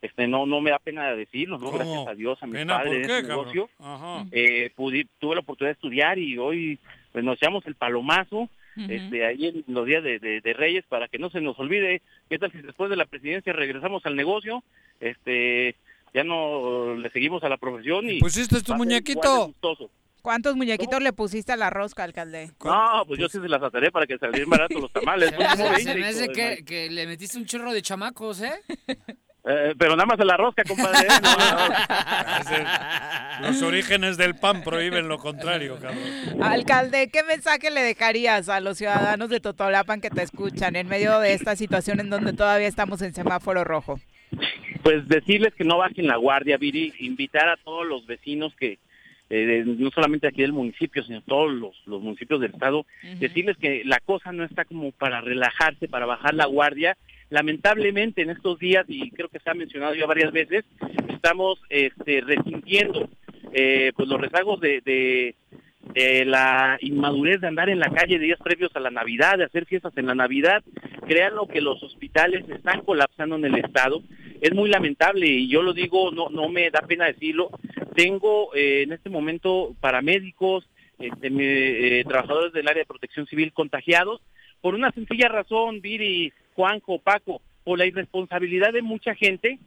L: Este, no, no me da pena decirlo, ¿no?
C: ¿Cómo?
L: gracias a Dios, a mis
C: Pena, ¿por
L: padres,
C: qué,
L: este
C: cabrón?
L: negocio.
K: Ah.
C: Ajá.
L: Eh, pudi- tuve la oportunidad de estudiar y hoy pues, nos echamos el palomazo
C: Ujú.
L: este, ahí en los días de, de- de Reyes para que no se nos olvide qué tal si después de la presidencia regresamos al negocio, este ya no le seguimos a la profesión y... Pues
C: este es tu
B: muñequito. ¿Cuántos muñequitos le pusiste a la rosca, alcalde?
L: No, pues yo sí se las ataré para que salieran baratos los tamales.
E: Se
L: ¿no?
E: me
L: Como
E: hace,
L: 20,
E: se me hace
L: hijo de
E: que, que le metiste un chorro de chamacos, ¿eh?
L: Eh, pero nada más a la rosca, compadre. ¿eh? No, no, no.
E: Ah.
C: Los orígenes del pan prohíben lo contrario, cabrón.
B: Alcalde, ¿qué mensaje le dejarías a los ciudadanos de Totolapan que te escuchan en medio de esta situación en donde todavía estamos en semáforo rojo?
L: Pues decirles que no bajen la guardia, Viri, invitar a todos los vecinos que, eh, de- no solamente aquí del municipio, sino todos los, los municipios del estado, decirles que la cosa no está como para relajarse, para bajar la guardia. Lamentablemente en estos días, y creo que se ha mencionado ya varias veces, estamos este, resintiendo eh, pues los rezagos de, de- de eh, la inmadurez de andar en la calle días previos a la Navidad, de hacer fiestas en la Navidad. Crean lo que los hospitales están colapsando en el estado. Es muy lamentable y yo lo digo, no, no me da pena decirlo. Tengo eh, en este momento paramédicos, este, mi- eh, trabajadores del área de protección civil contagiados por una sencilla razón, Viri, Juanjo, Paco, por la irresponsabilidad de mucha gente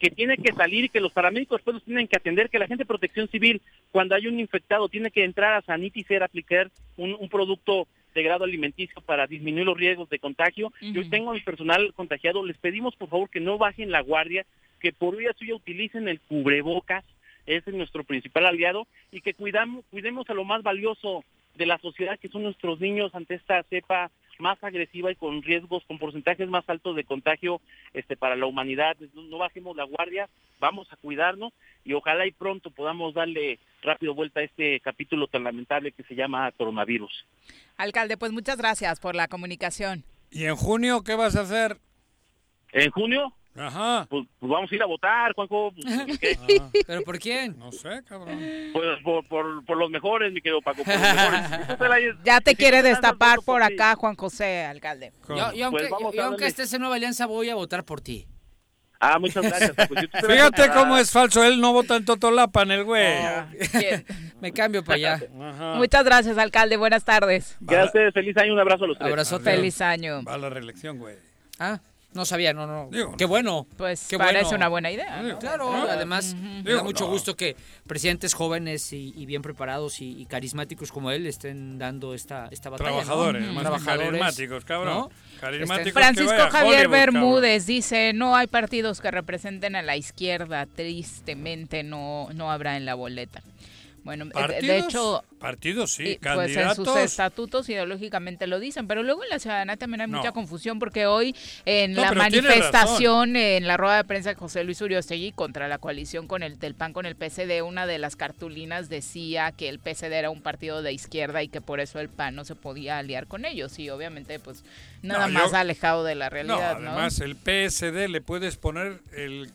L: que tiene que salir, que los paramédicos después los tienen que atender, que la gente de protección civil, cuando hay un infectado, tiene que entrar a Sanit y ser aplicar un, un producto de grado alimenticio para disminuir los riesgos de contagio. Yo tengo a mi personal contagiado, les pedimos por favor que no bajen la guardia, que por vida suya utilicen el cubrebocas, ese es nuestro principal aliado, y que cuidamos, cuidemos a lo más valioso de la sociedad, que son nuestros niños ante esta cepa más agresiva y con riesgos, con porcentajes más altos de contagio este, para la humanidad. No, no bajemos la guardia, vamos a cuidarnos y ojalá y pronto podamos darle rápido vuelta a este capítulo tan lamentable que se llama coronavirus.
B: Alcalde, pues muchas gracias por la comunicación.
C: ¿Y en junio qué vas a hacer?
L: ¿En junio?
C: Ajá.
L: Pues, pues vamos a ir a votar, Juanjo. Pues, ¿qué?
E: ¿Pero por quién?
C: No sé, cabrón.
L: Pues, por, por- por los mejores, mi querido Paco, por los mejores. Tú te la-
B: Ya te
L: si
B: quiere
L: tú das
B: destapar por acá, Juan José, alcalde.
E: Yo, yo aunque,
L: Pues vamos
E: yo- yo
L: a
E: aunque
L: darle.
E: estés en Nueva Alianza voy a votar por ti.
L: Ah, muchas gracias. Paco. Si tú te la-
C: Fíjate cómo es falso, él no vota en Totolapan, el güey.
E: Me cambio para allá.
B: Muchas gracias, alcalde. Buenas tardes.
L: Gracias, feliz año, un abrazo a los
E: tres. Abrazote.
B: Feliz año.
C: Va a la reelección, güey.
E: Ah, no sabía, no, no. Qué bueno.
B: Pues
E: qué
B: parece
E: bueno.
B: una buena idea. ¿no?
E: Claro,
B: Ah,
E: además
B: ujú.
E: me da mucho gusto que presidentes jóvenes y, y bien preparados y, y carismáticos como él estén dando esta, esta batalla. ¿no?
C: Trabajadores,
E: Mm.
C: más que carismáticos, cabrón. Carismáticos
E: Estén-
C: Francisco que vaya a
B: Javier
C: Hollywood, cabrón.
B: Bermúdez dice, no hay partidos que representen a la izquierda, tristemente no, no habrá en la boleta. Bueno, eh, de-
C: ¿Partidos?
B: de hecho,
C: Partidos, sí.
B: y, pues en
C: candidatos.
B: sus estatutos ideológicamente lo dicen, pero luego en la ciudadanía también hay
C: No.
B: mucha confusión porque hoy en
C: No,
B: la
C: pero tiene
B: manifestación, en la rueda de prensa de José Luis Uriostegui contra la coalición con el del PAN con el PSD, una de las cartulinas decía que el PSD era un partido de izquierda y que por eso el PAN no se podía aliar con ellos y obviamente pues nada
C: No, yo-
B: más alejado de la realidad,
C: no,
B: ¿no?
C: además el PSD le puedes poner el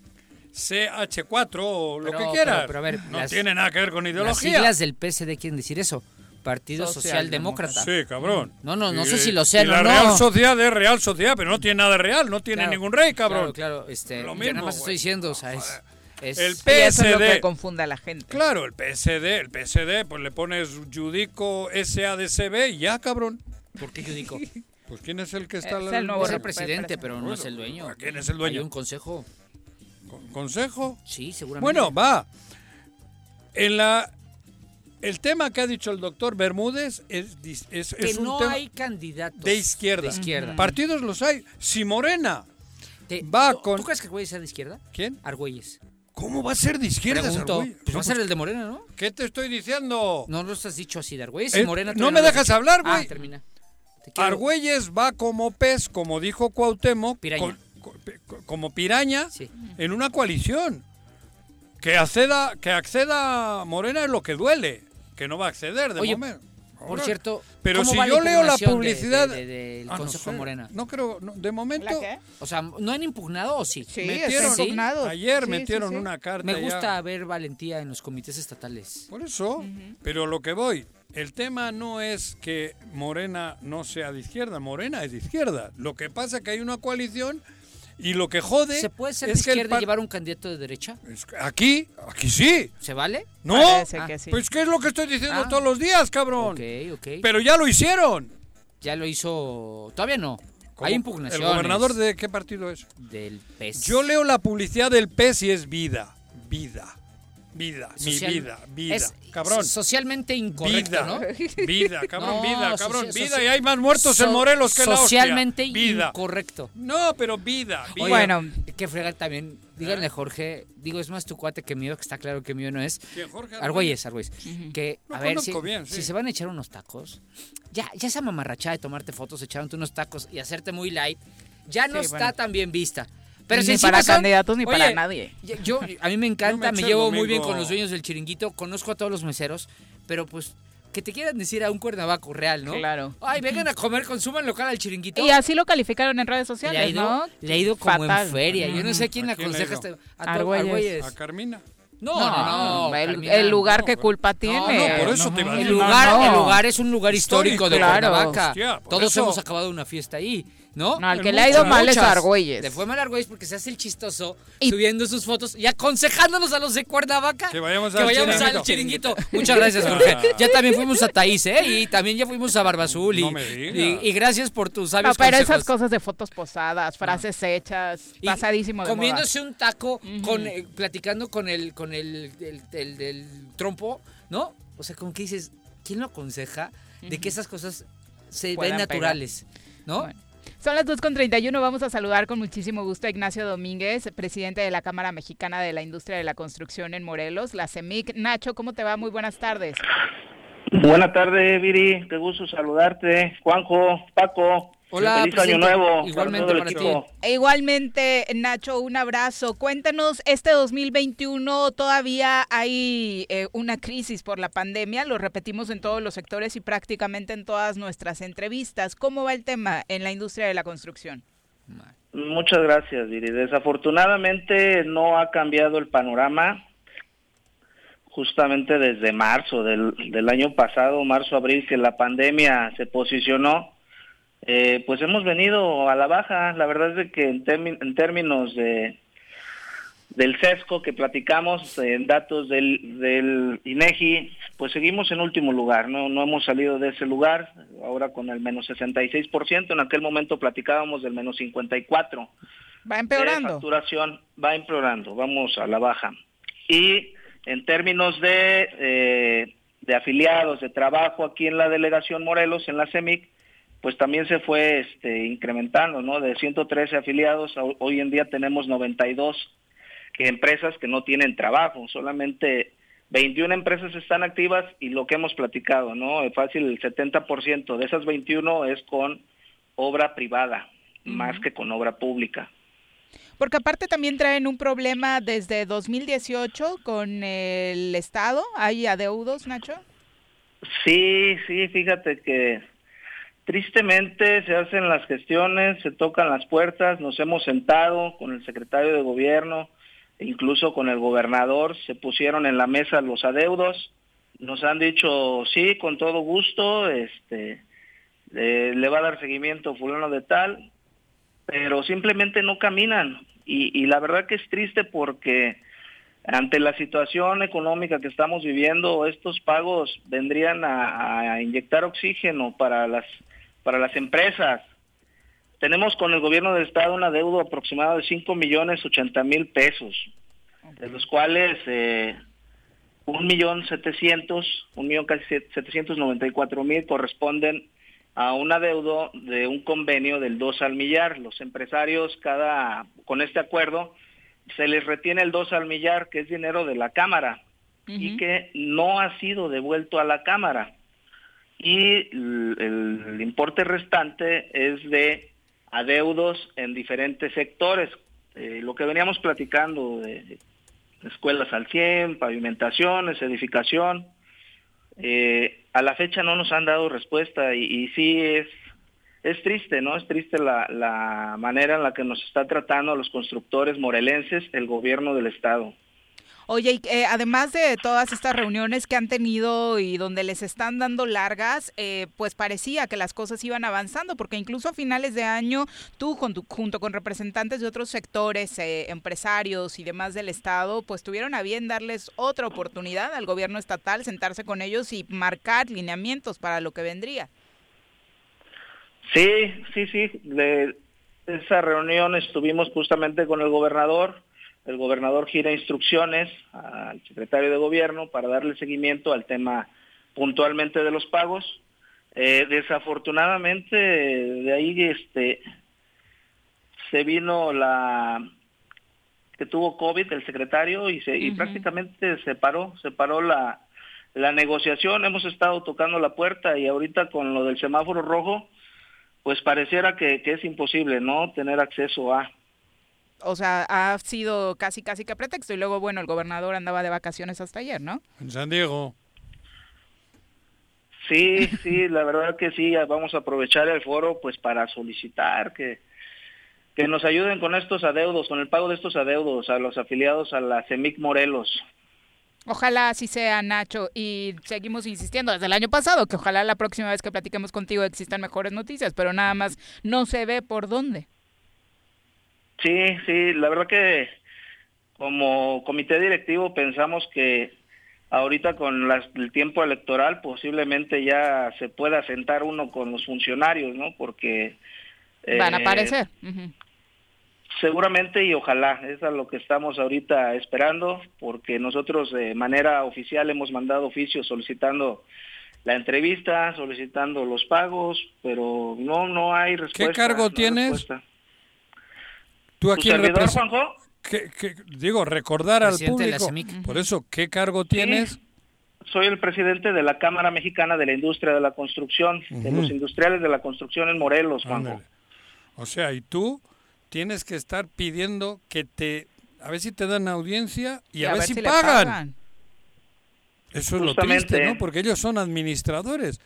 C: CH4 o lo
E: Pero-
C: que quieras.
E: pero- pero a ver,
C: no
E: las-
C: tiene nada que ver con
E: Las
C: ideología.
E: siglas del PSD quieren decir eso. Partido Socialdemócrata.
C: Sí, cabrón.
E: No, no, no
C: Y-
E: sé si lo sean
C: y
E: o
C: la
E: no.
C: Real Sociedad es Real Sociedad, pero no tiene nada de real, no tiene
E: Claro,
C: ningún rey, cabrón.
E: Claro, claro, este,
C: Lo
E: yo
C: mismo,
E: nada más
C: güey.
E: estoy diciendo, o sea, es, es-
C: El Y eso es lo que PSD.
B: confunda a la gente.
C: Claro, el PSD, el PSD, pues le pones Judico SADCB y ya, cabrón.
E: ¿Por qué Judico?
C: Pues quién es el que está
E: Es
C: la-
E: el nuevo Es el presidente, pero no es el dueño.
C: Bueno, ¿Quién es el dueño?
E: Hay un consejo.
C: ¿Consejo?
E: Sí, seguramente.
C: Bueno, va. En la el tema que ha dicho el doctor Bermúdez es, dis- es,
E: que
C: es un
E: no
C: tema
E: hay candidatos
C: de izquierda.
E: De izquierda.
C: Partidos los hay. Si Morena
E: Te-
C: va
E: ¿tú-
C: con
E: ¿Tú crees que Argüelles sea de izquierda?
C: ¿Quién?
E: Argüelles.
C: ¿Cómo va a ser de izquierda?
E: Pregunto.
C: Sargüey?
E: Pues
C: No,
E: va a ser el de Morena, ¿no?
C: ¿Qué te estoy diciendo?
E: No lo has dicho así de Argüelles
C: Eh,
E: y Morena.
C: no
E: todavía
C: me
E: lo has
C: dejas
E: dicho.
C: hablar, güey.
E: Ah, termina. Te quiero-
C: Argüelles va como pez, como dijo Cuauhtémoc,
E: Piraña.
C: con- con- como piraña en una coalición. Que acceda, que acceda Morena es lo que duele, que no va a acceder de
E: Oye,
C: momento.
E: Por cierto,
C: pero
E: ¿cómo
C: si
E: va
C: yo leo la
E: impugnación de-
C: publicidad-
E: de- de- del
C: Ah, no
E: Consejo
C: sé.
E: Morena.
C: No creo, de momento.
E: O sea, ¿no han impugnado o sí?
C: Sí, está Metieron- impugnado. ayer Sí, metieron sí, sí. una carta
E: Me
C: ya.
E: gusta ver valentía en los comités estatales.
C: Por eso, pero lo que voy, el tema no es que Morena no sea de izquierda, Morena es de izquierda. Lo que pasa es que hay una coalición y lo que jode
E: ¿Se puede ser de
C: es que el
E: izquierda
C: par-
E: y llevar un candidato de derecha?
C: aquí, aquí sí.
E: ¿Se vale?
C: No,
E: Parece que sí.
C: pues qué es lo que estoy diciendo
E: Ah.
C: todos los días, cabrón.
E: Ok, ok.
C: Pero ya lo hicieron.
E: Ya lo hizo... Todavía no. Hay impugnación.
C: ¿El gobernador de qué partido es?
E: Del PES.
C: Yo leo la publicidad del PES y es vida, vida, vida,
E: Social-
C: mi vida, vida,
E: es
C: cabrón.
E: so- Socialmente incorrecto,
C: vida,
E: ¿no?
C: vida, cabrón,
E: No,
C: vida, cabrón,
E: socia-
C: vida.
E: socia-
C: Y hay más muertos
E: so-
C: en Morelos que en la hostia.
E: Socialmente
C: vida.
E: incorrecto.
C: No, pero vida, vida.
E: Oye, bueno, que fregar también.
C: ¿Eh?
E: Díganle, Jorge, digo, es más tu cuate que mío, que está claro que mío no es.
C: ¿Quién, Jorge
E: Argüelles, Argüelles.
C: Ujú.
E: Que,
C: Lo
E: a ver, si,
C: conozco bien, sí.
E: si se van a echar unos tacos, ya, ya esa mamarrachada de tomarte fotos, echándote unos tacos y hacerte muy light, ya no
B: Sí,
E: está
B: bueno.
E: tan bien vista. Pero
B: Ni
E: si encima
B: para
E: son-
B: candidatos ni
E: Oye,
B: para nadie.
E: yo- Yo, a mí me encanta,
B: No me
E: me
B: eches
E: llevo
B: el
E: muy bien
B: domingo.
E: con los dueños del chiringuito, conozco a todos los meseros, pero pues que te quieran decir a un cuernavaco real, ¿no?
B: Claro.
E: Ay, vengan a comer, consuman local al chiringuito.
B: Y así lo calificaron en redes
E: Le ha
B: sociales,
E: ido,
B: ¿no?
E: le ha ido como
B: Fatal.
E: en feria. Yo no
C: Mm,
E: sé
B: Ujú.
E: a quién
B: ¿A
E: le
B: quién le ha
E: aconseja
B: ido?
E: este- a to-
B: Argüelles.
E: Argüelles.
C: ¿A Carmina?
E: No, no, no,
B: el,
E: Carmina,
B: el lugar
E: no,
B: que culpa tiene.
E: no, por eso
C: te iba a
E: El
C: decir.
E: lugar,
C: No, no.
E: el lugar es un lugar histórico, de
B: Claro.
E: Cuernavaca.
C: Hostia, por
E: Todos
C: eso-
E: hemos acabado una fiesta ahí, ¿no?
B: No, al que le ha ido
E: Muchas.
B: mal es a Argüelles.
E: Le fue mal a Argüelles porque se hace el chistoso subiendo sus fotos y aconsejándonos a los de Cuernavaca
C: Que vayamos
E: que
C: al
E: vayamos
C: chiringuito.
E: al chiringuito. Muchas gracias, Jorge. Ya también fuimos a Taís, ¿eh? Y también ya fuimos a Barbazul. Y,
C: No me
E: y,
C: digas.
E: y gracias por tus
B: No,
E: sabios
B: pero
E: consejos.
B: esas cosas de fotos posadas, frases hechas, pasadísimo de
E: comiéndose un taco
B: Ujú.
E: con eh, platicando con el con el el- el- el trompo, ¿no? O sea, como que dices, ¿quién lo aconseja de que esas cosas se
B: Puedan
E: ven naturales, no?
B: Bueno. Son las 2.31, vamos a saludar con muchísimo gusto a Ignacio Domínguez, presidente de la Cámara Mexicana de la Industria de la Construcción en Morelos, la CEMIC. Nacho, ¿cómo te va? Muy buenas tardes.
M: Buenas tardes, Viri. Qué gusto saludarte. Juanjo, Paco. Feliz año nuevo. todo el equipo.
B: E Igualmente, Nacho, un abrazo. Cuéntanos, este 2021 todavía hay eh, una crisis por la pandemia, lo repetimos en todos los sectores y prácticamente en todas nuestras entrevistas. ¿Cómo va el tema en la industria de la construcción?
M: Muchas gracias, Viri. Desafortunadamente no ha cambiado el panorama. Justamente desde marzo del, del año pasado, marzo-abril, que la pandemia se posicionó, eh, pues hemos venido a la baja. La verdad es de que en, termi- en términos de del sesco que platicamos, eh, en datos del, del INEGI, pues seguimos en último lugar, no no hemos salido de ese lugar, ahora con el menos 66%, en aquel momento platicábamos del menos 54%.
B: Va
M: De facturación va empeorando, vamos a la baja. Y en términos de, eh, de afiliados, de trabajo aquí en la delegación Morelos, en la E CEMIC, pues también se fue este, incrementando, ¿no? De 113 afiliados, a- hoy en día tenemos 92 que empresas que no tienen trabajo, solamente 21 empresas están activas y lo que hemos platicado, ¿no? Es fácil, el 70% de esas 21 es con obra privada, más que con obra pública.
B: Porque aparte también traen un problema desde 2018 con el Estado. ¿Hay adeudos, Nacho?
M: Sí, sí, fíjate que tristemente se hacen las gestiones, se tocan las puertas, nos hemos sentado con el secretario de gobierno, e incluso con el gobernador, se pusieron en la mesa los adeudos, nos han dicho sí, con todo gusto, este, eh, le va a dar seguimiento fulano de tal, pero simplemente no caminan y, y la verdad que es triste porque ante la situación económica que estamos viviendo, estos pagos vendrían a, a inyectar oxígeno para las para las empresas. Tenemos con el gobierno del estado una deuda aproximada de 5 millones 80 mil pesos, de los cuales eh, un millón setecientos, un millón casi set- 794 mil corresponden a un adeudo de un convenio del 2 al millar. Los empresarios cada con este acuerdo se les retiene el 2 al millar, que es dinero de la Cámara, y que no ha sido devuelto a la Cámara. Y el, el importe restante Este es de adeudos en diferentes sectores. Eh, lo que veníamos platicando de escuelas al 100, pavimentaciones, edificación, eh, a la fecha no nos han dado respuesta y, y sí es es triste, ¿no? Es triste la, la manera en la que nos está tratando a los constructores morelenses el gobierno del estado.
B: Oye, y, eh, además de todas estas reuniones que han tenido y donde les están dando largas, eh, pues parecía que las cosas iban avanzando, porque incluso a finales de año tú con tu- junto con representantes de otros sectores, eh, empresarios y demás del Estado, pues tuvieron a bien darles otra oportunidad al gobierno estatal, sentarse con ellos y marcar lineamientos para lo que vendría.
M: Sí, sí, sí. De esa reunión estuvimos justamente con el gobernador. El gobernador gira instrucciones al secretario de gobierno para darle seguimiento al tema puntualmente de los pagos. Eh, desafortunadamente, de ahí este se vino la que tuvo COVID el secretario y, se, y prácticamente se paró, se paró la, la negociación. Hemos estado tocando la puerta y ahorita con lo del semáforo rojo, pues pareciera que, que es imposible no tener acceso a
B: O sea, ha sido casi, casi que pretexto. Y luego, bueno, el gobernador andaba de vacaciones hasta ayer, ¿no?
C: En San Diego.
M: sí sí la verdad que sí vamos a aprovechar el foro pues para solicitar que que nos ayuden con estos adeudos con el pago de estos adeudos a los afiliados a la CEMIC Morelos
B: Ojalá así sea, Nacho. Y seguimos insistiendo desde el año pasado que ojalá la próxima vez que platiquemos contigo existan mejores noticias, pero nada más no se ve por dónde.
M: sí sí la verdad que como comité directivo pensamos que ahorita con las- el tiempo electoral posiblemente ya se pueda sentar uno con los funcionarios no porque eh,
B: Van a aparecer. Ujú.
M: Seguramente y ojalá, eso es lo que estamos ahorita esperando, porque nosotros de manera oficial hemos mandado oficios solicitando la entrevista, solicitando los pagos, pero no no hay respuesta.
C: cargo
M: no hay
C: tienes?
M: respuesta.
C: ¿Tú
M: ¿Tu
C: aquí
M: servidor, Juanjo?
C: digo, recordar al
M: Presidente de la
C: público.
M: CEMIC.
C: Por eso, ¿qué cargo tienes?
M: Soy el presidente de la Cámara Mexicana de la Industria de la Construcción, de
C: Ujú.
M: los industriales de la construcción en Morelos, Juanjo.
C: Ándale. O sea, y tú tienes que estar pidiendo que te... A ver si te dan audiencia y, a, ver, si,
A: le
C: pagan. Eso es lo
A: Justamente.
C: triste, ¿no? Porque ellos son administradores.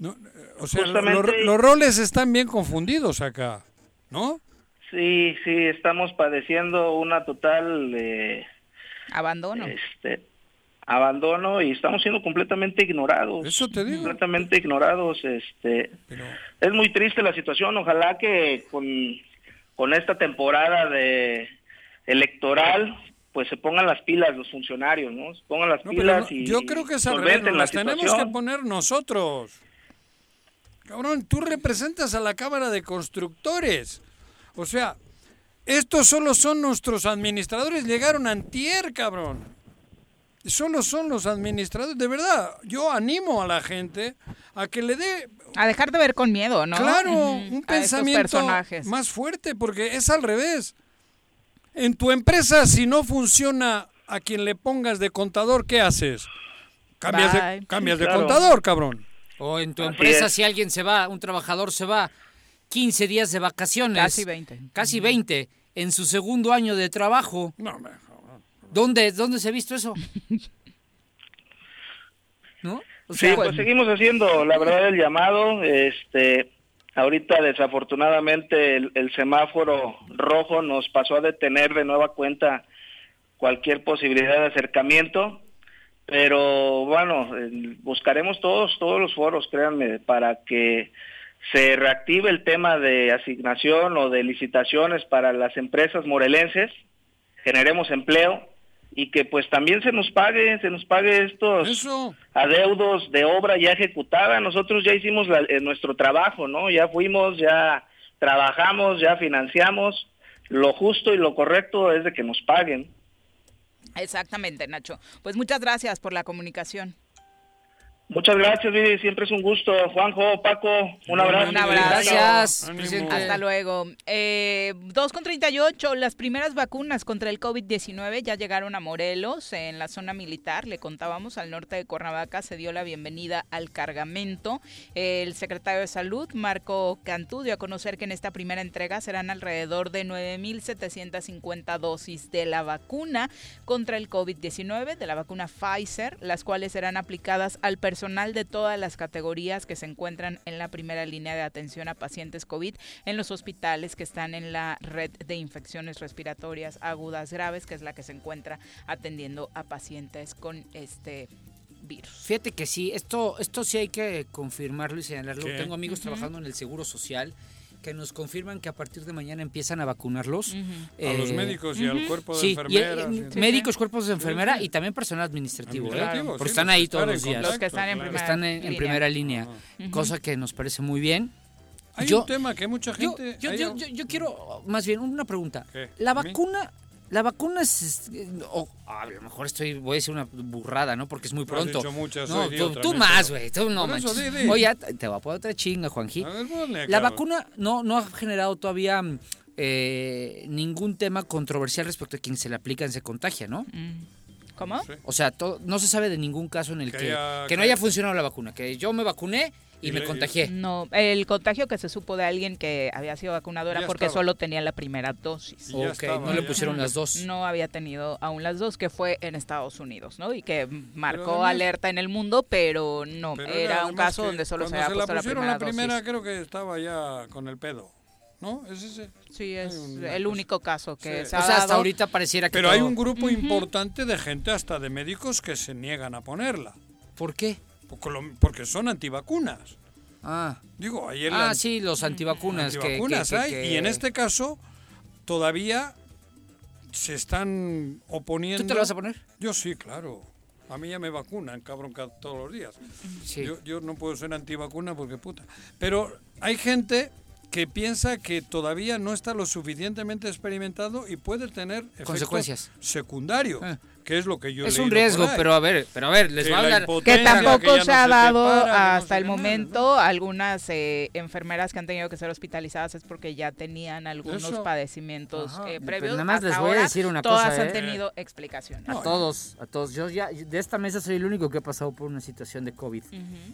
C: No, eh, o sea, lo-
M: Justamente.
C: lo- los roles están bien confundidos acá, ¿no?
M: Sí, sí, estamos padeciendo una total... eh,
B: Abandono.
M: este abandono y estamos siendo completamente ignorados.
C: Eso te digo.
M: Completamente ignorados, este es muy triste la situación, ojalá que con, con esta temporada de electoral pues se pongan las pilas los funcionarios, ¿no? Se pongan las
C: No, pero
M: pilas
C: no,
M: y
C: yo creo que es al revés,
M: solventen
C: nos
M: la
C: las tenemos que
M: situación.
C: poner nosotros. Cabrón, tú representas a la Cámara de Constructores. O sea, estos solo son nuestros administradores, llegaron antier, cabrón. Solo son los administradores. De verdad, yo animo a la gente a que le dé
B: A dejar de ver con miedo, ¿no?
C: Claro,
B: Ujú, a
C: un
B: estos
C: pensamiento
B: personajes.
C: más fuerte, porque es al revés. En tu empresa, si no funciona a quien le pongas de contador, ¿qué haces? Cambias de,
G: Bye.
C: cambias
G: Sí,
C: de
G: claro.
C: contador, cabrón.
G: O en tu
C: Así
G: empresa,
C: es.
G: si alguien se va, un trabajador se va 15 días de vacaciones.
B: Casi 20.
G: Casi 20. En su segundo año de trabajo.
C: No,
G: ¿Dónde, ¿Dónde se ha visto eso? ¿No? O
M: Sí,
G: sea,
M: pues seguimos haciendo, la verdad, el llamado. Este, ahorita, desafortunadamente, el, el semáforo rojo nos pasó a detener de nueva cuenta cualquier posibilidad de acercamiento. Pero bueno, eh, buscaremos todos, todos los foros, créanme, para que se reactive el tema de asignación o de licitaciones para las empresas morelenses, generemos empleo y que pues también se nos pague, se nos pague estos adeudos de obra ya ejecutada. Nosotros ya hicimos la- eh, nuestro trabajo, ¿no? Ya fuimos, ya trabajamos, ya financiamos. Lo justo y lo correcto es de que nos paguen.
B: Exactamente, Nacho. Pues muchas gracias por la comunicación.
M: Muchas gracias, Viri. Siempre es un gusto. Juanjo, Paco, un abrazo.
B: Un abrazo. Hasta luego. Eh, 2.38, las primeras vacunas contra el COVID-19 ya llegaron a Morelos, en la zona militar. Le contábamos al norte de Cuernavaca, se dio la bienvenida al cargamento. El secretario de Salud, Marco Cantú, dio a conocer que en esta primera entrega serán alrededor de 9.750 dosis de la vacuna contra el COVID-19, de la vacuna Pfizer, las cuales serán aplicadas al personal personal de todas las categorías que se encuentran en la primera línea de atención a pacientes COVID en los hospitales que están en la red de infecciones respiratorias agudas graves, que es la que se encuentra atendiendo a pacientes con este virus.
E: Fíjate que sí, esto, esto sí hay que confirmarlo y señalarlo.
B: ¿Qué?
E: Tengo amigos
B: Ujú.
E: trabajando en el Seguro Social que nos confirman que a partir de mañana empiezan a vacunarlos. Eh,
C: A los médicos y al Ujú. cuerpo de
E: sí, y-
C: enfermeras,
E: y-
C: sí, sí.
E: médicos, cuerpos de
C: Sí,
E: enfermera
C: sí.
E: y también personal administrativo. ¿eh?
C: Administrativo,
E: Porque
C: sí,
E: están
C: los que
E: ahí
C: están
E: todos
C: en
E: los días.
C: contacto, Los que están en
B: primera
E: Están en- en
B: línea.
E: primera línea,
C: Ujú.
E: cosa que nos parece muy bien.
C: Hay un tema que mucha
E: yo-
C: gente-
E: Yo,
C: hay
E: yo-
C: un-
E: yo- yo quiero, más bien, una pregunta.
C: ¿Qué?
E: La
C: ¿A mí?
E: vacuna, la vacuna es, es- o- a lo mejor estoy, voy a decir una burrada, ¿no? Porque es muy
C: Tú has
E: pronto.
C: dicho muchas,
E: no,
C: soy
E: tú,
C: idiota,
E: tú
C: neta.
E: más, güey, tú no
C: Por eso,
E: manches.
C: di, di.
E: Oye, ya te te voy a poner otra chinga, Juanji.
C: A ver, ponle,
E: La
C: cabrón.
E: vacuna no, no ha generado todavía mm, eh, ningún tema controversial respecto a quien se le aplican se contagia, ¿no?
B: ¿Cómo?
E: O sea, to- no se sabe de ningún caso en el
B: Que
E: que,
B: haya-
E: que no haya funcionado la vacuna, que yo me vacuné y,
B: Y
E: me
B: le-
E: contagié.
B: No, el contagio que se supo de alguien que había sido vacunadora
E: Ya
B: porque
E: estaba.
B: solo tenía la primera dosis.
E: Y ya Ok, estaba, no le ya. pusieron las dos.
B: No había tenido aún las dos, que fue en Estados Unidos, ¿no? Y que marcó
C: además-
B: alerta en el mundo, pero no,
C: Pero
B: era, un
C: además
B: caso
C: que
B: donde solo se
C: cuando
B: había puesto
C: la
B: la
C: pusieron
B: primera,
C: la primera,
B: dosis.
C: creo que estaba ya con el pedo. ¿No? ¿Es ese?
B: Sí, es
C: una
B: el
C: cosa.
B: único caso que
C: Sí.
B: se ha dado.
C: Pero hay un grupo importante de gente, hasta de médicos, que se niegan a ponerla.
E: ¿Por qué?
C: Porque, lo- porque son antivacunas.
E: Ah.
C: Digo, ayer
E: Ah,
C: la-
E: sí, los antivacunas. que- que-
C: antivacunas
E: que-
C: hay,
E: que-
C: Y en este caso, todavía se están oponiendo.
E: ¿Tú te lo vas a poner?
C: Yo sí, claro. A mí ya me vacunan, cabrón, ca- todos los días. Yo, yo no puedo ser antivacuna porque puta. Pero hay gente que piensa que todavía no está lo suficientemente experimentado y puede tener efectos
E: Consecuencias. Ah.
C: secundarios, que es lo que yo he
E: Es
C: leído
E: un
C: por
E: riesgo,
C: ahí.
E: pero a ver, pero a ver, les
C: Que
E: va a
C: la
E: hablar-
C: impotencia,
B: que tampoco
C: ya
B: se
C: no
B: ha
C: te
B: dado
C: para, que no
B: hasta el momento. Algunas eh, enfermeras que han tenido que ser hospitalizadas es porque ya tenían algunos
E: Eso.
B: padecimientos
E: Ajá,
B: eh,
E: pues
B: previos.
E: nada más
B: Hasta
E: les voy a
B: ahora,
E: decir una
B: todas
E: cosa,
B: han
E: ¿eh?
B: tenido explicaciones.
E: A todos, a todos. Yo ya de esta mesa soy el único que ha pasado por una situación de COVID.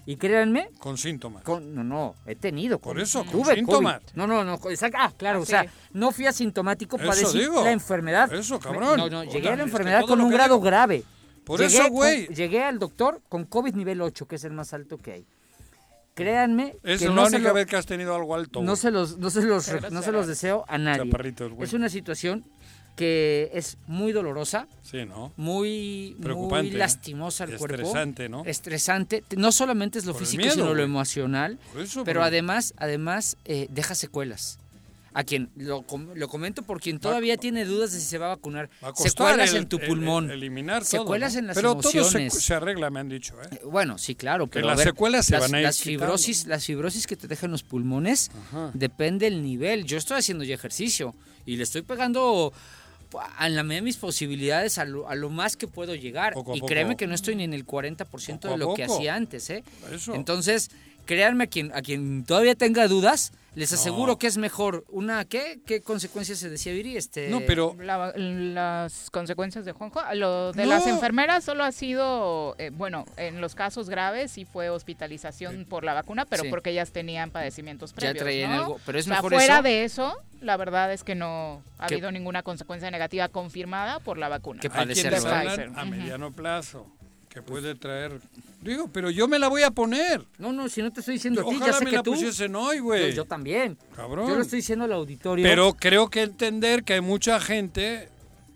E: Y créanme,
C: con síntomas.
E: no, no, he tenido COVID.
C: Por eso, con
E: Tuve COVID.
C: síntomas.
E: No, no, no, exacto. Ah, claro,
C: Ah,
E: o sea,
C: sí.
E: no fui asintomático,
C: Eso
E: padecí
C: digo.
E: la enfermedad.
C: Eso, cabrón.
E: No, no, llegué
C: Puta, es
E: a la
C: que
E: enfermedad
C: todo
E: con
C: lo
E: un
C: que
E: grado
C: digo.
E: grave.
C: Por
E: Llegué
C: eso,
E: con-
C: güey.
E: Llegué al doctor con COVID nivel 8, que es el más alto que hay. Créanme
C: Es
E: que
C: la
E: no se
C: única
E: lo-
C: vez que has tenido algo alto.
E: no
C: güey.
E: se los, no se los,
C: Qué
E: no se los deseo a nadie.
C: Chaparritos, güey.
E: Es una situación que es muy dolorosa.
C: Sí, ¿no?
E: Muy,
C: Preocupante,
E: muy
C: ¿no?
E: lastimosa al cuerpo.
C: Estresante, ¿no?
E: Estresante. No solamente es lo
C: Por el
E: físico,
C: miedo,
E: sino lo
C: güey.
E: emocional.
C: Por eso,
E: pero
C: bro.
E: además, además eh, deja secuelas. A quien lo, com- lo comento por quien todavía tiene dudas de si se va a vacunar.
C: Va a costar
E: secuelas
C: el-
E: en tu
C: el-
E: pulmón.
C: el- eliminar todo,
E: Secuelas
C: ¿no?
E: en las
C: Pero
E: emociones.
C: todo se, se arregla, me han dicho. ¿eh?
E: Bueno, sí, claro,
C: Que
E: pero a
C: las
E: ver,
C: secuelas se
E: las,
C: van a ir
E: las
C: quitando.
E: fibrosis, las fibrosis que te dejan los pulmones depende del nivel. Yo estoy haciendo ya ejercicio y le estoy pegando a la medida de mis posibilidades a lo, a lo más que puedo llegar
C: Poco a
E: y
C: poco.
E: créeme que no estoy ni en el 40%
C: Poco
E: de
C: a
E: lo que
C: poco.
E: hacía antes, ¿eh?
C: Eso.
E: Entonces, créanme a quien a quien todavía tenga dudas, les aseguro que es mejor una ¿qué qué consecuencias se decía Viri? Este
B: La- las consecuencias de Juanjo, lo de
E: No.
B: las enfermeras solo ha sido, eh, bueno, en los casos graves sí fue hospitalización por la vacuna, pero
E: Sí.
B: porque ellas tenían padecimientos previos.
E: traían
B: ¿no?
E: algo, pero es
B: O sea,
E: mejor
B: fuera
E: eso.
B: de eso, la verdad es que no ha
E: Que-
B: habido ninguna consecuencia negativa confirmada por la vacuna.
E: Que
C: Hay
E: padecer,
C: quienes
E: ¿verdad?
C: hablan a
E: Ujú. Pues,
C: mediano plazo, que puede traer... Digo, pero yo me la voy a poner.
E: No, no, si no te estoy diciendo a ti,
C: Ojalá
E: ya sé
C: me
E: que
C: la
E: tú.
C: pusiesen hoy, güey.
E: Yo- yo también.
C: Cabrón.
E: Yo lo estoy diciendo al auditorio.
C: Pero creo que entender que hay mucha gente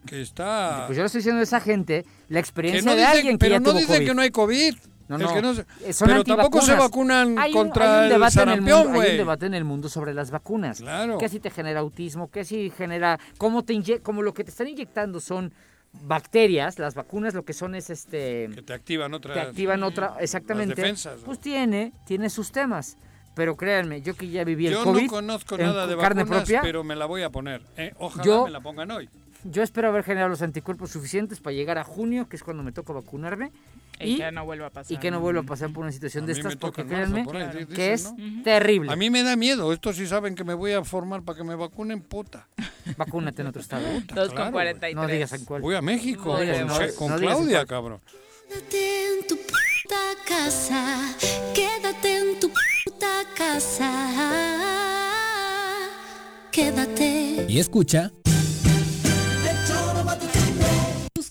C: que está...
E: Pues yo le estoy diciendo a esa gente la experiencia
C: que no
E: de
C: dicen-
E: alguien que
C: pero
E: ya
C: no
E: tuvo
C: dicen
E: COVID.
C: que no hay COVID.
E: No,
C: El
E: no,
C: que no se-
E: eh, son
C: pero tampoco se
E: antivacunas.
C: vacunan
E: Hay un- hay un
C: contra el
E: debate en mundo-
C: sarampión,
E: Hay un
C: güey.
E: debate en el mundo sobre las vacunas.
C: Claro.
E: ¿Qué si te genera autismo? ¿Qué si genera... Cómo te inye- Como lo que te están inyectando son bacterias, las vacunas lo que son es este...
C: Que te activan otras...
E: te activan otra, exactamente.
C: Las defensas, ¿no?
E: Pues tiene, tiene sus temas. Pero créanme, yo que ya viví el
C: Yo
E: COVID
C: no conozco
E: en
C: nada de
E: carne
C: vacunas,
E: propia,
C: pero me la voy a poner. Eh, ojalá
E: Yo-
C: me la pongan hoy.
E: yo espero haber generado los anticuerpos suficientes para llegar a junio, que es cuando me toca vacunarme.
B: Y que no vuelva a pasar.
E: Y que no vuelva a pasar por una situación
C: A
E: de
C: mí
E: estas,
C: me toca
E: porque
C: el marzo,
E: créanme
C: por ahí, di-
E: que
C: dicen,
E: es
C: ¿no?
E: terrible.
C: A mí me da miedo. Estos sí saben que me voy a formar para que me vacunen, puta.
E: Vacúnate en otro estado.
C: Puta,
B: Dos con
C: claro, güey.
B: 43. No digas en cuál.
C: Voy a México
E: No digas
C: con,
E: en cuál.
C: con
E: No digas en
C: Claudia,
E: cuál.
C: cabrón.
K: Quédate en tu puta casa, quédate en tu puta casa, quédate.
H: Y escucha
I: Tus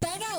I: Paga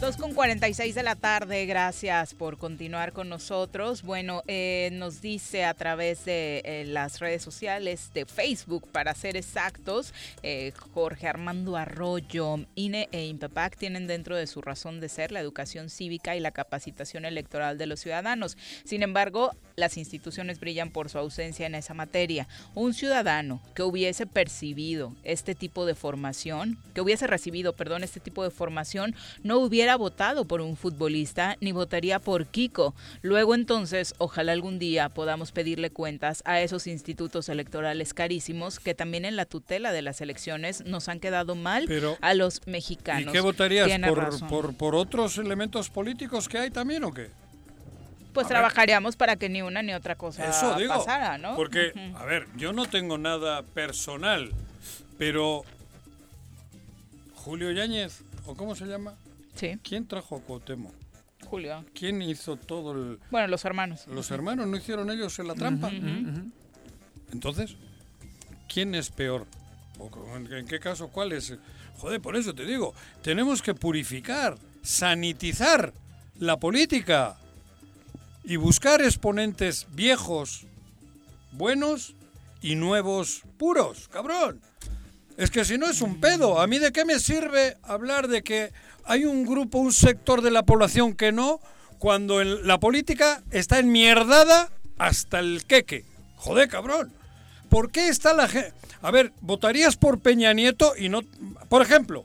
B: Dos con 46 de la tarde, gracias por continuar con nosotros. Bueno, eh, nos dice a través de eh, las redes sociales, de Facebook para ser exactos, eh, Jorge Armando Arroyo, INE e INPEPAC tienen dentro de su razón de ser la educación cívica y la capacitación electoral de los ciudadanos. Sin embargo, las instituciones brillan por su ausencia en esa materia. Un ciudadano que hubiese percibido este tipo de formación, que hubiese recibido, perdón, este tipo de formación, no hubiera votado por un futbolista ni votaría por Kiko. Luego entonces, ojalá algún día podamos pedirle cuentas a esos institutos electorales carísimos que también en la tutela de las elecciones nos han quedado mal
C: Pero,
B: a los mexicanos.
C: ¿Y qué votarías?
B: Tiene
C: ¿Por,
B: razón.
C: por, por otros elementos políticos que hay también o qué?
B: Pues trabajaríamos para que ni una ni otra cosa
C: Eso digo.
B: pasara, ¿no?
C: Porque,
B: Ujú.
C: a ver, yo no tengo nada personal, pero Julio Yáñez, ¿o cómo se llama?
B: Sí.
C: ¿Quién trajo a Cuauhtémoc?
B: Julio.
C: ¿Quién hizo todo el...
B: Bueno, los hermanos.
C: Los hermanos no hicieron ellos la trampa. Entonces, ¿quién es peor? ¿O con- ¿En qué caso cuál es? Joder, por eso te digo, tenemos que purificar, sanitizar la política y buscar exponentes viejos, buenos y nuevos puros, cabrón. Es que si no es un pedo, ¿a mí de qué me sirve hablar de que hay un grupo, un sector de la población que no, cuando el- la política está enmierdada hasta el queque? Joder, cabrón. ¿Por qué está la gente? A ver, ¿votarías por Peña Nieto y no... Por ejemplo,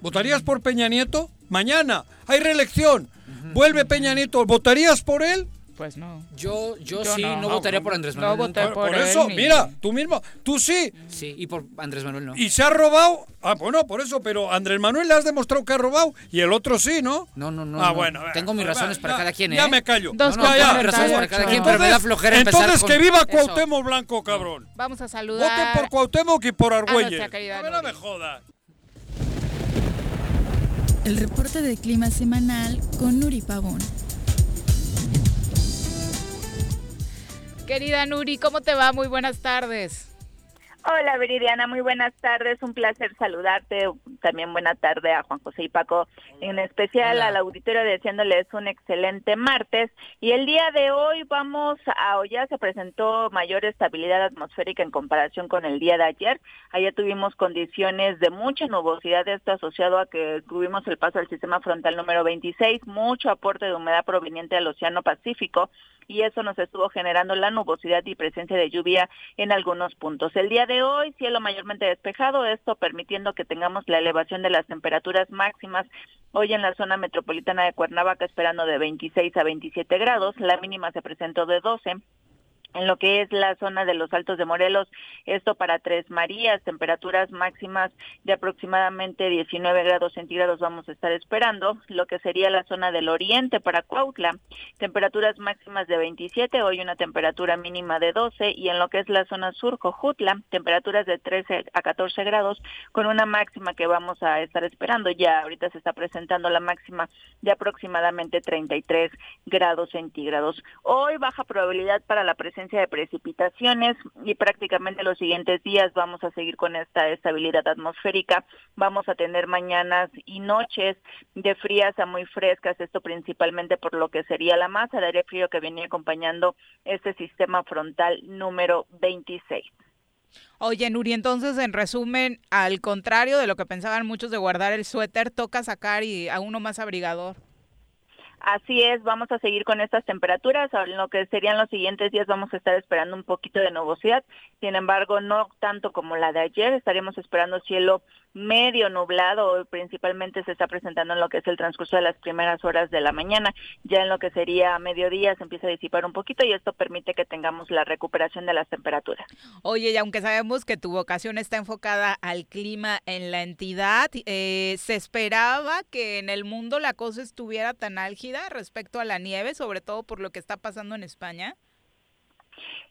C: ¿votarías por Peña Nieto? Mañana hay reelección. Vuelve Peña Nieto. ¿Votarías por él?
B: Pues no.
G: Yo, yo sí, no, votaría por Andrés Manuel. nunca.
C: por, eso, mira, tú mismo, tú sí.
G: Sí, y por Andrés Manuel no.
C: Y se ha robado. Ah, bueno, por eso, pero Andrés Manuel le has demostrado que ha robado y el otro sí, ¿no?
G: No, no, no.
C: Ah,
G: no.
C: bueno, a ver,
G: Tengo mis
C: pues,
G: razones
C: va,
G: para
C: ya,
G: cada quien, ¿eh?
C: Ya me callo.
G: Dos No, no, tengo mis razones para cada quien, pero me da flojera empezar
C: Entonces,
G: con
C: que viva
G: eso.
C: Cuauhtémoc Blanco, cabrón.
B: Vamos a
C: Voten
B: saludar
C: por Cuauhtémoc y
G: Ah,
C: por
B: a
C: Argüelles.
B: nuestra querida
C: A ver, no me jodas.
N: El reporte de clima semanal con Nuri Pavón.
B: Querida Nuri, ¿cómo te va? Muy buenas tardes.
O: Hola Viridiana, muy buenas tardes, un placer saludarte, también buena tarde a Juan José y Paco, en especial al auditorio deseándoles un excelente martes. Y el día de hoy vamos a, o ya se presentó mayor estabilidad atmosférica en comparación con el día de ayer, ayer tuvimos condiciones de mucha nubosidad, esto asociado a que tuvimos el paso del sistema frontal número 26, mucho aporte de humedad proveniente del Océano Pacífico, y eso nos estuvo generando la nubosidad y presencia de lluvia en algunos puntos. El día de hoy, cielo mayormente despejado, esto permitiendo que tengamos la elevación de las temperaturas máximas hoy en la zona metropolitana de Cuernavaca, esperando de 26 a 27 grados, la mínima se presentó de 12 en lo que es la zona de los Altos de Morelos, esto para Tres Marías, temperaturas máximas de aproximadamente 19 grados centígrados vamos a estar esperando, lo que sería la zona del Oriente para Cuautla, temperaturas máximas de 27, hoy una temperatura mínima de 12 y en lo que es la zona sur Cojutla, temperaturas de 13 a 14 grados con una máxima que vamos a estar esperando, ya ahorita se está presentando la máxima de aproximadamente 33 grados centígrados. Hoy baja probabilidad para la presencia de precipitaciones y prácticamente los siguientes días vamos a seguir con esta estabilidad atmosférica. Vamos a tener mañanas y noches de frías a muy frescas, esto principalmente por lo que sería la masa de aire frío que viene acompañando este sistema frontal número 26.
B: Oye, Nuri, entonces, en resumen, al contrario de lo que pensaban muchos de guardar el suéter, toca sacar y a uno más abrigador.
O: Así es, vamos a seguir con estas temperaturas. En lo que serían los siguientes días vamos a estar esperando un poquito de nubosidad. Sin embargo, no tanto como la de ayer. Estaremos esperando cielo medio nublado. Hoy principalmente se está presentando en lo que es el transcurso de las primeras horas de la mañana. Ya en lo que sería mediodía se empieza a disipar un poquito y esto permite que tengamos la recuperación de las temperaturas.
B: Oye, y aunque sabemos que tu vocación está enfocada al clima en la entidad, eh, ¿se esperaba que en el mundo la cosa estuviera tan álgida respecto a la nieve, sobre todo por lo que está pasando en España?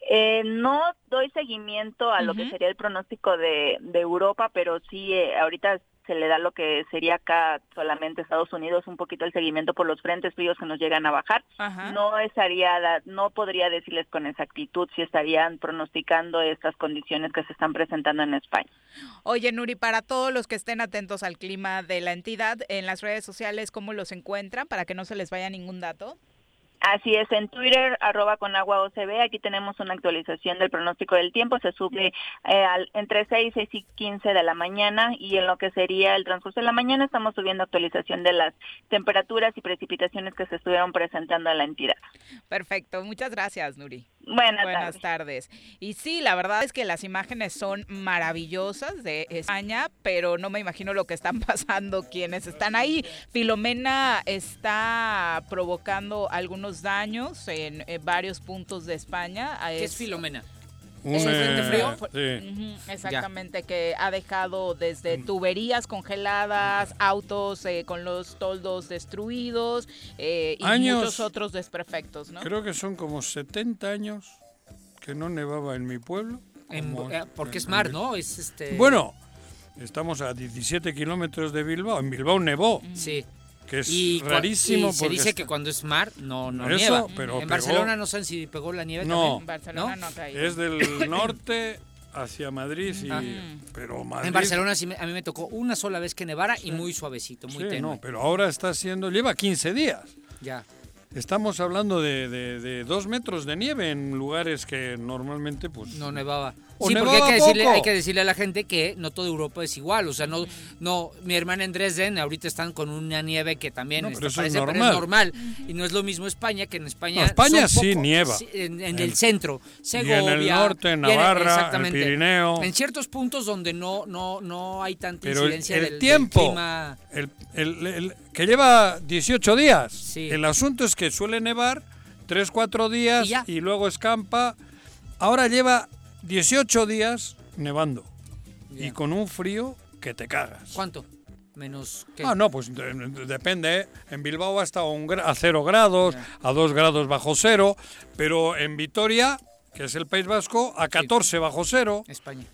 O: Eh, no doy seguimiento a lo que sería el pronóstico de, de Europa, pero sí eh, ahorita se le da lo que sería acá solamente Estados Unidos un poquito el seguimiento por los frentes fríos que nos llegan a bajar.
B: Ajá.
O: No estaría, da- no podría decirles con exactitud si estarían pronosticando estas condiciones que se están presentando en España.
B: Oye, Nuri, para todos los que estén atentos al clima de la entidad, en las redes sociales, ¿cómo los encuentran para que no se les vaya ningún dato?
O: Así es, en Twitter, arroba con agua OCB, aquí tenemos una actualización del pronóstico del tiempo, se sube eh, al- entre 6, 6 y 15 de la mañana y en lo que sería el transcurso de la mañana estamos subiendo actualización de las temperaturas y precipitaciones que se estuvieron presentando en la entidad.
B: Perfecto, muchas gracias, Nuri.
O: Buenas
B: tardes. Y sí, la verdad es que las imágenes son maravillosas de España, pero no me imagino lo que están pasando quienes están ahí. Filomena está provocando algunos daños en, eh, varios puntos de España.
G: ¿Qué es Filomena?
C: Un,
G: ¿Es el frente
C: eh,
G: frío?
C: sí.
B: Ujú, Mm, Exactamente, que ha dejado desde
G: Mm.
B: tuberías congeladas, autos eh, con los toldos destruidos eh, y
C: Años.
B: muchos otros desperfectos, ¿no?
C: Creo que son como 70 años que no nevaba en mi pueblo.
G: En-
C: Como-
G: eh, porque es
C: en-
G: mar,
C: en-
G: ¿no? Es este.
C: Bueno, estamos a 17 kilómetros de Bilbao. En Bilbao nevó.
G: Mm. Sí.
C: Que es
G: Y cua-
C: rarísimo.
G: y se
C: porque
G: dice
C: está-
G: que cuando es mar no, no
C: Eso,
G: nieva.
C: pero
G: en
C: pegó.
G: Barcelona no sé si pegó la nieve
C: No.
G: también.
B: Barcelona no ha caído.
C: Es del norte hacia Madrid. y-
G: Ah.
C: Pero Madrid.
G: En Barcelona sí me- a mí me tocó una sola vez que nevara y muy suavecito, muy
C: Sí,
G: tenue.
C: no, pero ahora está haciendo. Lleva 15 días.
G: Ya.
C: Estamos hablando de, de, de dos metros de nieve en lugares que normalmente pues
G: no nevaba.
C: O
G: sí, porque hay
C: nevaba
G: que, decirle,
C: poco.
G: hay que decirle a la gente que no toda Europa es igual. O sea, no, no mi hermana en Dresden ahorita están con una nieve que también
C: No,
G: está-
C: pero eso es
G: parece, pero es normal.
C: normal.
G: Y no es lo mismo España que en España.
C: No, España
G: son
C: sí
G: poco-
C: nieva.
G: sí, En, en el
C: En-
G: centro,
C: y en
G: Segovia.
C: el norte, en
G: y en-
C: Navarra, el
G: exactamente.
C: Pirineo.
G: En ciertos puntos donde no, no, no hay tanta
C: Pero el,
G: incidencia
C: el
G: del, del
C: tiempo,
G: clima.
C: el, el- el- que lleva 18 días, el asunto es que suele nevar 3, 4 días y, luego escampa. Ahora lleva 18 días nevando y con un frío que te cagas.
G: ¿Cuánto? Menos que.
C: Ah, no, pues de- de- depende. ¿eh? En Bilbao hasta a 0 grados, a 2 grados bajo cero, pero en Vitoria, que es el País Vasco, a 14 bajo cero.
G: España.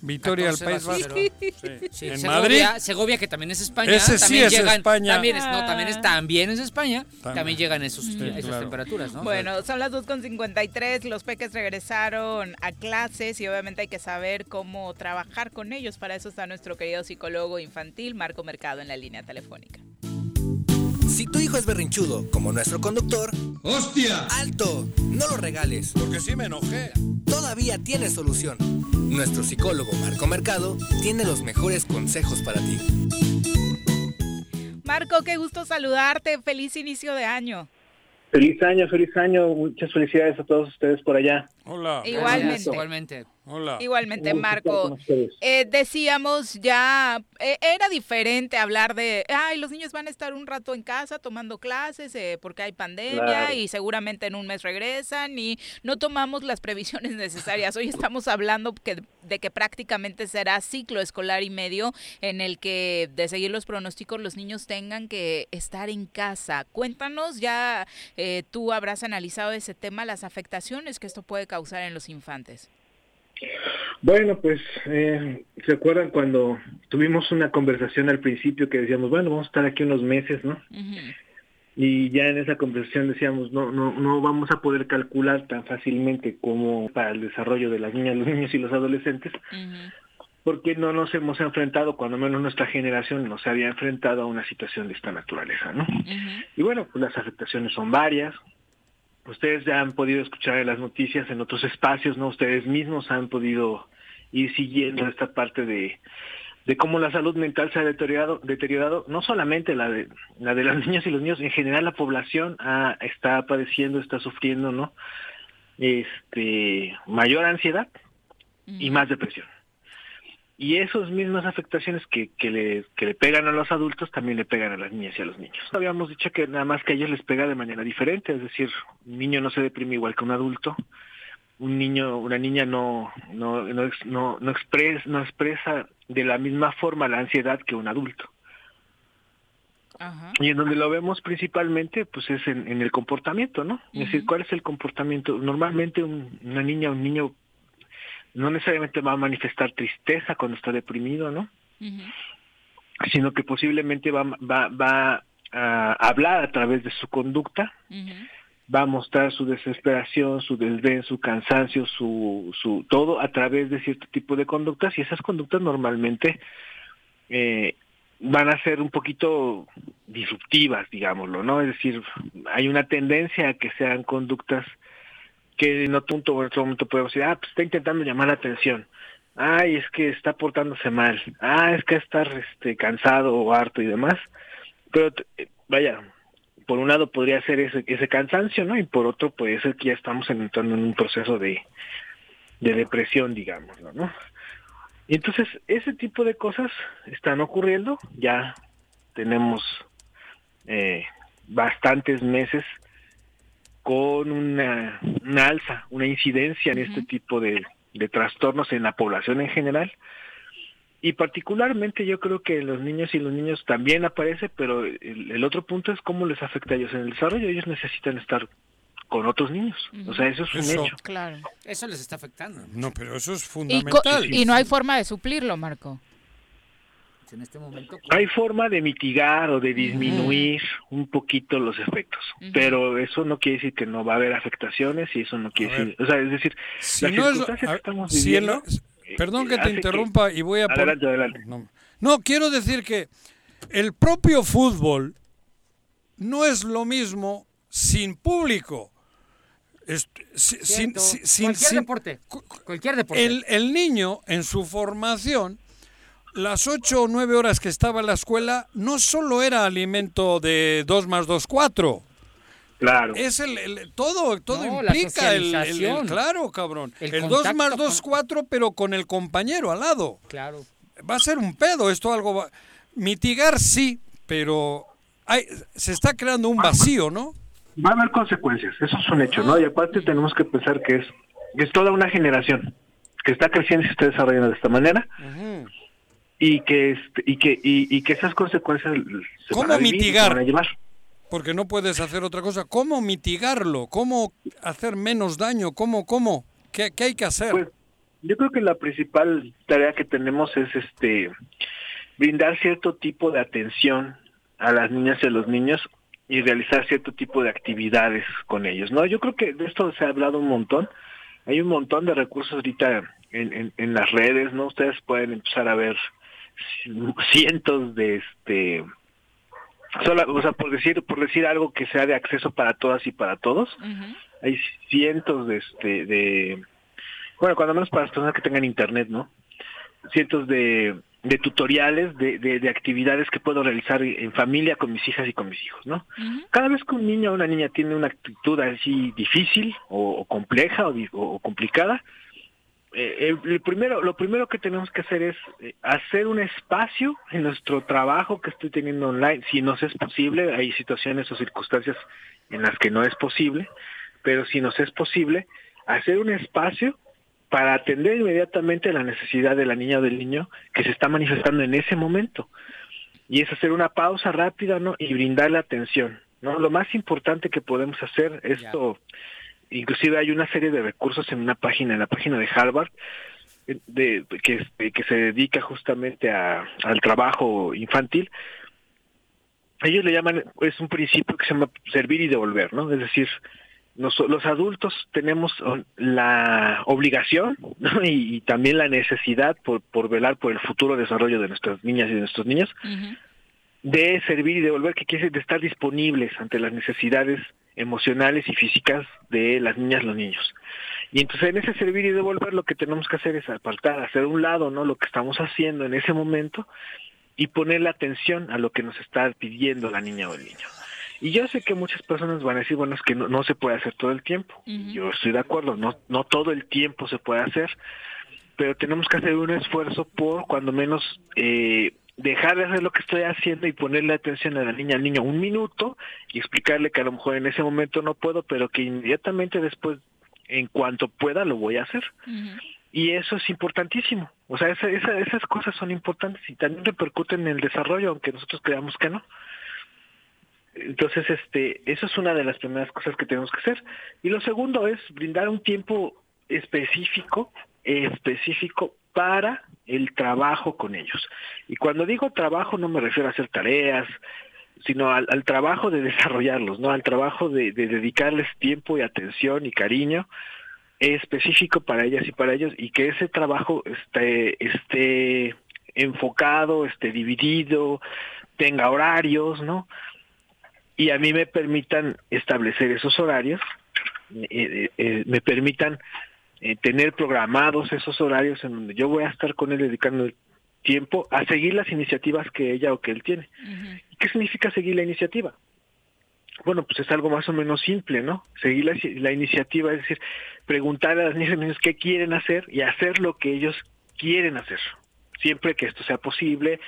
C: Victoria del
G: 14
C: País
G: va
C: Vasco.
G: cero.
C: Sí.
G: Sí,
C: En
G: Segovia-
C: Madrid.
G: Segovia, que también es España.
C: Ese sí
G: también
C: es
G: llegan-
C: España.
G: También es, no, también es, también es España.
C: También.
G: También, llegan esos,
C: Sí,
G: esas
C: claro.
G: temperaturas, ¿no?
B: Bueno, son las 2.53, los peques regresaron a clases y obviamente hay que saber cómo trabajar con ellos. Para eso está nuestro querido psicólogo infantil, Marco Mercado, en la línea telefónica.
H: Si tu hijo es berrinchudo, como nuestro conductor, ¡hostia! ¡Alto! No lo regales. Porque sí me enojé. Todavía tiene solución. Nuestro psicólogo Marco Mercado tiene los mejores consejos para ti.
B: Marco, qué gusto saludarte, feliz inicio de año.
P: Feliz año, feliz año. Muchas felicidades a todos ustedes por allá.
C: Hola.
B: Igualmente.
G: Igualmente.
C: Hola.
B: Igualmente,
P: Un gusto estar con
B: Marco,
P: ustedes.
B: eh, decíamos ya, eh, era diferente hablar de, ay, los niños van a estar un rato en casa tomando clases eh, porque hay pandemia
Q: Claro.
B: y seguramente en un mes regresan y no tomamos las previsiones necesarias. Hoy estamos hablando que, de que prácticamente será ciclo escolar y medio en el que, de seguir los pronósticos, los niños tengan que estar en casa. Cuéntanos, ya eh, tú habrás analizado ese tema, las afectaciones que esto puede causar en los infantes.
P: Bueno, pues, eh, ¿se acuerdan cuando tuvimos una conversación al principio que decíamos, bueno, vamos a estar aquí unos meses, ¿no? Y ya en esa conversación decíamos, no, no, no vamos a poder calcular tan fácilmente como para el desarrollo de las niñas, los niños y los adolescentes, porque no nos hemos enfrentado, cuando menos nuestra generación no se había enfrentado a una situación de esta naturaleza, ¿no? Y bueno, pues las afectaciones son varias. Ustedes ya han podido escuchar en las noticias en otros espacios, ¿no? Ustedes mismos han podido ir siguiendo esta parte de, de cómo la salud mental se ha deteriorado, deteriorado no solamente la de, la de las niñas y los niños, en general la población ah, está padeciendo, está sufriendo, ¿no? Este, mayor ansiedad y más depresión. Y esas mismas afectaciones que, que, le, que le pegan a los adultos también le pegan a las niñas y a los niños. Habíamos dicho que nada más que a ellos les pega de manera diferente, es decir, un niño no se deprime igual que un adulto, un niño, una niña no, no, no, ex- no, no expres- no expresa de la misma forma la ansiedad que un adulto. Y en donde lo vemos principalmente, pues es en, en el comportamiento, ¿no? Es decir, ¿cuál es el comportamiento? Normalmente un- una niña o un niño no necesariamente va a manifestar tristeza cuando está deprimido, ¿no? Sino que posiblemente va, va, va a hablar a través de su conducta, va a mostrar su desesperación, su desdén, su cansancio, su, su todo a través de cierto tipo de conductas y esas conductas normalmente eh, van a ser un poquito disruptivas, digámoslo, ¿no? Es decir, hay una tendencia a que sean conductas que en otro punto o en otro momento podemos decir, ah, pues está intentando llamar la atención. Ay, es que está portándose mal. Ah, es que está este, cansado o harto y demás. Pero t- eh, vaya, por un lado podría ser ese, ese cansancio, ¿no? Y por otro puede ser que ya estamos entrando en un proceso de, de depresión, digámoslo, ¿no? Y entonces ese tipo de cosas están ocurriendo. Ya tenemos eh, bastantes meses con una, una alza, una incidencia en este tipo de, de trastornos en la población en general. Y particularmente yo creo que en los niños y los niños también aparece, pero el, el otro punto es cómo les afecta a ellos en el desarrollo. Ellos necesitan estar con otros niños. O sea, eso es un
C: Eso.
P: hecho.
B: Claro.
G: Eso les está afectando.
C: No, pero eso es
B: Y, co-
C: fundamental.
B: y no hay forma de suplirlo, Marco.
G: En este momento.
P: Hay forma de mitigar o de disminuir un poquito los efectos, pero eso no quiere decir que no va a haber afectaciones y eso no
C: ver.
P: quiere decir, o sea, es decir,
C: Si
P: las
C: no es-
P: circunstancias
C: a-
P: que estamos
C: si en
P: viviendo,
C: la- perdón que
P: hace
C: te
P: que-
C: interrumpa y voy a por-
P: Adelante, adelante.
C: No, no, quiero decir que el propio fútbol no es lo mismo sin público. Es- si- sin,
G: Cierto.
C: si- sin-
G: Cualquier
C: sin-
G: deporte. Cualquier deporte.
C: el, el niño en su formación, las ocho o nueve horas que estaba en la escuela, no solo era alimento de dos más dos, cuatro.
P: Claro.
C: Es el, el- todo, todo
G: No, la
C: implica el, el- el-
G: socialización.
C: claro, cabrón.
G: El
C: Oh, El 2
G: contacto
C: más 2, 4, pero con el compañero al lado.
G: Claro.
C: Va a ser un pedo, esto algo va... Mitigar sí, pero hay- se está creando un vacío, ¿no?
P: va a haber consecuencias, eso es un hecho, ¿no? Y aparte tenemos que pensar que es es toda una generación que está creciendo y se está desarrollando de esta manera y que este- y que y, y que esas consecuencias se
C: ¿Cómo
P: van a vivir y se
C: mitigar?
P: van a llevar.
C: Porque no puedes hacer otra cosa. ¿Cómo mitigarlo? ¿Cómo hacer menos daño? ¿Cómo, cómo? ¿Qué, qué hay que hacer?
P: Yo creo que la principal tarea que tenemos es este brindar cierto tipo de atención a las niñas y a los niños y realizar cierto tipo de actividades con ellos, ¿no? Yo creo que de esto se ha hablado un montón. Hay un montón de recursos ahorita en, en, en las redes, ¿no? Ustedes pueden empezar a ver ci- cientos de este sola- o sea, por decir por decir algo que sea de acceso para todas y para todos. Hay cientos de este de bueno, cuando menos para las personas que tengan internet, ¿no? Cientos de, de tutoriales, de, de, de actividades que puedo realizar en familia con mis hijas y con mis hijos, ¿no? Cada vez que un niño o una niña tiene una actitud así difícil o, o compleja o, di- o- o complicada, eh, el, el primero, lo primero que tenemos que hacer es eh, hacer un espacio en nuestro trabajo que estoy teniendo online, si nos es posible, hay situaciones o circunstancias en las que no es posible, pero si nos es posible, hacer un espacio para atender inmediatamente la necesidad de la niña o del niño que se está manifestando en ese momento. Y es hacer una pausa rápida ¿no? y brindarle atención. ¿no? Lo más importante que podemos hacer, esto, inclusive hay una serie de recursos en una página, en la página de Harvard, eh, de, que, este, que se dedica justamente a- al trabajo infantil, ellos le llaman, es un principio que se llama servir y devolver, ¿no? Es decir, nos- los adultos tenemos o- la obligación ¿no? y, y también la necesidad por, por velar por el futuro desarrollo de nuestras niñas y de nuestros niños, de servir y devolver, que quiere decir de estar disponibles ante las necesidades emocionales y físicas de las niñas y los niños. Y entonces en ese servir y devolver lo que tenemos que hacer es apartar, hacer a un lado no lo que estamos haciendo en ese momento y ponerle atención a lo que nos está pidiendo la niña o el niño. Y yo sé que muchas personas van a decir, bueno, es que no, no se puede hacer todo el tiempo. Yo estoy de acuerdo, no, no todo el tiempo se puede hacer, pero tenemos que hacer un esfuerzo por cuando menos eh, dejar de hacer lo que estoy haciendo y ponerle atención a la niña, al niño un minuto y explicarle que a lo mejor en ese momento no puedo, pero que inmediatamente después, en cuanto pueda, lo voy a hacer. Y eso es importantísimo. O sea, esa- esa- esas cosas son importantes y también repercuten en el desarrollo, aunque nosotros creamos que no. Entonces, este, eso es una de las primeras cosas que tenemos que hacer. Y lo segundo es brindar un tiempo específico, específico para el trabajo con ellos. Y cuando digo trabajo no me refiero a hacer tareas, sino al, al trabajo de desarrollarlos, ¿no? Al trabajo de, de dedicarles tiempo y atención y cariño específico para ellas y para ellos y que ese trabajo esté, esté enfocado, esté dividido, tenga horarios, ¿no? y a mí me permitan establecer esos horarios, eh, eh, eh, me permitan eh, tener programados esos horarios en donde yo voy a estar con él dedicando el tiempo a seguir las iniciativas que ella o que él tiene. ¿Y ¿Qué significa seguir la iniciativa? Bueno, pues es algo más o menos simple, ¿no? Seguir la, la iniciativa, es decir, preguntar a las niñas y niños qué quieren hacer y hacer lo que ellos quieren hacer, siempre que esto sea posible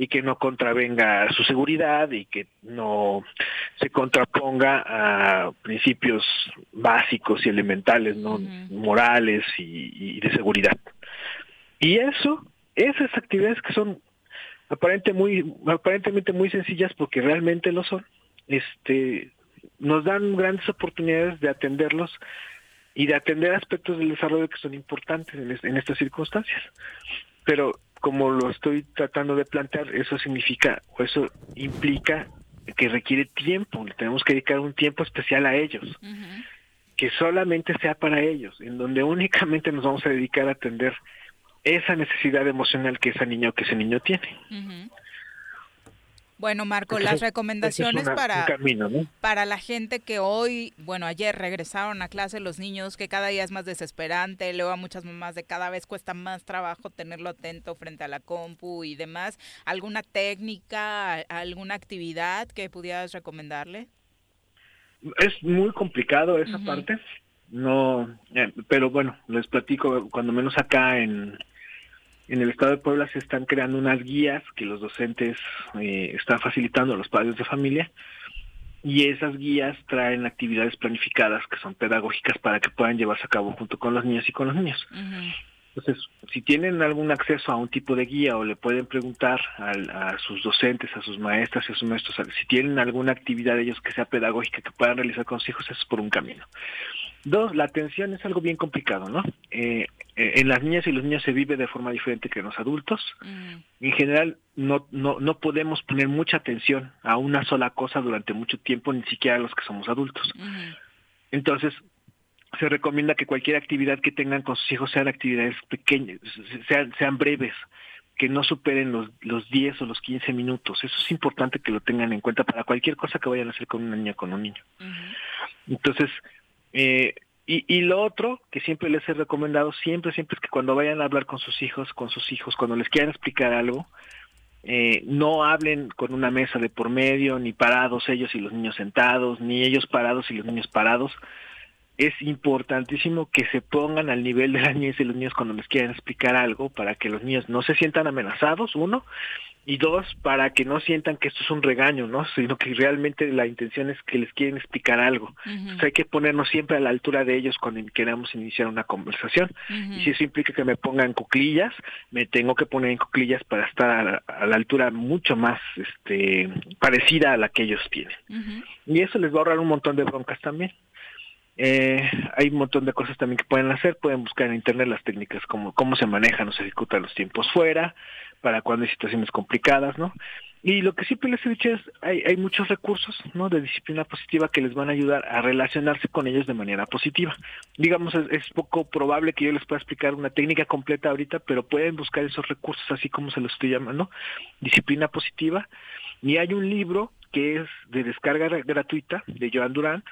P: y que no contravenga su seguridad y que no se contraponga a principios básicos y elementales, ¿no? Morales y, y de seguridad. Y eso, esas actividades que son aparente muy, aparentemente muy sencillas porque realmente lo son, este, nos dan grandes oportunidades de atenderlos y de atender aspectos del desarrollo que son importantes en, es- en estas circunstancias. Pero como lo estoy tratando de plantear, eso significa o eso implica que requiere tiempo, le tenemos que dedicar un tiempo especial a ellos, que solamente sea para ellos, en donde únicamente nos vamos a dedicar a atender esa necesidad emocional que esa niña o que ese niño tiene.
B: Bueno, Marco,
P: Ese
B: las
P: es-
B: recomendaciones
P: ese es una-
B: para,
P: un camino, ¿no?
B: para la gente que hoy, bueno, ayer regresaron a clase los niños, que cada día es más desesperante, luego a muchas mamás de cada vez cuesta más trabajo tenerlo atento frente a la compu y demás. ¿Alguna técnica, a- alguna actividad que pudieras recomendarle?
P: es muy complicado esa parte no eh, pero bueno les platico cuando menos acá en en el estado de Puebla se están creando unas guías que los docentes eh, están facilitando a los padres de familia y esas guías traen actividades planificadas que son pedagógicas para que puedan llevarse a cabo junto con las niñas y con los niños entonces, si tienen algún acceso a un tipo de guía o le pueden preguntar al- a sus docentes, a sus maestras y a sus maestros, si tienen alguna actividad de ellos que sea pedagógica que puedan realizar con sus hijos, eso es por un camino. Dos, la atención es algo bien complicado, ¿no? Eh, eh, en las niñas y los niños se vive de forma diferente que en los adultos. En general, no, no, no podemos poner mucha atención a una sola cosa durante mucho tiempo, ni siquiera los que somos adultos. Entonces, se recomienda que cualquier actividad que tengan con sus hijos sean actividades pequeñas, sean, sean breves, que no superen los, los 10 o los 15 minutos. Eso es importante que lo tengan en cuenta para cualquier cosa que vayan a hacer con una niña o con un niño. Entonces, eh, y, y lo otro que siempre les he recomendado, siempre, siempre es que cuando vayan a hablar con sus hijos, con sus hijos, cuando les quieran explicar algo, eh, no hablen con una mesa de por medio, ni parados ellos y los niños sentados, ni ellos parados y los niños parados. Es importantísimo que se pongan al nivel de las niñas y los niños cuando les quieran explicar algo para que los niños no se sientan amenazados, uno, y dos, para que no sientan que esto es un regaño, ¿no? Sino que realmente la intención es que les quieren explicar algo. Entonces, hay que ponernos siempre a la altura de ellos cuando queramos iniciar una conversación.
A: Ujú.
P: Y si eso implica que me ponga en cuclillas, me tengo que poner en cuclillas para estar a la, a la altura mucho más este, parecida a la que ellos tienen. Y eso les va a ahorrar un montón de broncas también. Eh, hay un montón de cosas también que pueden hacer, pueden buscar en internet las técnicas, como cómo se manejan o se ejecutan los tiempos fuera, para cuando hay situaciones complicadas, ¿no? Y lo que siempre les he dicho es, hay, hay muchos recursos, ¿no? De disciplina positiva que les van a ayudar a relacionarse con ellos de manera positiva. Digamos, es, es poco probable que yo les pueda explicar una técnica completa ahorita, pero pueden buscar esos recursos así como se los estoy llamando, disciplina positiva. Y hay un libro que es de descarga gra- gratuita de Joan Durant,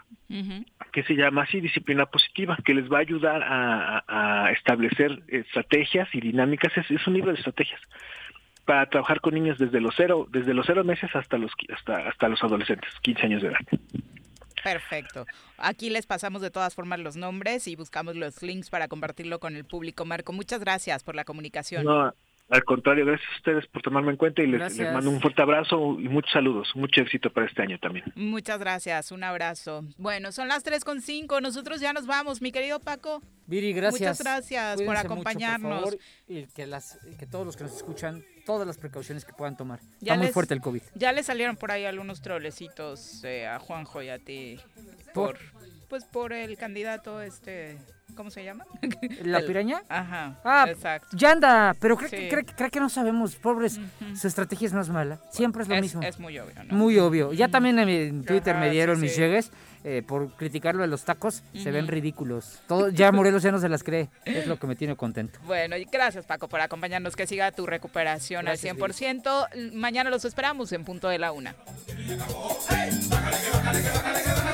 P: que se llama así disciplina positiva, que les va a ayudar a, a- a establecer estrategias y dinámicas. Es, es un libro de estrategias para trabajar con niños desde los cero, desde los cero meses hasta los qui- hasta, hasta los adolescentes, 15 años de edad.
B: Perfecto. Aquí les pasamos de todas formas los nombres y buscamos los links para compartirlo con el público. Marco, muchas gracias por la comunicación.
P: No, al contrario, gracias a ustedes por tomarme en cuenta y les- les
B: Gracias.
P: mando un fuerte abrazo y muchos saludos, mucho éxito para este año también.
B: Muchas gracias, un abrazo. Bueno, son las 3.5, nosotros ya nos vamos, mi querido Paco.
G: Viri, gracias.
B: Muchas gracias por
G: Cuídense mucho,
B: acompañarnos.
G: favor, y que, las, que todos los que nos escuchan, todas las precauciones que puedan tomar.
B: Ya
G: Está muy
B: les-
G: fuerte el COVID.
B: Ya le salieron por ahí algunos trolecitos eh, a Juanjo y a ti.
G: ¿Por?
B: Por, pues por el candidato, este, ¿cómo se llama?
G: ¿La
B: El-
G: piraña?
B: Ajá,
G: Ah,
B: exacto.
G: Ya anda, pero creo,
B: Sí.
G: que, cree, que- cree que no sabemos, pobres, su estrategia es más mala. Siempre es lo
B: Es-
G: mismo.
B: es muy obvio, ¿no?
G: Muy obvio. Ya también en- en Twitter
B: Ajá,
G: me dieron
B: sí,
G: mis
B: sí.
G: llegues eh, por criticarlo de los tacos. Se ven
B: Ujú.
G: ridículos. Todo, ya Morelos ya no se las cree. Es lo que me tiene contento.
B: Bueno, y gracias Paco por acompañarnos, que siga tu recuperación
G: Gracias,
B: al 100%. Mañana los esperamos en punto de la una.
A: Bájale, que bájale, que bájale, que bájale.